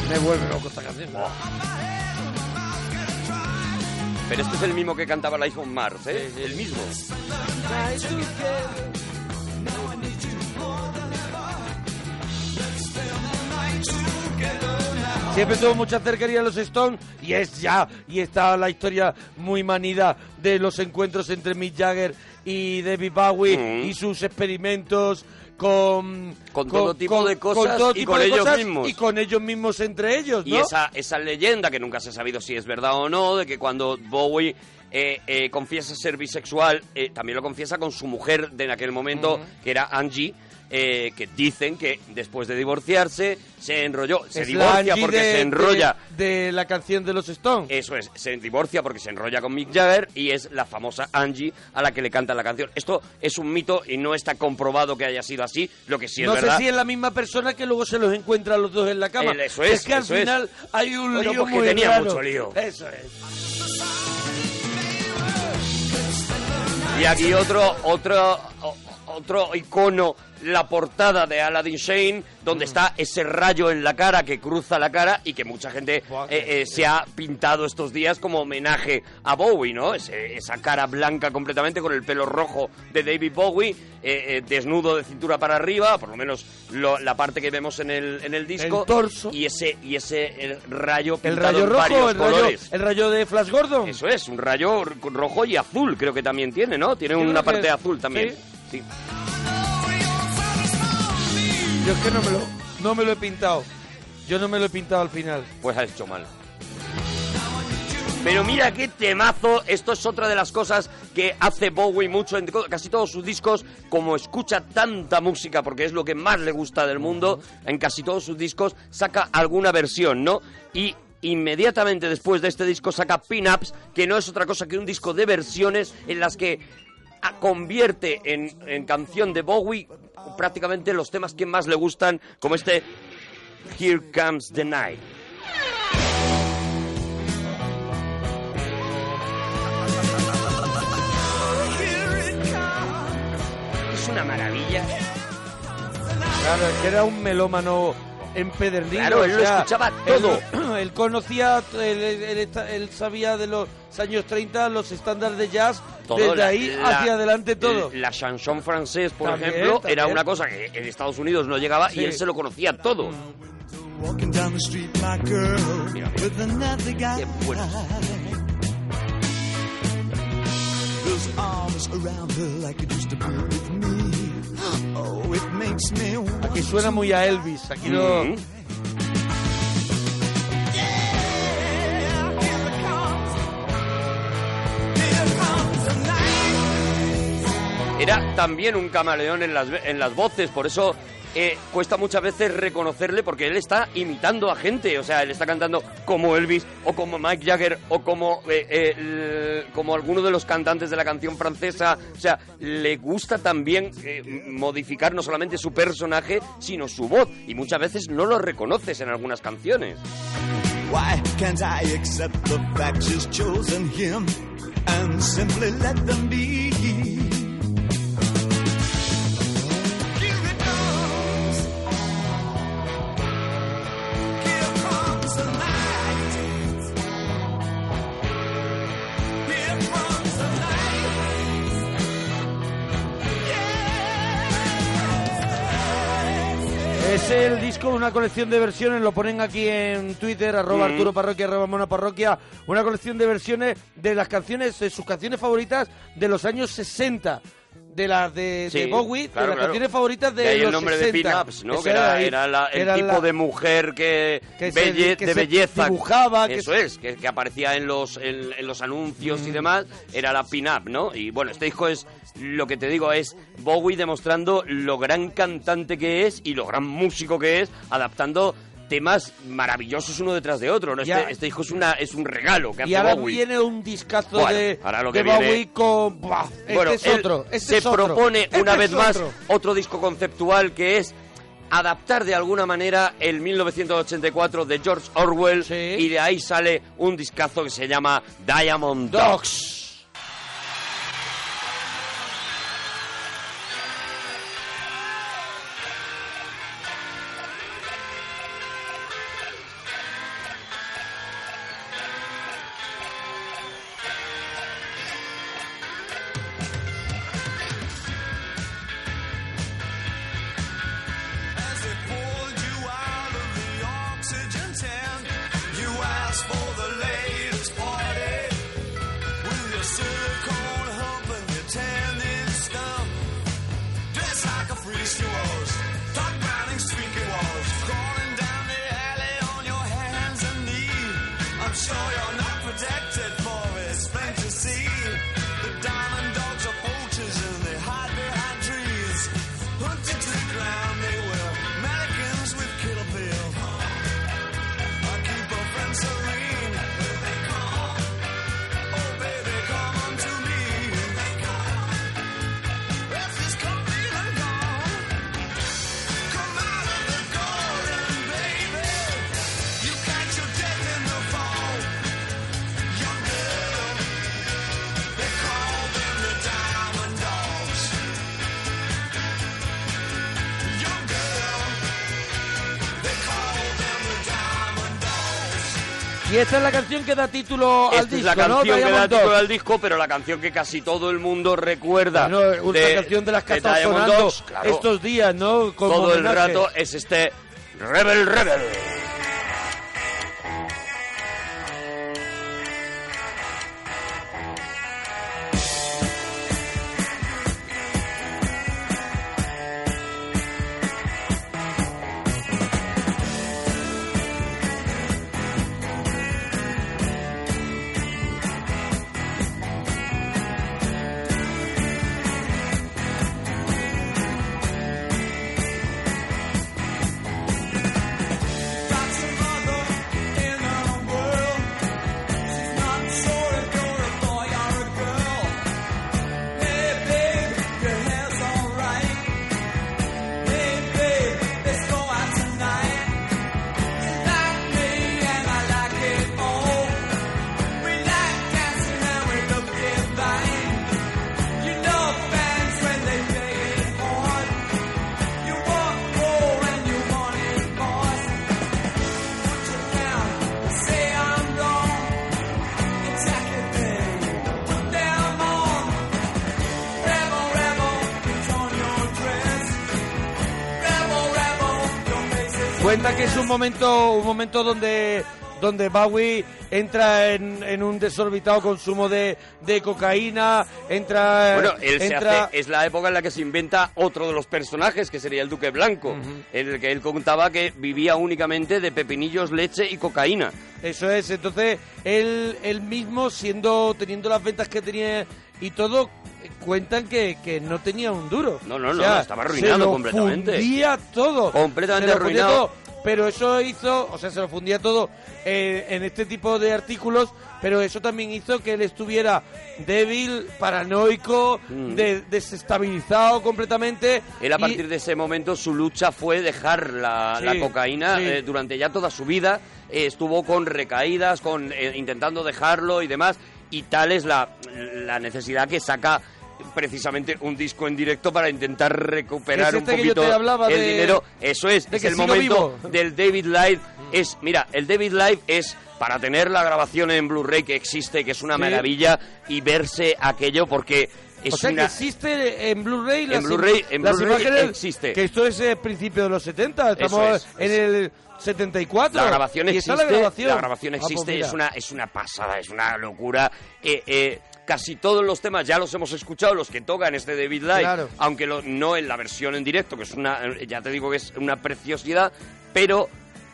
Me vuelve loco esta canción.
Pero este es el mismo que cantaba Life on Mars, ¿eh? El mismo.
Siempre tuvo mucha cercanía a los Stones y es ya, y está la historia muy manida de los encuentros entre Mick Jagger y David Bowie y sus experimentos con,
Mm. Con todo tipo de cosas y con ellos mismos.
y con ellos mismos entre ellos, ¿no?
Y esa, esa leyenda que nunca se ha sabido si es verdad o no, de que cuando Bowie eh, eh, confiesa ser bisexual, eh, también lo confiesa con su mujer de en aquel momento, que era Angie. eh, que dicen que después de divorciarse se enrolló, se
Es la
divorcia
Angie
porque
de-
se enrolla.
De, de la canción de los Stones.
Eso es, se divorcia porque se enrolla con Mick Jagger y es la famosa Angie a la que le canta la canción. Esto es un mito y no está comprobado que haya sido así, lo que sí es
no
verdad.
sé si es la misma persona que luego se los encuentra a los dos en la cama.
El- eso es,
que al
eso es.
final hay un
Bueno,
lío
porque
muy
tenía
raro. Eh,
mucho lío.
Eso es.
Y aquí otro, otro, o- otro icono, la portada de Aladdin Shane,
Mm.
donde está ese rayo en la cara que cruza la cara y que mucha gente eh, eh, se ha pintado estos días como homenaje a Bowie, ¿no? Ese- esa cara blanca completamente con el pelo rojo de David Bowie, eh, eh, desnudo de cintura para arriba, por lo menos lo- la parte que vemos en el, en el disco. torso. Y ese, y ese el rayo
El
pintado
rayo
en varios
rojo, el rayo,
colores.
el rayo de Flash Gordon.
Eso es, un rayo rojo y azul, creo que también tiene, ¿no? Tiene
Yo creo
una
que
parte
es-
azul también. Sí.
Yo es que no me, lo, no me lo he pintado. Yo no me lo he pintado al final.
Pues has hecho mal. Pero mira qué temazo, esto es otra de las cosas que hace Bowie mucho en co- casi todos sus discos, como escucha tanta música porque es lo que más le gusta del mundo, en casi todos sus discos saca alguna versión, ¿no? Y inmediatamente después de este disco saca Pin-Ups, que no es otra cosa que un disco de versiones en las que a- convierte en, en canción de Bowie prácticamente los temas que más le gustan, como este Here Comes the Night. Es una maravilla.
Claro, es que era un melómano empedernido.
Claro, él
o
lo
sea,
escuchaba
él-
todo.
[CLEARS THROAT] Él, conocía, él, él- él esta- él sabía de los años 30 los estándares de jazz.
Todo
desde
la-
ahí
la- eh,
hacia adelante todo.
La chanson francés, por
También,
ejemplo, era
también.
una cosa que en Estados Unidos no llegaba
Sí.
y él se lo conocía todo.
Mm.
Walking down the street, my girl, with another guy. Those arms around her like it used to be with me. [GASPS] Oh, it makes me want
Aquí suena
to-
muy a Elvis. Aquí no.
Mhm.
Era también un camaleón en las, ve- en las voces, por eso eh, cuesta muchas veces reconocerle porque él está imitando a gente, o sea, él está cantando como Elvis o como Mike Jagger o como, eh, eh, el- como alguno de los cantantes de la canción francesa, o sea, le gusta también eh, m- modificar no solamente su personaje, sino su voz, y muchas veces no lo reconoces en algunas canciones.
Why can't I accept the fact she's chosen him and simply let them be? Here it comes. Here comes the night. Here comes the night.
Es el disco, una colección de versiones, lo ponen aquí en Twitter, arroba
Mm.
Arturo Parroquia, arroba Mona Parroquia, una colección de versiones de las canciones, de sus canciones favoritas de los años 60. De las de,
Sí,
de Bowie, de
claro,
las
claro.
canciones favoritas de
Y ahí
los
el nombre
60.
de Pin-Ups, ¿no?
Esa
Que era,
ahí,
era la- el
era
tipo
la-
de mujer que,
Que se-
belle-
que
de
se
belleza
dibujaba, que
eso
se- Mm.
es que, que aparecía en los en, en los anuncios y demás era la pin-up no y bueno este disco es lo que te digo es Bowie demostrando lo gran cantante que es y lo gran músico que es adaptando temas maravillosos uno detrás de otro ¿no?
Ya.
este, este disco es una es un regalo que
Y
hace
ahora
Bowie
viene un discazo
Bueno,
de,
ahora lo que
de
viene-
Bowie con... ¡buah! este
bueno,
es
él
otro. este
se
es otro,
propone
este
una
es
vez más
otro.
otro disco conceptual que es adaptar de alguna manera el 1984 de George Orwell y de ahí sale un discazo que se llama Diamond Dogs.
As they pulled you out of the oxygen tent, you asked for the latest party. With your silicone hump and your tan in I'm sure you're not protected, for it's plain to see. The diamond dogs are vultures and they hide behind trees. Hunted to the ground, they will. Mannequins with killer pill. I keep a friend serene. But they come. Oh, baby, come unto me. They come. If this could be the dawn, come out of the golden, baby. You catch your death in the fall. Young girl, they call them the diamond dogs. Young girl, they call them the diamond dogs.
Y esta es la canción que da título al
Esta
disco,
es la
¿no?
canción que da
Diamond Dog.
título al disco, pero la canción que casi todo el mundo recuerda.
Bueno, una canción de las que ha estado
Diamond
sonando
Dogs, claro.
estos días, ¿no? Como
todo el
homenaje.
rato es este Rebel Rebel.
Got some mother in her world. She's not sure if you're a boy or a girl. Hey babe, your hair's alright. Hey babe, let's go out tonight. You like me and I like it all. We like dancing and we look divine. You know bands when they play it on. You want more and you want it more. Say I'm wrong. Attack it then. Put them on. Rebel, rebel, it's on your dress. Rebel, rebel, your face is
Cuenta que es un momento, un momento donde donde Bowie entra en, en un desorbitado consumo de, de cocaína, entra,
Bueno, él se
entra
hace- es la época en la que se inventa otro de los personajes, que sería el Duque Blanco, en el que él contaba que vivía únicamente de pepinillos, leche y cocaína.
Eso es, entonces él, él mismo, siendo teniendo las ventas que tenía y todo, eh, cuentan que, que no tenía un duro.
No, no,
O
no,
sea,
estaba
se
arruinado
lo
completamente.
fundía todo.
Completamente
Se lo fundía
arruinado.
todo, pero eso hizo, o sea, se lo fundía todo eh, en este tipo de artículos, pero eso también hizo que él estuviera
Mm.
débil, paranoico, de- desestabilizado completamente.
Él a
y-
partir de ese momento su lucha fue dejar la,
Sí,
la cocaína
sí.
eh, durante ya toda su vida. eh, estuvo con recaídas, con eh, intentando dejarlo y demás. Y tal es la, la necesidad que saca precisamente un disco en directo para intentar recuperar
Es
un
este que yo
poquito
te hablaba
el
de-
dinero. Eso es,
de
es
que
el
sigo
momento
vivo. Mm.
del David Live. Es, mira, el David Live es para tener la grabación en Blu-ray que existe, que es una
Sí.
maravilla, y verse aquello porque es
o sea
una...
que existe en Blu-ray las,
En Blu-ray- en
las
Blu-ray
imágenes,
existe.
Que esto es eh, principio de los 70,
Eso
estamos
es,
en el 74.
La grabación
y
existe.
está la grabación.
la grabación
Ah, pues
existe.
mira.
es, una, es una pasada, es una locura. Eh, eh, casi todos los temas ya los hemos escuchado, los que tocan este David Live.
Claro.
Aunque lo- no en la versión en directo, que es una. eh, Ya te digo que es una preciosidad. Pero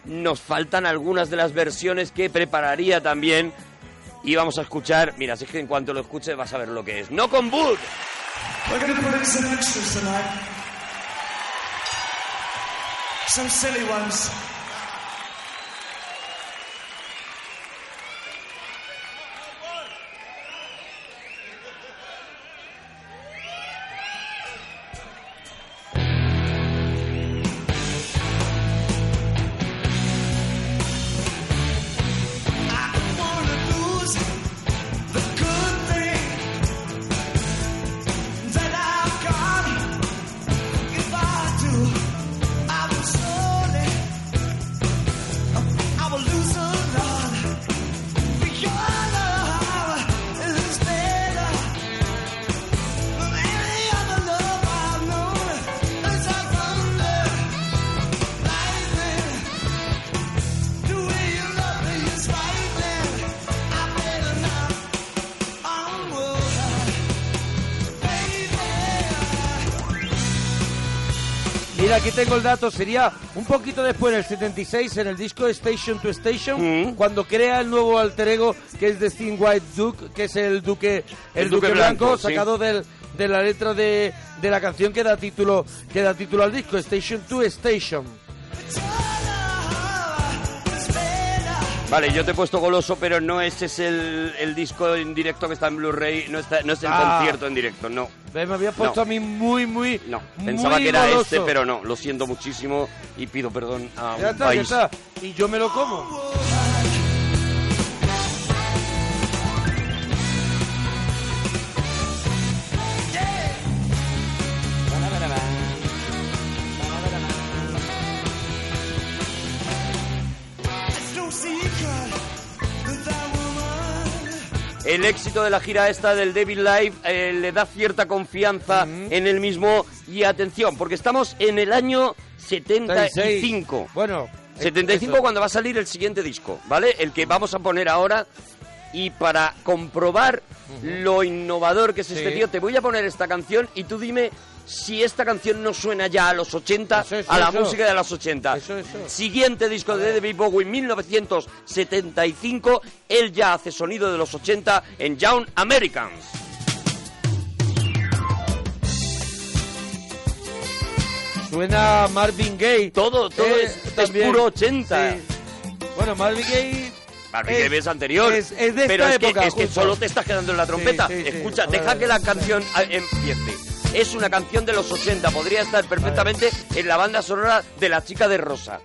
nos faltan algunas de las versiones que prepararía también. Y vamos a escuchar. Mira, si es que en cuanto lo escuches vas a ver lo que es. ¡No con Wood!
We're going to put in some extras tonight. Some silly ones. I don't wanna lose the good thing that I've got. If I do, I will slowly
Mira, aquí tengo el dato. Sería un poquito después, en el 76, en el disco Station to
Mm.
Station, cuando crea el nuevo alter ego que es The Thin White Duke, que es el duque, el, duque, blanco,
sí.
sacado del- de la letra de, de la canción que da título que da título al disco, Station to Station.
Vale, yo te he puesto goloso, pero no ese es el, el disco en directo que está en Blu-ray, no, está- no es el
Ah.
concierto en directo, no.
Eh, Me había puesto
No.
a mí muy, muy.
No, Pensaba
muy
que era
goloso.
este, pero no, lo siento muchísimo y pido perdón a un
Ya está, ya
país.
está. Y yo me lo como.
It's no secret that that woman
El éxito de la gira esta del Devil Live eh, le da cierta confianza en el mismo y atención, porque estamos en el año 75.
Bueno,
75
eso.
cuando va a salir el siguiente disco, ¿vale? El que vamos a poner ahora y para comprobar lo innovador que es este
Sí.
tío, te voy a poner esta canción y tú dime si esta canción no suena ya a los 80, a la
eso.
música de los 80. Siguiente disco de David Bowie, 1975. Él ya hace sonido de los 80 en Young Americans.
Suena Marvin Gaye.
Todo, todo
Eh,
es, es
también.
puro 80.
Sí. Bueno, Marvin Gaye.
Marvin
es-
Gaye es anterior.
Es, es de
pero
esta
es que,
época,
es que
justo.
solo te estás quedando en la trompeta.
Sí, sí, sí.
Escucha,
A ver, a
deja
ver.
que la canción ah, empiece. Es una canción de los 80, podría estar perfectamente en la banda sonora de La Chica de Rosa.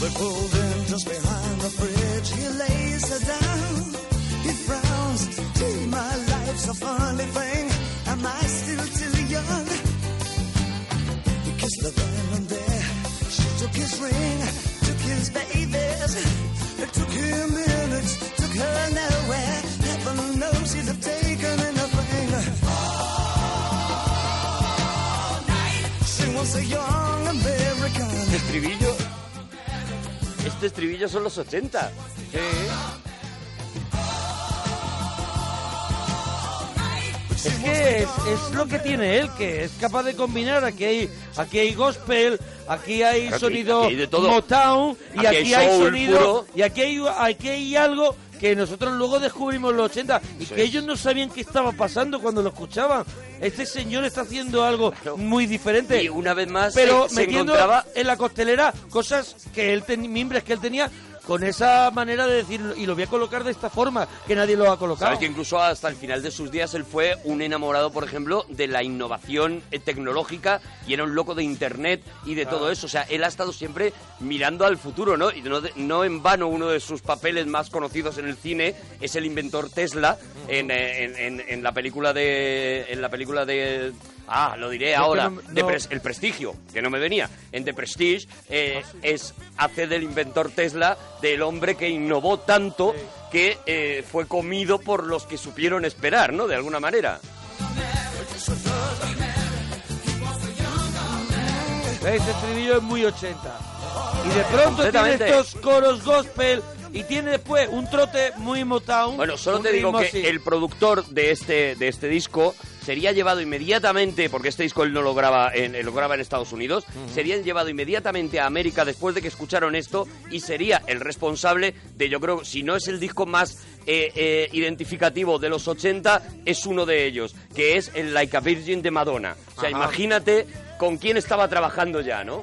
They pulled in just behind the bridge. He lays her down. He frowns. Gee, my life's a funny thing. Am I still too young? He kissed the girl and there. She took his ring, took his babies. It took him minutes, took her nowhere. Heaven knows he'd have taken anything. All night. She was a young American.
Este estribillo. Este estribillo son los 80.
Es que es, es lo que tiene él, que es capaz de combinar. Aquí hay, aquí hay gospel, aquí hay
Claro, aquí-
sonido
aquí hay de todo.
Motown y
Aquí
aquí,
hay
hay,
soul
sonido
puro.
y aquí hay, aquí hay algo que nosotros luego descubrimos en los 80 y
Sí.
que ellos no sabían qué estaba pasando cuando lo escuchaban. Este señor está haciendo algo muy diferente.
Y una vez más
pero
se- se
metiendo
encontraba-
en la costelera cosas que él tenía, mimbres que él tenía con esa manera de decir y lo voy a colocar de esta forma que nadie lo ha colocado.
Sabes que incluso hasta el final de sus días él fue un enamorado, por ejemplo, de la innovación eh, tecnológica y era un loco de Internet y de todo eso. O sea, él ha estado siempre mirando al futuro, ¿no? Y no, de- no en vano uno de sus papeles más conocidos en el cine es el inventor Tesla en, eh, en- en- en la película de... En la película de... Ah, lo diré
Es que
ahora.
no-
de
no-
Pres- el prestigio, que no me venía. En The Prestige eh,
Ah,
es hace del inventor Tesla, del hombre que innovó tanto que eh, fue comido por los que supieron esperar, ¿no? De alguna manera.
Este estribillo es muy 80. Y de pronto tiene
Completamente.
estos coros gospel y tiene después un trote muy Motown.
Bueno, solo
un
te digo
ritmo
que
así.
el productor de este, de este disco sería llevado inmediatamente, porque este disco él no lo graba en, él lo graba en Estados Unidos, sería llevado inmediatamente a América después de que escucharon esto y sería el responsable de, yo creo, si no es el disco más eh, eh, identificativo de los 80, es uno de ellos, que es el Like a Virgin de Madonna. O sea,
Ajá.
imagínate con quién estaba trabajando ya, ¿no?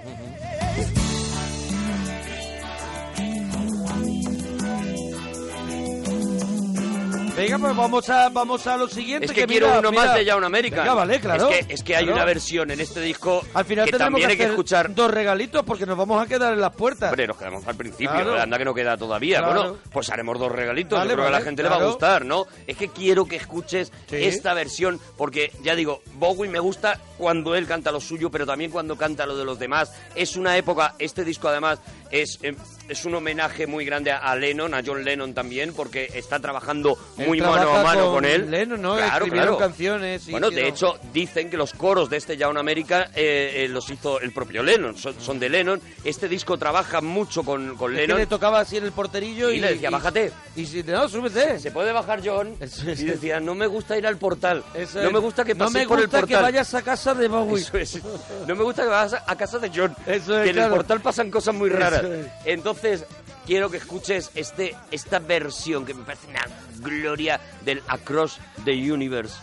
Venga, pues vamos a, vamos a lo siguiente.
Es que, quiero
mira,
uno
mira.
más de Young American.
Venga, vale, claro.
Es que, es que hay
Claro.
una versión en este disco
Al final
que
tendremos
también
que,
hay que
hacer
escuchar
dos regalitos porque nos vamos a quedar en las puertas.
Hombre, nos quedamos al principio,
Claro.
anda que no queda todavía.
Claro.
Bueno, pues haremos dos regalitos,
Vale,
yo creo que a la
vale,
gente le va a
claro.
gustar, ¿no? Es que quiero que escuches esta versión, porque ya digo, Bowie me gusta cuando él canta lo suyo, pero también cuando canta lo de los demás. Es una época, este disco además, es, eh, es un homenaje muy grande a a Lennon, a John Lennon también, porque está trabajando muy mano a
trabaja
mano
con
con, él.
Lennon, ¿no?
Claro,
Escribieron
claro.
canciones y
bueno, de
hicieron-
hecho, dicen que los coros de este Down America eh, eh, los hizo el propio Lennon, son, son de Lennon. Este disco trabaja mucho con, con
Es que
Lennon.
le tocaba así en el porterillo y,
Y le decía, "Bájate".
Y si no, súbete.
Se puede bajar
[LAUGHS]
John. Y decía, no me gusta ir al portal.
Eso
no
es.
me gusta que
No
pases
me
por el
gusta
portal.
que vayas a casa de Bowie.
Eso es. No me gusta que vayas a casa de John.
Eso es,
que en el
claro.
portal pasan cosas muy raras.
Eso es.
Entonces, quiero que escuches este, esta versión que me parece una gloria del Across the Universe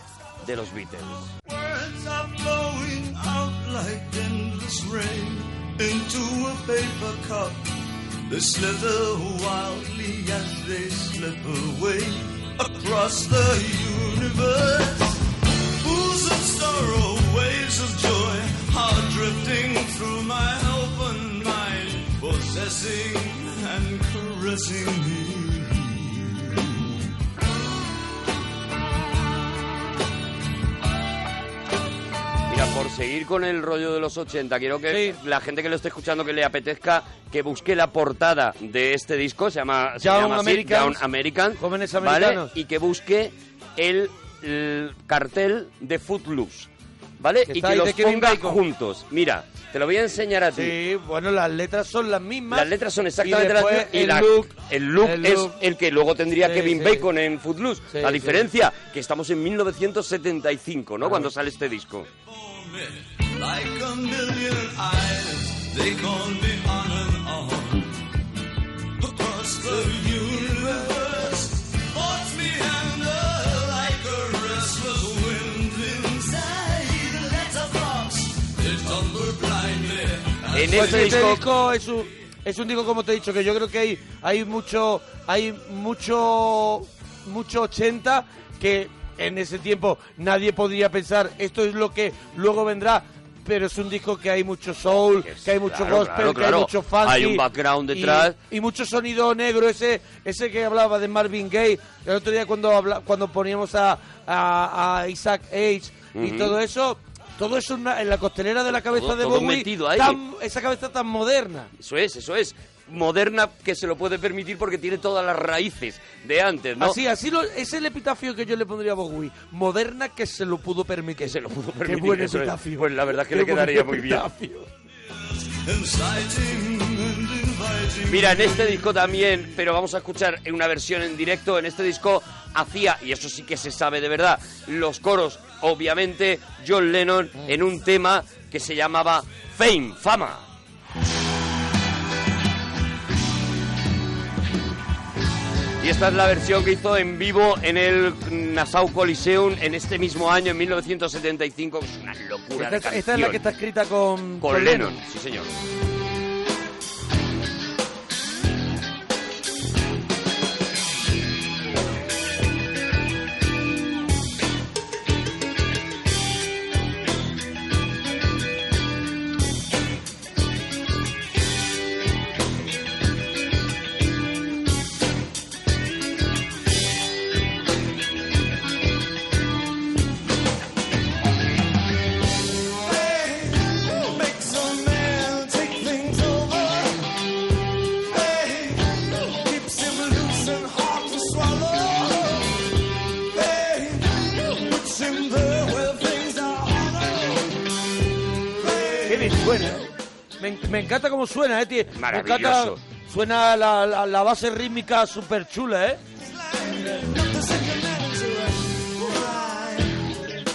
de los Beatles.
Words are flowing out like endless rain into a paper cup. They slither wildly as they slip away across the universe. Pools of sorrow, waves of joy are drifting through my open mind, possessing and caressing me.
Mira, por seguir con el rollo de los 80, quiero que la gente que lo esté escuchando que le apetezca que busque la portada de este disco, se llama, se
Young
llama así,
Americans,
Young American,
Jóvenes
¿vale?
americanos.
Y que busque el, el cartel de Footloose, ¿vale?
Que
Y
está
que
ahí
los
de Kevin
ponga
Bacon.
juntos. Mira, te lo voy a enseñar a ti.
Sí, bueno, las letras son las mismas.
Las letras son
Y
exactamente las
después
mismas y
el
la-
look,
el look
el
es
look.
el que luego tendría
Sí,
Kevin
sí.
Bacon en Footloose.
Sí,
la
sí.
diferencia, que estamos en 1975, ¿no?
Claro.
Cuando sale este disco.
Like a million eyes, they call me on and on. Across the universe, holds me under like a restless wind inside. a letterbox, they tumble blindly.
Pues este disco es un, es un disco, como te he dicho, que yo creo que hay, hay mucho, hay mucho, mucho 80 que en ese tiempo nadie podría pensar esto es lo que luego vendrá. Pero es un disco que hay mucho soul, que hay mucho
claro,
gospel,
claro,
que
claro.
hay mucho funky.
Hay un background
y-
detrás.
Y, mucho sonido negro, ese ese que hablaba de Marvin Gaye. El otro día cuando habla- cuando poníamos a, a- a Isaac Age y
Ujú.
todo eso, todo eso en la- en la costelera de la cabeza
Todo-
de
todo
Bowie,
metido ahí.
tan- esa cabeza tan moderna.
Eso es, eso es. Moderna que se lo puede permitir porque tiene todas las raíces de antes, ¿no?
Así, así lo- ese es el epitafio que yo le pondría a Bowie. Moderna que se lo pudo permitir.
se lo pudo
Qué
permitir,
buen
eso es.
epitafio.
Pues la verdad es que
Qué
le
buen
quedaría muy bien.
epitafio.
Inciting and inviting.
Mira, en este disco también, pero vamos a escuchar en una versión en directo, en este disco hacía, y eso sí que se sabe de verdad, los coros, obviamente, John Lennon en un tema que se llamaba Fame, fama. Y esta es la versión que hizo en vivo en el Nassau Coliseum en este mismo año, en 1975, que es una locura. de
Esta, es- esta es la
canción.
que está escrita con,
Con Lennon, sí señor.
Makes a man take things over. Hey, keeps him loose and hard to swallow. Hey, puts him there where things are
Qué bien suena. ¿eh? Me, me encanta cómo suena, ¿eh? tío? Me
Maravilloso.
encanta- suena la, la- la base rítmica súper chula, ¿eh?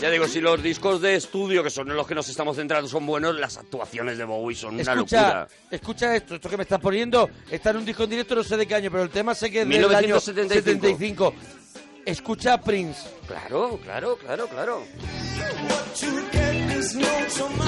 Ya digo, si los discos de estudio, que son en los que nos estamos centrando, son buenos, las actuaciones de Bowie son una
Escucha,
locura.
escucha esto, esto que me estás poniendo está en un disco en directo, no sé de qué año, pero el tema sé que es del año 75.
1975.
Escucha a Prince.
Claro, claro, claro, claro.
What you get is no tomorrow.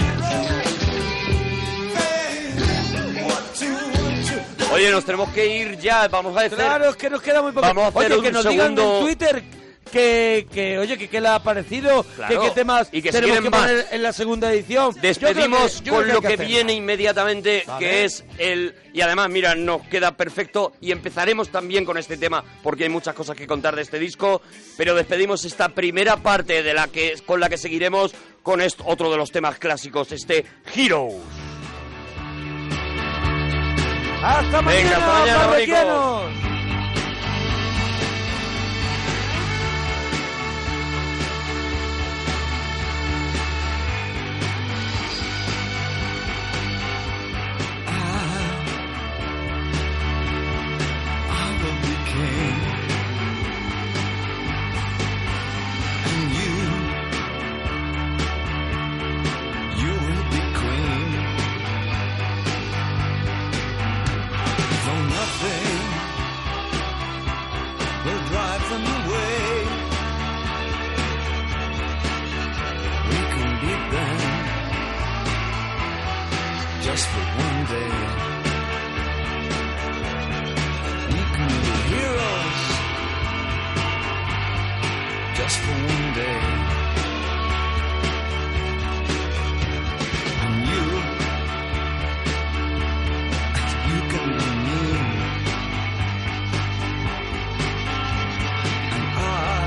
Hey, what you want to
Oye, nos tenemos que ir ya, vamos a hacer...
Claro, es que nos queda muy poco.
Vamos a hacer
oye, que
un
nos digan
segundo-
en Twitter que, que oye, que qué le ha parecido,
Claro,
que qué temas
y que si
tenemos
quieren
que
más.
poner en la segunda edición. Yo creo que-
Despedimos
yo creo
con
hay
lo que,
hacer.
viene inmediatamente,
Vale.
que es el... Y además, mira, nos queda perfecto y empezaremos también con este tema, porque hay muchas cosas que contar de este disco, pero despedimos esta primera parte de la que, con la que seguiremos con est- otro de los temas clásicos, este Heroes.
¡Hasta
Venga,
mañana,
hasta mañana,
parroquianos!
I will be king. And you, you will be queen. Though nothing will drive them away, we can beat them just for one day. We can be heroes just for one day. And you, you can be mean. And I,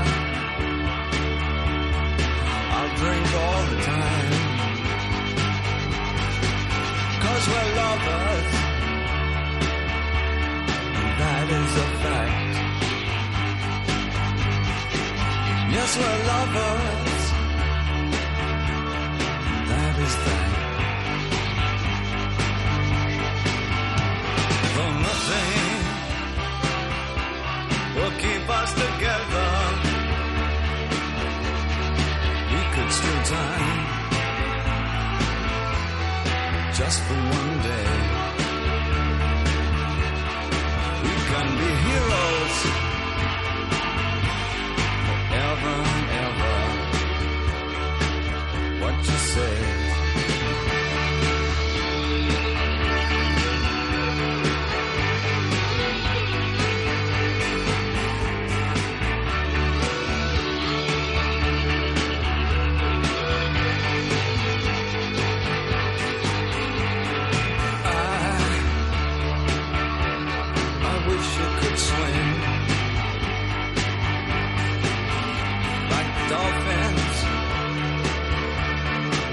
I'll drink all the time. Cause we're lovers. That is a fact. Yes, we're lovers. That is that. Though nothing will keep us together, we could still die just for one day. We can be heroes forever and ever. What you say? I wish you could swim like dolphins,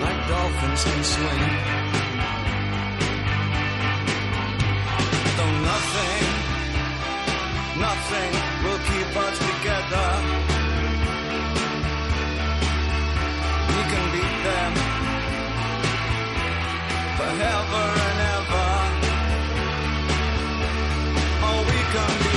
like dolphins can swim. Though nothing, nothing will keep us together. We can beat them forever and ever. Oh, we can be